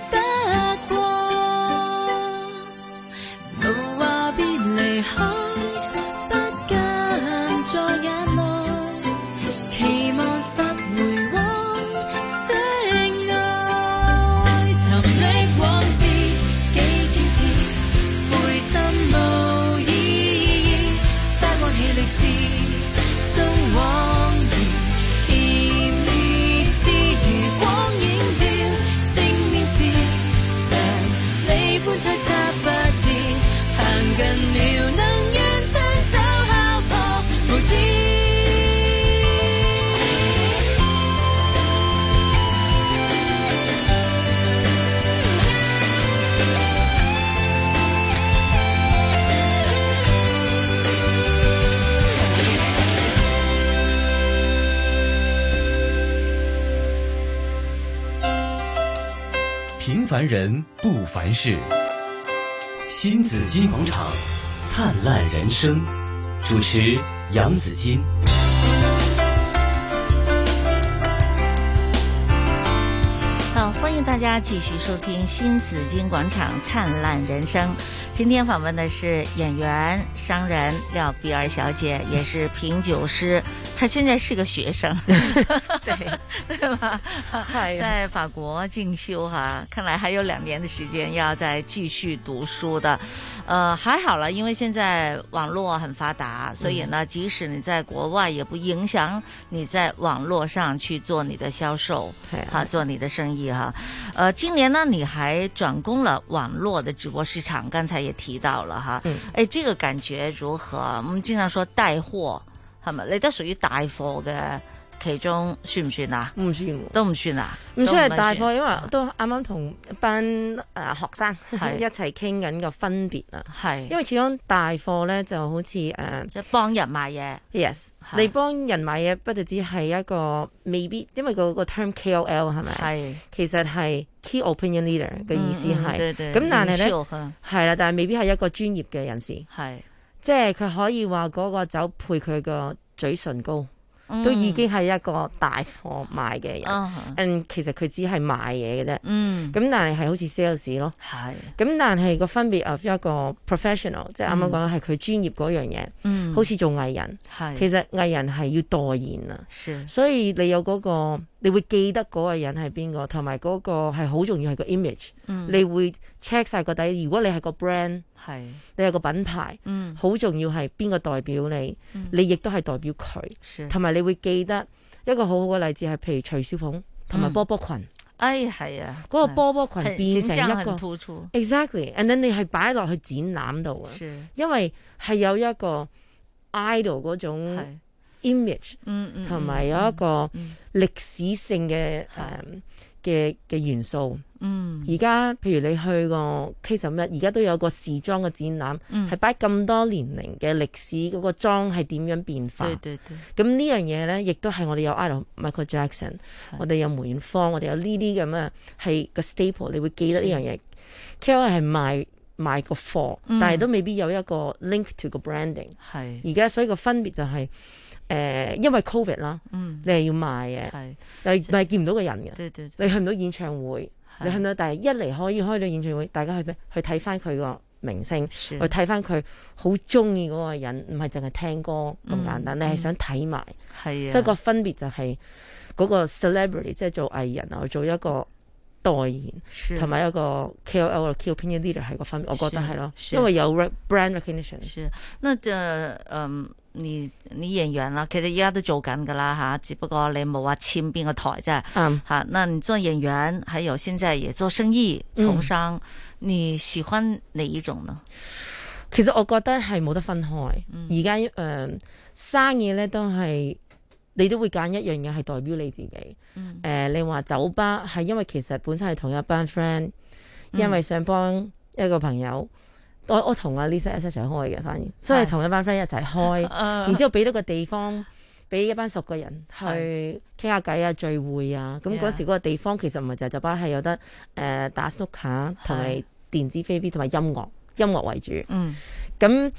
S17: 不過，無話別離開，不敢在眼內，期望拾回往昔愛，尋覓往事幾千次，灰心無意義。花光氣力是中往而甜蜜是如光映照，正面是常理般推測不至，行近了能讓雙手敲破無知。
S12: 平凡人不凡事，新紫金广场，灿烂人生。主持杨紫金。
S3: 好，欢迎大家继续收听新紫金广场《灿烂人生》。今天访问的是演员、商人廖碧儿小姐，也是品酒师。她现在是个学生，对对吧？ 在法国进修哈、看来还有两年的时间要再继续读书的。呃，还好了，因为现在网络很发达，所以呢，即使你在国外，也不影响你在网络上去做你的销售，哈，做你的生意哈。呃，今年呢，你还转攻了网络的直播市场，刚才也提到了哈。
S20: 嗯
S3: 哎，这个感觉如何？我们经常说带货，系咪？你都属于帶貨嘅其中，算唔算啊？
S20: 唔算，
S3: 都唔算啊？
S20: 唔算係
S3: 都
S20: 大貨，因為都啱啱同一班誒學生
S3: 係
S20: 一齊傾緊個分別啊。
S3: 係
S20: 因為始終大貨咧就好似呃誒，
S3: 即係幫人買嘢。
S20: Yes，你幫人買嘢不就只係一個未必，因為個個 term KOL 係咪？
S3: 係
S20: 其實係 key opinion leader 嘅意思
S3: 嗯嗯
S20: 係。
S3: 對對
S20: 咁但係咧
S3: influential 啊
S20: 係啦，但係未必係一個專業嘅人士。
S3: 係
S20: 即係佢可以話嗰個酒配佢個嘴唇膏。
S3: 嗯
S20: 都已經係一個大貨賣嘅人
S3: 啊
S20: ，and 其實佢只係賣嘢嘅啫。
S3: 嗯
S20: 咁但係係好似 sales 咯。
S3: 係。
S20: 咁但係個分別 of 一個 professional，即係啱啱講係佢專業嗰樣嘢，
S3: 嗯
S20: 好似做藝人，
S3: 係
S20: 其實藝人係要代言啊，
S3: 是
S20: 所以你有嗰個你會記得嗰個人係邊個，同埋嗰個係好重要係個 image，、
S3: 嗯
S20: 你會 check 晒個底。如果你係個 brand，
S3: 係
S20: 你係個品牌，
S3: 嗯
S20: 好重要係邊個代表你，
S3: 嗯
S20: 你亦都係代表佢，
S3: 是
S20: 同埋你會記得一個好好嘅例子係譬如徐小鳳同埋
S3: 嗯
S20: 波波裙。
S3: 哎，係啊，
S20: 嗰個波波裙
S3: 很
S20: 變
S3: 形
S20: 成
S3: 象
S20: 一
S3: 很
S20: 個
S3: 突出
S20: ，exactly，and then 你係擺落去展覽度啊
S3: 是，
S20: 因為係有一個 idol 嗰種 image，
S3: 嗯
S20: 同埋有一個歷史性嘅誒嘅嘅元素。
S3: 嗯
S20: 而家譬如你去個 K 十一，而家都有個時裝嘅展覽，
S3: 嗯
S20: 係擺咁多年齡嘅歷史嗰個裝係點樣變化。
S3: 對對對
S20: 咁呢樣嘢咧，亦都係我哋有 idol Michael Jackson，我哋有梅艷芳，我哋有呢啲咁嘅係個 staple，你會記得呢樣嘢。Carol 係賣賣個貨，
S3: 嗯
S20: 但係都未必有一個 link to 個 branding。
S3: 係
S20: 而家所以個分別就係、呃因為 covid 啦，
S3: 嗯
S20: 你係要賣
S3: 嘅，
S20: 但係但係見唔到個人嘅，
S3: 對對
S20: 你去唔到演唱會，你去唔到，但係一嚟可以開到演唱會，大家去咩去睇翻佢個明星，去
S3: 是
S20: 睇翻佢好中意嗰個人，唔係淨係聽歌咁
S3: 嗯
S20: 簡單，你係想睇埋，
S3: 係啊
S20: 所以個分別就係嗰個 celebrity，即係做藝人啊，做一個。代言
S3: 是
S20: 同埋一個 KOL、Key Opinion Leader 係個分別，我覺得
S3: 是
S20: 係咯，
S3: 是
S20: 因為有 re- brand recognition。
S3: 是，那就嗯，你你演員啦，其實而家都做緊噶啦吓，只不過你冇話簽邊個台啫。
S20: 嗯，
S3: 好，那你做演員，還有現在也做生意、
S20: 嗯
S3: 從商，你喜歡哪一種呢？嗯
S20: 其實我覺得係冇得分開，而家誒生意咧都係你都會揀一樣嘢係代表你自己。
S3: 嗯
S20: 誒、你話酒吧係因為其實本身係同一班 friend，
S3: 嗯
S20: 因為想幫一個朋友，我我同阿 Lisa 一齊開嘅，反而所以
S3: 係
S20: 同一班 friend 一齊開，
S3: 啊
S20: 然之後俾到個地方。俾一班熟嘅人去傾下偈啊、聚會啊，咁嗰
S3: Yeah
S20: 時嗰個地方其實唔係就係酒吧，係有得誒、呃打 snooker 同埋
S3: 係
S20: 電子飛鏢同埋音樂，音樂為主。
S3: 嗯
S20: 咁、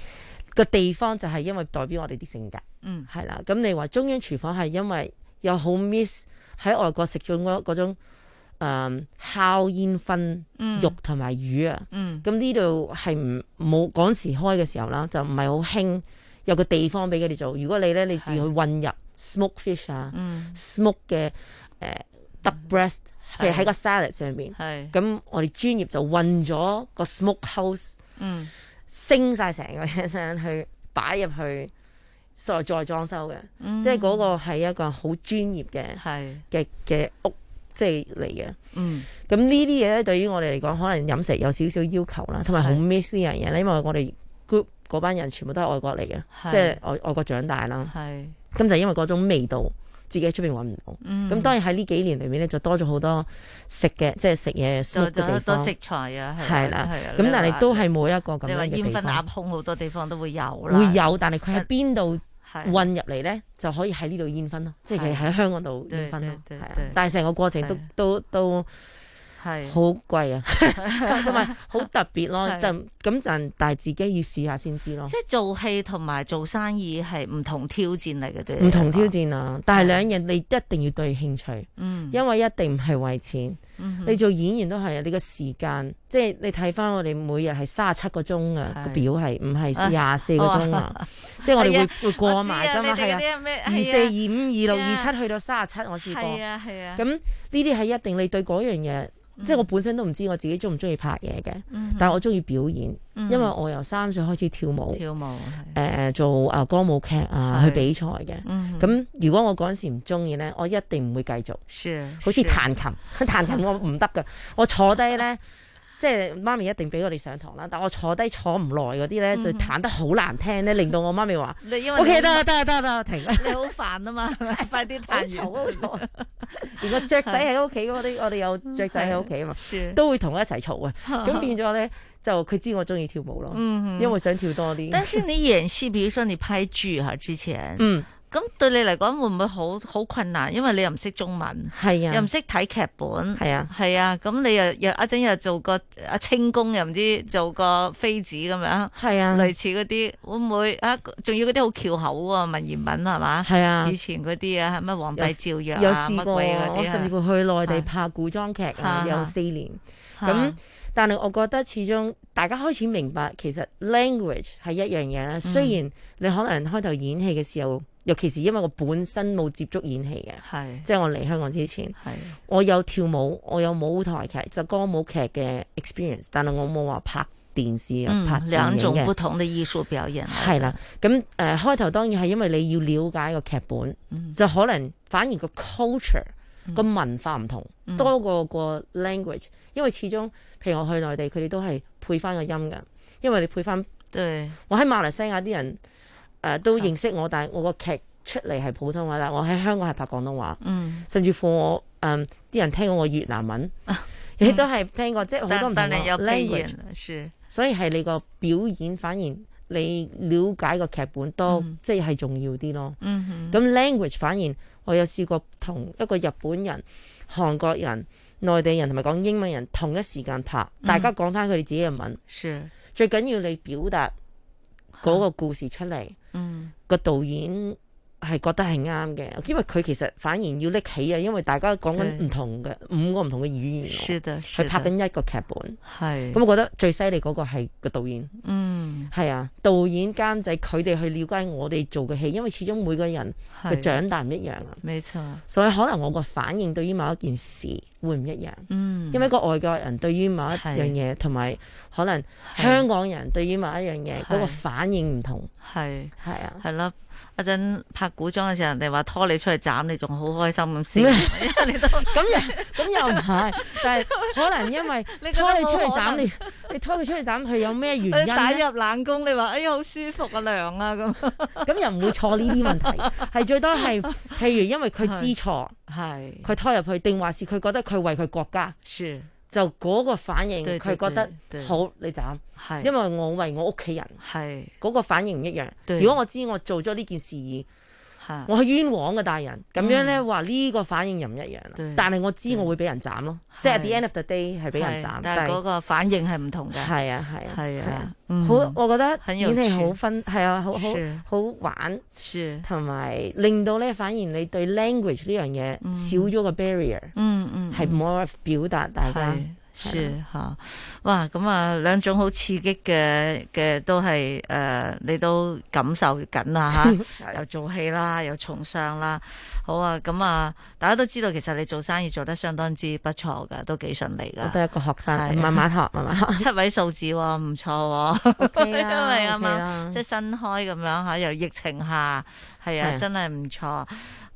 S20: 個地方就係因為代表我哋啲性格，
S3: 嗯
S20: 係啦。咁你話中央廚房係因為有好 miss 喺外國食咗嗰嗰種誒、嗯烤煙燻
S3: 嗯
S20: 肉同埋魚啊。
S3: 嗯
S20: 咁呢度係唔冇嗰時開嘅時候啦，就唔係好興有個地方俾佢哋做。如果你咧，你自己去混入 smoke fish 啊、
S3: 嗯
S20: smoke 嘅誒 duck breast，譬如喺個 salad 上面。
S3: 係
S20: 咁我哋專業就混咗個 smoke house。
S3: 嗯
S20: 升晒成個嘢上去擺入去，再再裝修嘅，
S3: 嗯
S20: 即係嗰個係一個好專業嘅嘅嘅屋，即係嚟嘅。
S3: 嗯
S20: 咁呢啲嘢咧，對於我哋嚟講，可能飲食有少少要求啦，同埋好 miss 呢樣嘢咧，因為我哋 group 嗰班人全部都係外國嚟嘅，
S3: 係
S20: 即係外外國長大啦。
S3: 係
S20: 咁就因為嗰種味道，自己喺出邊揾唔到。咁、
S3: 嗯
S20: 當然喺呢幾年裏面咧，就多咗好多食嘅，即係食嘢 smoke
S3: 就
S20: 嘅地
S3: 就好
S20: 方。
S3: 多食材啊，係啊
S20: 係啦
S3: 係啊。
S20: 咁
S3: 你
S20: 但係
S3: 話
S20: 都係冇一個咁
S3: 你
S20: 樣
S3: 話
S20: 嘅
S3: 煙
S20: 地
S3: 燻
S20: 方。
S3: 鴨胸好多地方都會有啦，
S20: 會有，但係佢喺邊度
S3: 係
S20: 混入嚟咧，就可以喺呢度煙燻咯，即係佢
S3: 係
S20: 喺香港度
S3: 對
S20: 煙燻咯，
S3: 對對
S20: 係啊
S3: 對。
S20: 但係成個過程都
S3: 係
S20: 都都
S3: 係
S20: 好貴啊， 同埋好特別 咯。
S3: 係
S20: 咁咁陣，但係自己要試下先知咯
S3: 即。係做戲同埋做生意係唔同挑戰嚟嘅，對你
S20: 唔同
S3: 嚟
S20: 挑
S3: 講，
S20: 戰啊，但係兩樣你一定要對興趣，
S3: 嗯
S20: 因為一定唔係為錢。
S3: 嗯哼
S20: 你做演員都係啊，你個時間，即係你睇翻我哋每日係三十七個鐘啊，個表係唔係廿四個鐘啊？ 即係我哋
S3: 係
S20: 會
S3: 啊
S20: 會過埋㗎嘛，
S3: 我知啊
S20: 係
S3: 你哋嗰
S20: 啊
S3: 啲係咩，
S20: 二四
S3: 係
S20: 二
S3: 啊
S20: 五二六二
S3: 係啊
S20: 七去到三十七，我試過。
S3: 係啊係啊
S20: 咁呢啲係一定你對嗰樣嘢，即係我本身都唔知我自己中唔中意拍嘢嘅
S3: 嗯哼，
S20: 但係我中意表演，
S3: 嗯
S20: 因為我由三歲開始跳舞。
S3: 跳舞係
S20: 誒、做啊歌舞劇啊
S3: 係
S20: 去比賽嘅。咁、
S3: 哎嗯
S20: 如果我嗰陣時唔中意咧，我一定唔會繼續。
S3: 是
S20: 好似
S3: 是
S20: 彈琴， 彈琴我唔得噶，我坐低咧。即係媽咪一定俾我哋上堂啦，但我坐低坐唔耐嗰啲咧，就
S3: 嗯哼
S20: 彈得好難聽咧，令到我媽咪話
S3: 你因嗯為
S20: ：O K，
S3: 你
S20: 得啦得啦得啦，停啦。
S3: 你好煩 啊嘛，係咪快啲彈
S20: 完。好嘈如果雀仔喺屋企，我哋我哋有雀仔喺屋企啊嘛
S3: 是，
S20: 都會同我一齊嘈嘅。啊 咁變咗咧，就佢知我中意跳舞咯，
S3: 嗯哼
S20: 因為想跳多啲。
S3: 但是你演戲，比如說你拍劇哈，之前，
S20: 嗯，
S3: 咁對你嚟講會唔會好好困難？因為你又唔識中文，
S20: 係啊
S3: 又唔識睇劇本，
S20: 係啊
S3: 係啊，咁你又又一陣又做個阿清宮，又唔知做個妃子咁樣，
S20: 係啊
S3: 類似嗰啲會唔會啊？仲要嗰啲好翹口喎，文言文係嘛？
S20: 係啊
S3: 以前嗰啲啊，係咩皇帝照樣
S20: 有
S3: 啊，
S20: 試
S3: 乜
S20: 過
S3: 鬼
S20: 啊，
S3: 嗰
S20: 我
S3: 啲
S20: 甚至
S3: 啊
S20: 乎去內地拍古裝劇啊，
S3: 嚇
S20: 有四年。
S3: 嚇
S20: 咁但係我覺得始終大家開始明白，其實 language 係一樣嘢
S3: 嗯
S20: 啦。雖然你可能開頭演戲嘅時候，尤其是因為我本身冇接觸演戲嘅，
S3: 係
S20: 即係我嚟香港之前，我有跳舞，我有舞台劇、就歌舞劇嘅 experience，但係我冇話拍電視啊、拍
S3: 嗯，兩種不同的藝術表演啊嚟
S20: 係啦，咁誒、呃、開頭當然係因為你要了解個劇本，
S3: 嗯
S20: 就可能反而個 culture 個、文化唔同，
S3: 嗯
S20: 多過個 language，因為始終譬如我去內地，佢哋都係配翻個音㗎，因為你配翻。
S3: 對，
S20: 我喺馬來西亞啲人誒、呃都
S3: 啊
S20: 認識我，但係我個劇出嚟係普通話，但係我喺香港係拍廣東話，
S3: 嗯
S20: 甚至乎我嗯誒啲、人聽過我越南 文，亦都係聽過，即係好多唔同
S3: 當然有
S20: 嘅
S3: 配
S20: language
S3: 演。啊了，是。
S20: 所以係你個表演，反而你了解個劇本多，即係重要啲咯。
S3: 嗯
S20: 咁 language 反而我有試過同一個日本人、韓國人、內地人同埋講英文人同一時間拍，
S3: 嗯
S20: 大家講翻佢哋自己嘅文。
S3: 是
S20: 最緊要你表達嗰個故事出嚟，
S3: 嗯
S20: 個導演係覺得係啱嘅，因為佢其實反而要拎起啊，因為大家講緊唔同嘅五個唔同嘅語言喎，
S3: 是的是
S20: 佢
S3: 的
S20: 拍緊一個劇本。
S3: 係
S20: 咁我覺得最犀利嗰個係個導演。
S3: 嗯
S20: 係啊，導演監製佢哋去了解我哋做嘅戲，因為始終每個人
S3: 係
S20: 嘅長大唔一樣啊，
S3: 沒錯，
S20: 所以可能我個反應對於某一件事會唔一樣。
S3: 嗯
S20: 因為一個外國人對於某一樣嘢，同埋可能香港人 對於某一樣嘢嗰個反應唔同。
S3: 係
S20: 係啊，
S3: 係咯。一陣拍古裝嘅時候，人哋話拖你出去斬，你仲好開心 咁笑。
S20: 咁又咁又唔係，但係可能因為
S3: 你覺得
S20: 拖你出去
S3: 冇可
S20: 斬
S3: 能
S20: 你，你拖佢出去斬佢有咩原因
S3: 你打
S20: 呢
S3: 入冷宮，你話哎呀好舒服啊涼啊咁。
S20: 咁又唔會錯呢啲問題，係最多 係譬如因為佢知錯，
S3: 係
S20: 佢拖入去，定還是佢覺得佢為佢國家，
S3: 是
S20: 就嗰個反應，
S3: 對對
S20: 佢覺得
S3: 對對
S20: 好你斬，
S3: 係
S20: 因為我為我屋企人，
S3: 係
S20: 嗰個反應唔一樣。
S3: 對
S20: 如果我知我做咗呢件事
S3: 嚇
S20: 而我係冤枉嘅啊大人，咁樣
S3: 嗯
S20: 咧話呢個反應又唔一樣啦
S3: 對。
S20: 但係我知我會俾人斬咯，即係 at the end of the day 係俾人斬
S3: 係，但係嗰個反應係唔同嘅。
S20: 係啊係啊
S3: 係啊，嗯
S20: 好，我覺得
S3: 很有
S20: 演戲
S3: 趣
S20: 好分，係啊，好好
S3: 是
S20: 好玩，
S3: 是
S20: 同埋令到咧，反而你對 language 呢樣嘢
S3: 嗯
S20: 少咗個 barrier，
S3: 嗯嗯
S20: 係 more 表達大家啊
S3: 係。
S20: 係
S3: 是吓，哇！咁啊，兩種好刺激嘅嘅都係誒、呃你都感受緊啦 吓，又做戲啦，又從商啦，好啊！咁啊，大家都知道其實你做生意做得相當之不錯噶，都幾順利噶。
S20: 我都係一個學
S3: 係
S20: 生，慢慢學，慢慢學。
S3: 七位數字喎、唔錯喎、
S20: OK
S3: 因
S20: 啦
S3: 為啱
S20: OK 啦
S3: 啱即係新開咁樣嚇，又疫情下，係啊，
S20: 係
S3: 真係唔錯。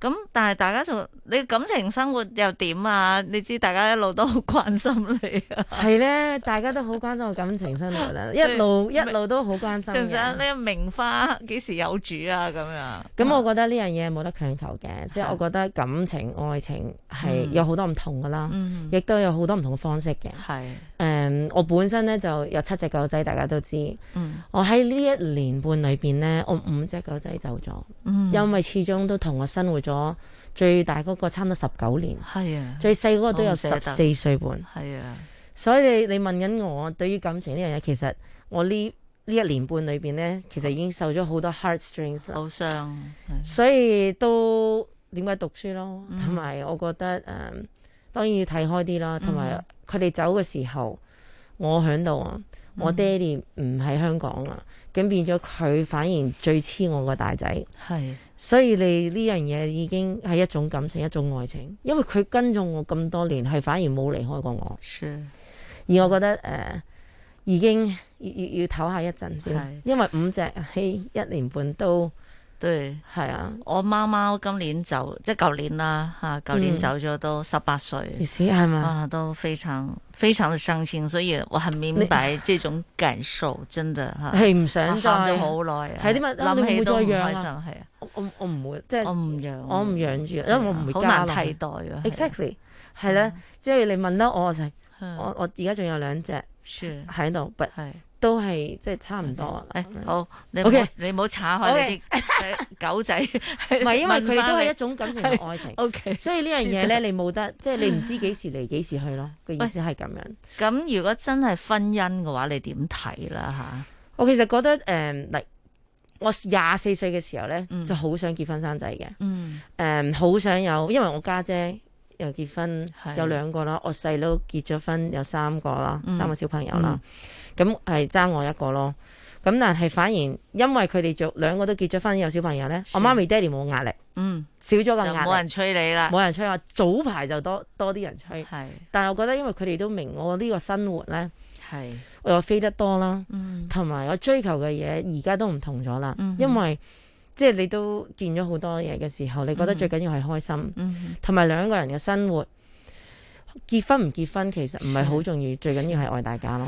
S3: 咁但係大家就你感情生活又點啊？你知大家一路都好關心你啊，
S20: 係咧，大家都好關心我感情生活 啦，一路一路都好關心
S3: 想唔想
S20: 嘅。
S3: 呢個名花幾時有主啊？咁樣
S20: 咁我覺得呢樣嘢冇得強求嘅，即係我覺得感情、愛情係
S3: 嗯
S20: 有好多唔同噶啦，亦都有好多唔同嘅方式嘅。
S3: 係
S20: 誒，我本身咧就有七隻狗仔，大家都知。
S3: 嗯
S20: 我喺呢一年半裏邊咧，我五隻狗仔走咗，
S3: 嗯
S20: 因為始終都同我生活咗最大嗰個差唔多十九年，
S3: 係啊，
S20: 最細嗰個都
S3: 我
S20: 有
S3: 唔捨
S20: 十
S3: 得
S20: 四歲半，
S3: 係啊，
S20: 所以你你問緊我對於感情呢樣嘢，其實我呢呢一年半裏邊咧，其實已經受咗好多 heartstrings 啦，
S3: 好傷，
S20: 所以都點解讀書咯，
S3: 嗯
S20: 同埋我覺得誒、嗯當然要睇開啲啦，同埋
S3: 嗯
S20: 佢哋走嘅時候，我喺度啊，我
S3: 嗯
S20: 爹哋唔喺香港啊，咁變咗佢反而最黐我個大仔，
S3: 係
S20: 所以你呢樣嘢已經係一種感情，一種愛情，因為佢跟咗我咁多年，係反而冇離開過我。
S3: 是
S20: 而我覺得誒、呃已經要要要唞下一陣
S3: 係
S20: 先，因為五隻嘿一年半都
S3: 對
S20: 係啊。
S3: 我貓貓今年走，即係舊年啦嚇，舊年
S20: 嗯
S3: 走咗都十八歲，
S20: 意思係嘛
S3: 啊，都非常非常的傷心，所以我很明白這種感受，真的嚇，
S20: 係唔想再
S3: 我喊咗好耐啊，
S20: 係啲乜啊你
S3: 諗
S20: 會唔
S3: 起
S20: 會
S3: 都唔
S20: 再
S3: 開
S20: 養
S3: 心，
S20: 啊
S3: 係啊，
S20: 我我唔會，即係
S3: 我唔養，
S20: 我唔養住，因為我唔會
S3: 好
S20: 加
S3: 難
S20: 落去
S3: 替代啊係
S20: Exactly 係啦，即係你問得我就係
S3: 嗯
S20: 我我而家仲有兩隻
S3: 是
S20: 喺度，but 都係即係差唔多。誒
S3: 好，你唔好
S20: OK
S3: 你唔好岔開你啲 狗仔，唔
S20: 唔 係因為佢哋都係一種感情同愛情
S3: OK，
S20: 所以呢樣嘢咧
S3: 是的
S20: 你冇得，即係你唔知幾時嚟幾時去咯。個意思係咁樣。
S3: 咁如果真係婚姻嘅話，你點睇啦
S20: 我其實覺得誒嗱、我廿四歲嘅時候咧，就好想結婚生仔嘅。
S3: 嗯
S20: 誒好、想有，因為我家姐又結婚，
S3: 係
S20: 有兩個啦，我細佬結咗婚，有三個啦，
S3: 嗯
S20: 三個小朋友啦，咁係爭我一個咯。咁但係反而因為佢哋做兩個都結咗婚，有小朋友咧，我媽咪爹哋冇壓力，
S3: 嗯，
S20: 少咗個
S3: 就
S20: 壓力，
S3: 冇人催你啦
S20: 冇人催我。早排就多多啲人催，
S3: 係，
S20: 但係我覺得因為佢哋都明我呢個生活咧，
S3: 係，
S20: 我又飛得多啦，
S3: 嗯
S20: 同埋我追求嘅嘢而家都唔同咗啦，
S3: 嗯哼
S20: 因為即係你都見咗好多嘢嘅時候，你覺得
S3: 嗯
S20: 最緊要係開心，
S3: 嗯
S20: 同埋兩個人嘅生活，結婚唔結婚其實唔係好
S3: 是
S20: 重要，最緊要係愛大家咯。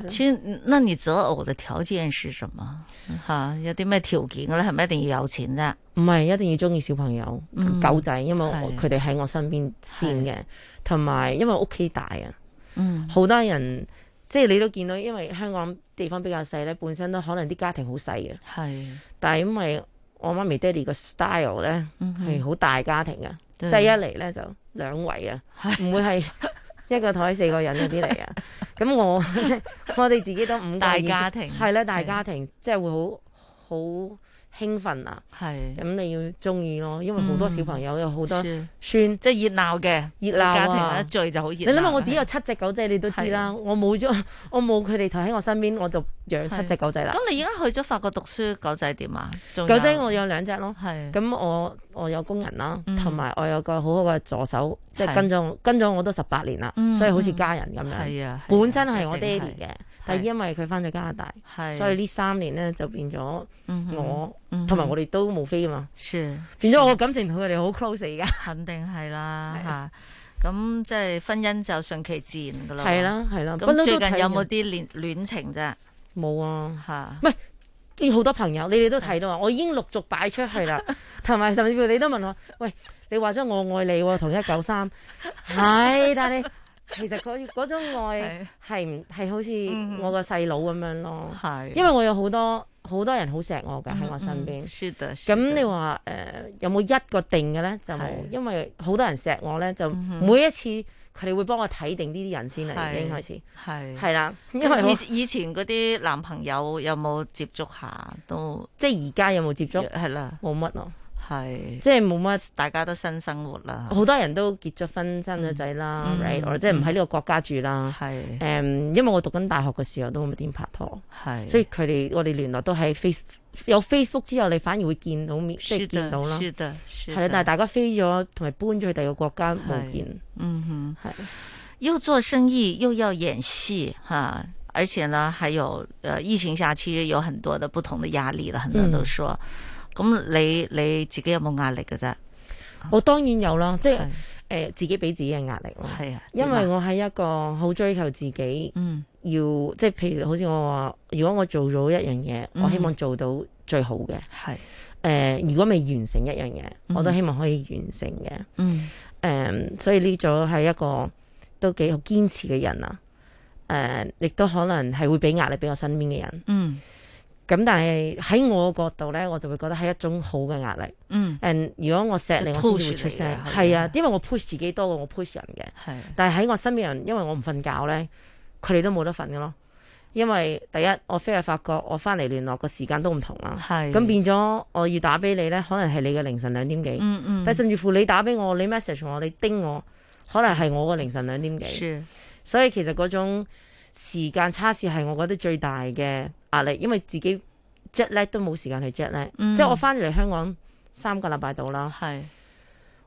S20: 係咯
S3: 其實，那你擇偶的條件是什麼？吓，有啲咩條件嘅咧？係咪一定要有錢啫？
S20: 唔係一定要中意小朋友、
S3: 嗯
S20: 狗仔，因為我
S3: 係
S20: 佢哋喺我身邊先嘅，同埋因為屋企大啊，
S3: 嗯
S20: 好多人即係你都見到，因為香港地方比較細咧，本身都可能啲家庭好細嘅，
S3: 係，
S20: 但係因為我媽咪爹哋個 style 咧
S3: 嗯哼
S20: 係好大家庭嘅，
S3: 對
S20: 即係一嚟咧就兩圍啊，唔會係一個台四個人嗰啲嚟啊。咁我 我哋自己都五個
S3: 大
S20: 已經
S3: 家庭
S20: 係啦，大家庭即係會好好興奮啊！
S3: 係嗯
S20: 咁你要中意咯，因為好多小朋友有好多
S3: 是
S20: 孫，即
S3: 係熱鬧嘅
S20: 熱鬧啊
S3: 家庭一聚就好熱鬧
S20: 你諗下，我自己有七隻狗仔，你都知啦。我冇咗， 我冇佢哋頭喺我身邊，我就養七隻狗仔啦。
S3: 嗯咁你而家去咗法國讀書，狗仔點啊？仲有
S20: 狗仔我有兩隻咯，
S3: 係
S20: 咁我我有工人啦
S3: 嗯，
S20: 同埋我有個好好嘅助手，即
S3: 係
S20: 係跟咗我跟咗我都十八年啦
S3: 嗯，
S20: 所以好似家人咁樣。
S3: 係啊係啊
S20: 本身係我
S3: 一定
S20: 爹
S3: 係
S20: 哋嘅，但係因為佢翻咗加拿大，
S3: 係
S20: 所以呢三年咧就變咗
S3: 嗯哼
S20: 我
S3: 嗯哼
S20: 同埋我哋都冇飛啊嘛，
S3: 是
S20: 變咗我感情同佢哋好 close 而家。
S3: 肯定係啦吓，咁即係婚姻就順其自然噶啦。
S20: 係啦係啦不嬲
S3: 咁
S20: 都
S3: 最近
S20: 睇
S3: 有冇啲戀戀情啫？
S20: 冇啊，
S3: 吓，
S20: 唔係好多朋友，你哋都睇到啊，我已經陸續擺出去 啦，同埋甚至乎你都問我，喂，你話咗我愛你喎，同一九三，係，但係其實嗰嗰種愛係唔係好
S3: 嗯
S20: 似我個細佬咁樣咯，
S3: 係
S20: 因為我有好多好多人好錫我㗎喺我身
S3: 嗯
S20: 邊，
S3: 是的是
S20: 咁你話誒有冇一個定嘅咧？就冇，
S3: 係
S20: 因為好多人錫我咧，就
S3: 嗯哼
S20: 每一次佢哋會幫我睇定呢啲人先啦，已經
S3: 係
S20: 開始。
S3: 係
S20: 係啦因為我
S3: 以前以前嗰啲男朋友有冇接觸下都？
S20: 哦即係而家有冇接觸？
S3: 係啦，
S20: 冇乜咯，
S3: 係
S20: 即係冇乜，
S3: 大家都新生活啦。
S20: 好多人都結咗婚、生咗仔啦
S3: 嗯
S20: ，right，
S3: 嗯
S20: 或者唔喺呢個國家住啦。
S3: 係
S20: 誒，因為我讀緊大學嘅時候都冇乜點拍拖，
S3: 係
S20: 所以佢哋我哋聯絡都喺 face 有 Facebook 之後，你反而會見到面，即係
S3: 是的
S20: 見到啦。
S3: 是的是
S20: 係
S3: 的
S20: 啦，但係大家飛咗同埋搬咗去第二個國家冇見。
S3: 嗯
S20: 哼，
S3: 又做生意又要演戏哈，而且呢，还有呃，疫情下其实有很多的不同的压力了，很多人都说，
S20: 嗯
S3: 咁、你你自己有冇压力嘅啫？
S20: 我當然有啦，即係誒、呃自己俾自己嘅壓力咯。
S3: 係啊
S20: 因
S3: 點啊
S20: 為我係一個好追求自己，
S3: 嗯，
S20: 要即係譬如好似我話，如果我做到一樣嘢，
S3: 嗯
S20: 我希望做到最好嘅。
S3: 係誒、
S20: 如果未完成一樣嘢，
S3: 嗯
S20: 我都希望可以完成嘅。誒、
S3: 嗯
S20: 所以呢種係一個都幾好堅持嘅人啊。誒、亦都可能係會俾壓力俾我身邊嘅人。
S3: 嗯
S20: 咁但係喺我角度咧，我就會覺得係一種好嘅壓力。
S3: 嗯
S20: And 如果我錫你，
S3: 即
S20: 我先至
S3: 係 push
S20: 會出聲
S3: 你。嘅
S20: 係啊，因為我 push 自己多過我 push 人嘅。
S3: 係
S20: 但係喺我身邊人，因為我唔瞓覺咧，佢哋都冇得瞓嘅咯。因為第一，我飛去法國，我翻嚟聯絡個時間都唔同啦。
S3: 係
S20: 咁變咗，我要打俾你咧，可能係你嘅凌晨兩點幾。
S3: 嗯嗯
S20: 但甚至乎你打俾我，你 message 我，你叮我，可能係我嘅凌晨兩點
S3: 是
S20: 幾。所以其實嗰種時間差事係我覺得最大嘅壓力，因為自己 jet lag 都冇時間去 jet lag，、
S3: 嗯
S20: 即係我翻嚟香港三個禮拜到啦。
S3: 係。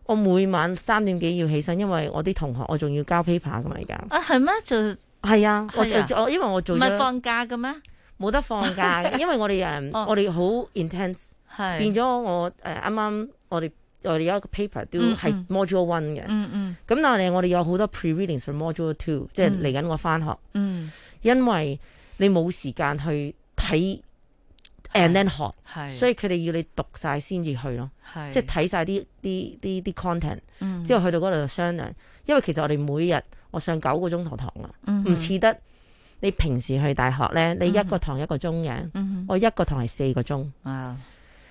S20: 我每晚三點幾要起身，因為我啲同學我仲要交 paper 噶嘛，而家
S3: 啊係咩？做
S20: 係啊，我
S3: 係啊
S20: 我我因為我做
S3: 唔係
S20: 咗
S3: 放假嘅咩？
S20: 冇得放假嘅，因為我哋誒
S3: 哦
S20: 我哋好 intense，
S3: 係
S20: 變咗我誒啱啱我哋我哋有一個 paper 都
S3: 嗯
S20: 係
S3: 嗯
S20: module one 嘅，
S3: 嗯嗯
S20: 咁但係我哋有好多 pre-readings for module two，即係
S3: 嗯
S20: 嚟緊我翻學，
S3: 嗯
S20: 因為你冇時間去睇 and then 學，
S3: 係
S20: 所以佢哋要你讀晒先至去咯
S3: 係，
S20: 即係睇晒啲啲啲啲 content，、
S3: 嗯
S20: 之後去到嗰度就商量。因為其實我哋每日我上九個鐘頭堂啊，
S3: 嗯哼嗯
S20: 唔似得你平時去大學咧，你一個堂一個鐘嘅，
S3: 嗯哼
S20: 我一個堂係四個鐘。
S3: 啊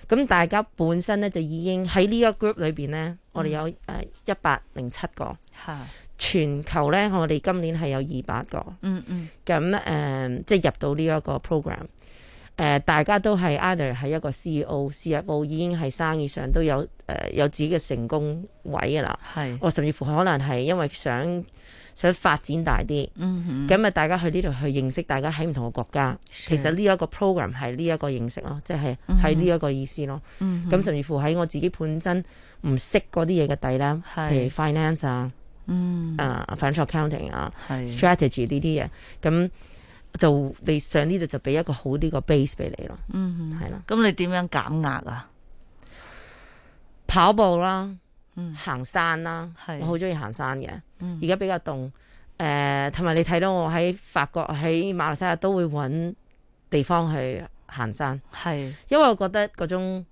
S20: 咁大家本身咧就已經喺呢一 group 裏邊咧，我哋
S3: 嗯
S20: 有誒呃一百零七個，
S3: 嚇
S20: 全球咧我哋今年係有二百個。
S3: 嗯嗯
S20: 咁誒、呃即係入到呢一個 program。誒、呃大家都係 either 係一 E 個 CEO、CFO 已經係生意上都有誒、呃有自己嘅成功位㗎啦。
S3: 係
S20: 我甚至乎可能係因為想想發展大啲，
S3: 嗯哼
S20: 咁啊大家去呢度去認識大家喺唔同嘅國家。其實呢一個 program 係呢一個認識咯，即係
S3: 嗯哼
S20: 係呢一個意思咯。
S3: 嗯哼
S20: 咁甚至乎喺我自己本身唔識嗰啲嘢嘅底啦，
S3: 係
S20: 譬如 finance 啊。
S3: 嗯
S20: 啊 financial accounting 啊
S3: 係
S20: ，strategy 呢啲嘢，咁就你上呢度就俾一個好呢個 base 俾你咯。
S3: 嗯，
S20: 係啦。
S3: 咁你點樣減壓啊？
S20: 跑步啦，行山啦，我好中意行山嘅。
S3: 嗯
S20: 而家比較凍，誒、呃同埋你睇到我喺法國、喺馬來西亞都會揾地方去行山，
S3: 係
S20: 因為我覺得嗰種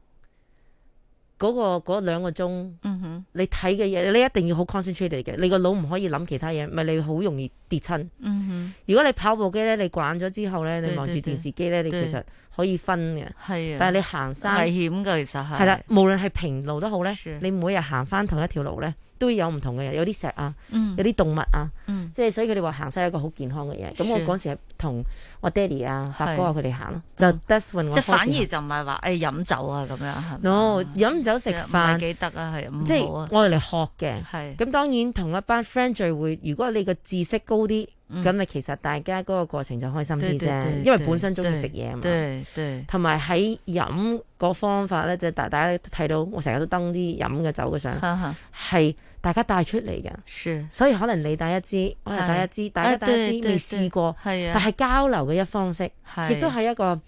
S20: 嗰、個嗰兩個鐘，
S3: 嗯哼，
S20: 你睇嘅嘢你一定要好 concentrated 嘅，你個腦唔可以諗其他嘢，咪你好容易跌親。
S3: 嗯
S20: 如果你跑步機咧，你慣咗之後咧，
S3: 對
S20: 你望住
S3: 對對
S20: 電視機咧，你
S3: 對
S20: 其實可以分嘅。
S3: 係啊
S20: 但係你行山
S3: 危險㗎其實係
S20: 係啦，無論係平路都好咧，你每日行翻同一條路咧，都會有唔同嘅人，有啲石啊，
S3: 嗯
S20: 有啲動物啊，
S3: 嗯
S20: 即係所以佢哋話行山係一個好健康嘅嘢。咁我
S3: 是
S20: 嗰時係同我爹哋啊、發哥啊
S3: 係
S20: 佢哋行咯，就
S3: 嗯
S20: that's when 我
S3: 即係反
S20: 開始
S3: 而
S20: 行
S3: 就唔係話誒飲酒啊咁樣係咪
S20: no 飲酒食
S3: 唔係
S20: 飯。
S3: 幾得啊係唔
S20: 即係
S3: 好啊
S20: 我哋嚟學嘅。
S3: 係
S20: 咁當然同一班 friend 聚會，如果你個知識高啲，
S3: 嗯
S20: 咁咪、其實大家嗰個過程就開心
S3: 對
S20: 啲
S3: 對對
S20: 啫，因為
S3: 對
S20: 本身中意
S3: 對
S20: 食嘢啊嘛。
S3: 對對
S20: 同埋喺飲個方法咧，就大大家睇到我成日都登啲飲嘅酒嘅相
S3: 哈哈，
S20: 係大家帶出嚟嘅。
S3: 是
S20: 所以可能你帶一支，我又
S3: 係
S20: 帶一支，大
S3: 啊
S20: 家帶
S3: 對
S20: 一支
S3: 對
S20: 未試過，
S3: 係啊
S20: 但係交流嘅一方式，
S3: 係
S20: 亦都係一個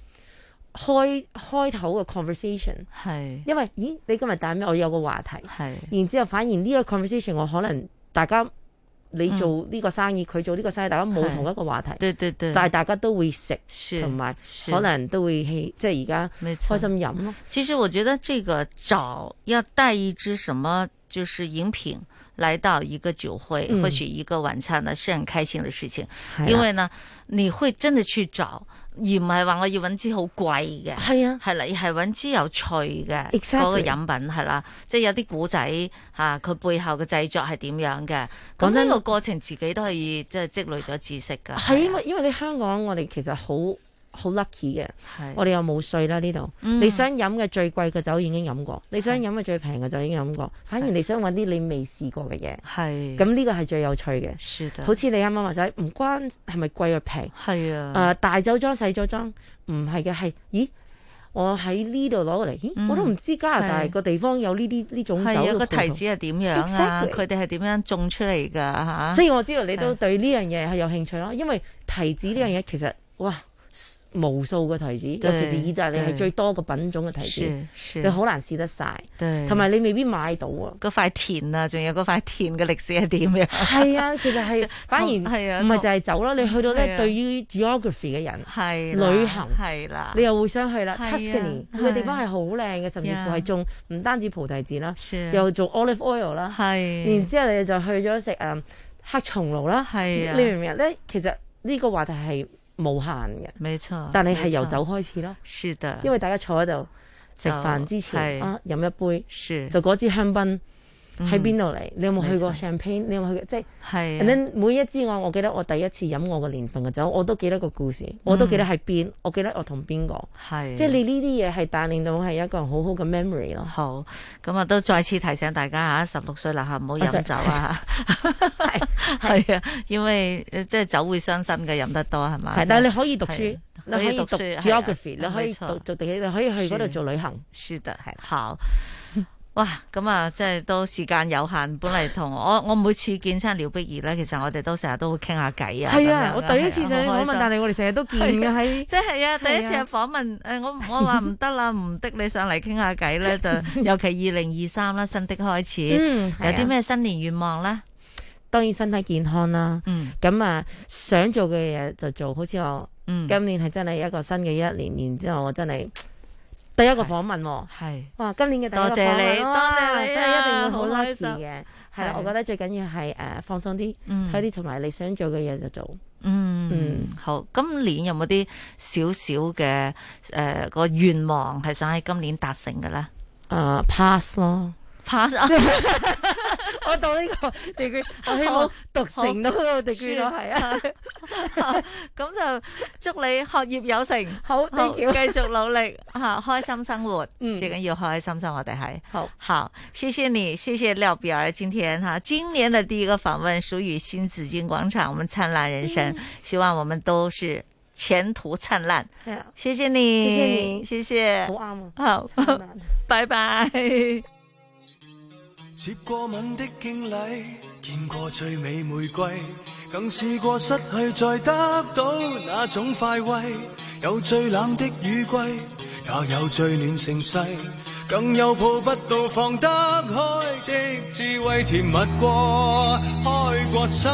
S20: 開開頭嘅 conversation。
S3: 係
S20: 因為咦，你今日帶咩？我有個話題，
S3: 係
S20: 然之後反而呢個 conversation 我可能大家你
S3: 嗯
S20: 做呢個生意，佢、做呢個生意，大家冇
S3: 係
S20: 同一個話題，
S3: 對對對
S20: 但係大家都會食，同埋
S3: 是
S20: 可能都會氣，即係而家開心飲咯。
S3: 其實我覺得這個找要帶一支什麼就是飲品來到一个酒会、
S2: 嗯
S3: 或许一个晚餐呢，是很開心的事情
S2: 係啦，
S3: 因為呢你會真的去找。而唔係話我要揾支好貴嘅，
S20: 係啊，
S3: 係啦，而係揾支有趣嘅
S2: Exactly
S3: 嗰個飲品係啦，即係有啲古仔嚇，佢、背後嘅製作係點樣嘅。咁
S20: 講真
S3: 呢個過程自己都可以即係積累咗知識㗎。
S20: 係啊因為因為你香港我哋其實好好 lucky 嘅，我哋又冇税啦呢度。
S3: 嗯
S20: 你想飲嘅最貴嘅酒已經飲過，你想飲嘅最平嘅酒已經飲過，反而你想揾啲你未試過嘅嘢。
S3: 係
S20: 咁呢個係最有趣嘅。
S3: 是的
S20: 好似你啱啱話齋，唔關係咪貴或平。
S3: 係啊
S20: 誒、大酒莊細酒莊唔係嘅係，咦？我喺呢度攞過嚟，咦？我都唔知加拿大
S3: 嗯係
S20: 個地方有呢啲呢種酒
S3: 係啊，
S20: 嘅葡
S3: 個
S20: 萄
S3: 提子係點樣啊？
S20: Exactly
S3: 佢哋係點樣種出嚟㗎啊嚇？
S20: 所以我知道你都
S3: 係
S20: 對呢樣嘢係有興趣咯，因為提子呢樣嘢其實哇無數個提子，
S3: 對
S20: 尤其是意大利
S3: 對
S20: 係最多個品種嘅提
S3: 是
S20: 子，
S3: 是
S20: 你好難試得晒，
S3: 對
S20: 同埋你未必買到啊。
S3: 嗰塊田啊，仲有嗰塊田嘅歷史係點樣？
S20: 係啊，其實 係反而
S3: 係啊
S20: 唔係就係走啦，你去到
S3: 係
S20: 咧
S3: 啊
S20: 對於 geography 嘅人
S3: 係啦
S20: 旅行
S3: 係啦，
S20: 你又會想去啦
S3: 係啊
S20: Tuscany
S3: 係
S20: 個地方係好靚嘅，甚至乎
S3: Yeah
S20: 係種唔單止菩提子啦
S3: 是，
S20: 又做 olive oil 啦，
S3: 係
S20: 然之後你就去咗食誒黑松露啦，
S3: 係啊
S20: 你明唔明咧？其實呢個話題係無限嘅，
S3: 冇錯
S20: 但你係由
S3: 沒錯
S20: 酒開始咯，
S3: 是的
S20: 因為大家坐喺度食飯之前
S3: 就係
S20: 啊飲一
S3: 杯，
S20: 就嗰支香檳。
S3: 嗯
S20: 喺邊度嚟？你有冇去過
S3: 沒
S20: champagne？你有冇去過？即係
S3: 係啊
S20: and then 每一支我，我記得我第一次飲我個年份嘅酒，我都記得個故事，我都記得喺邊，我記得我同邊個。
S3: 嗯係
S20: 即係你呢啲嘢係帶領到係一個好好嘅 memory 咯。
S3: 好，咁啊都再次提醒大家吓，十六歲啦吓，唔好
S20: 啊
S3: 飲
S20: ，sorry
S3: 酒啊， 係啊，因為呃即係酒會傷身嘅，飲得多係嘛？
S20: 係，但係你可以讀書
S3: 係，啊
S20: 你可以
S3: 讀
S20: 讀
S3: 書
S20: geography，你可以
S3: 讀
S20: 讀讀地理，你可以去嗰度
S3: 是
S20: 做旅行。
S3: 是的，係好。哇，咁啊，即係都時間有限，本嚟同我我每次見親廖碧兒咧，其實我哋都成日都會傾下偈啊。
S20: 係啊
S3: 咁樣
S20: 我第一次
S3: 係啊
S20: 上
S3: 好開心
S20: 訪問但係我哋成日都見嘅
S3: 係啊
S20: 喺
S3: 即係啊，第一次
S20: 係
S3: 係
S20: 啊
S3: 訪問誒，呃我我話唔得啦，唔的你上嚟傾下偈咧，就 尤其二零二三啦，新的開始，
S20: 嗯係
S3: 有
S20: 啊
S3: 啲咩新年願望嗯咧？
S20: 當然身體健康啦。咁啊，想做嘅嘢就做，好似我
S3: 嗯
S20: 今年係真係一個新嘅一年，然之後我真係第一個訪問喎。
S3: 係
S20: 哇！今年嘅第一個
S3: 多謝
S20: 訪
S3: 你
S20: 問哇
S3: 多謝你
S20: 真係一定
S3: 啊
S20: 會好
S3: 好開
S20: lucky
S3: 心
S20: 嘅。係啦
S3: 係，
S20: 我覺得最緊要係誒放鬆啲，
S3: 嗯
S20: 睇啲同埋你想做嘅嘢就做。
S3: 嗯
S20: 嗯，
S3: 好。今年有冇啲少少嘅誒個願望係想喺今年達成嘅咧？
S20: 誒啊 pass 咯，
S3: 怕晒。
S20: 我到呢個地 區，我希望讀成到嗰個地區咯，係啊。
S3: 啊，咁就祝你學業有成，
S20: 好，thank you 嗯
S3: 繼續努力吓，開心生活，最緊要開心生活，我哋係
S20: 好，
S3: 好，謝謝你，謝謝廖比兒，今天哈，今年的第一個訪問屬於新紫荊廣場，我們燦爛人
S20: 嗯
S3: 生，希望我們都是前途燦爛，
S20: 係啊，
S3: 謝謝你，
S20: 謝謝你
S3: 謝謝，
S20: 好啱啊，
S3: 好，拜拜。
S2: 接過吻的敬禮，見過最美玫瑰，更試過失去再得到那種快慰。有最冷的雨季，也有最暖盛世，更有抱不到放得開的智慧，甜蜜過，開過心，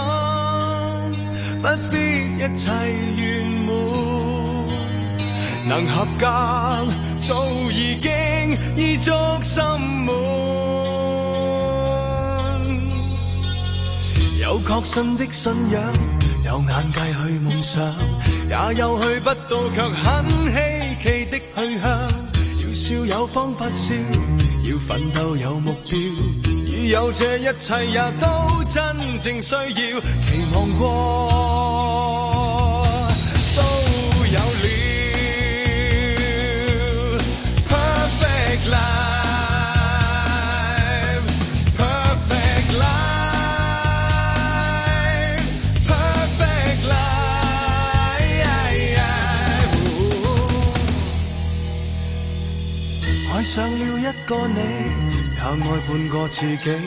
S2: 不必一切圓滿。能合格早已經已足心滿，有確信的信仰，有眼界去夢想，也有去不到卻很稀奇的去向。要笑有方法笑，要奮鬥有目標，已有這一切也都真正需要，期望過都有了。Perfect life, perfect life, perfect life。愛上了一個你，也愛半個自己。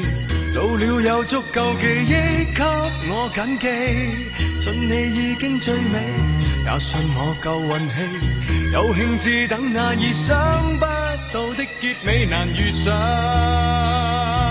S2: 老了有足夠記憶給我謹記，信你已經最美，也信我夠運氣。有興致等那意想不到的結尾，難遇上。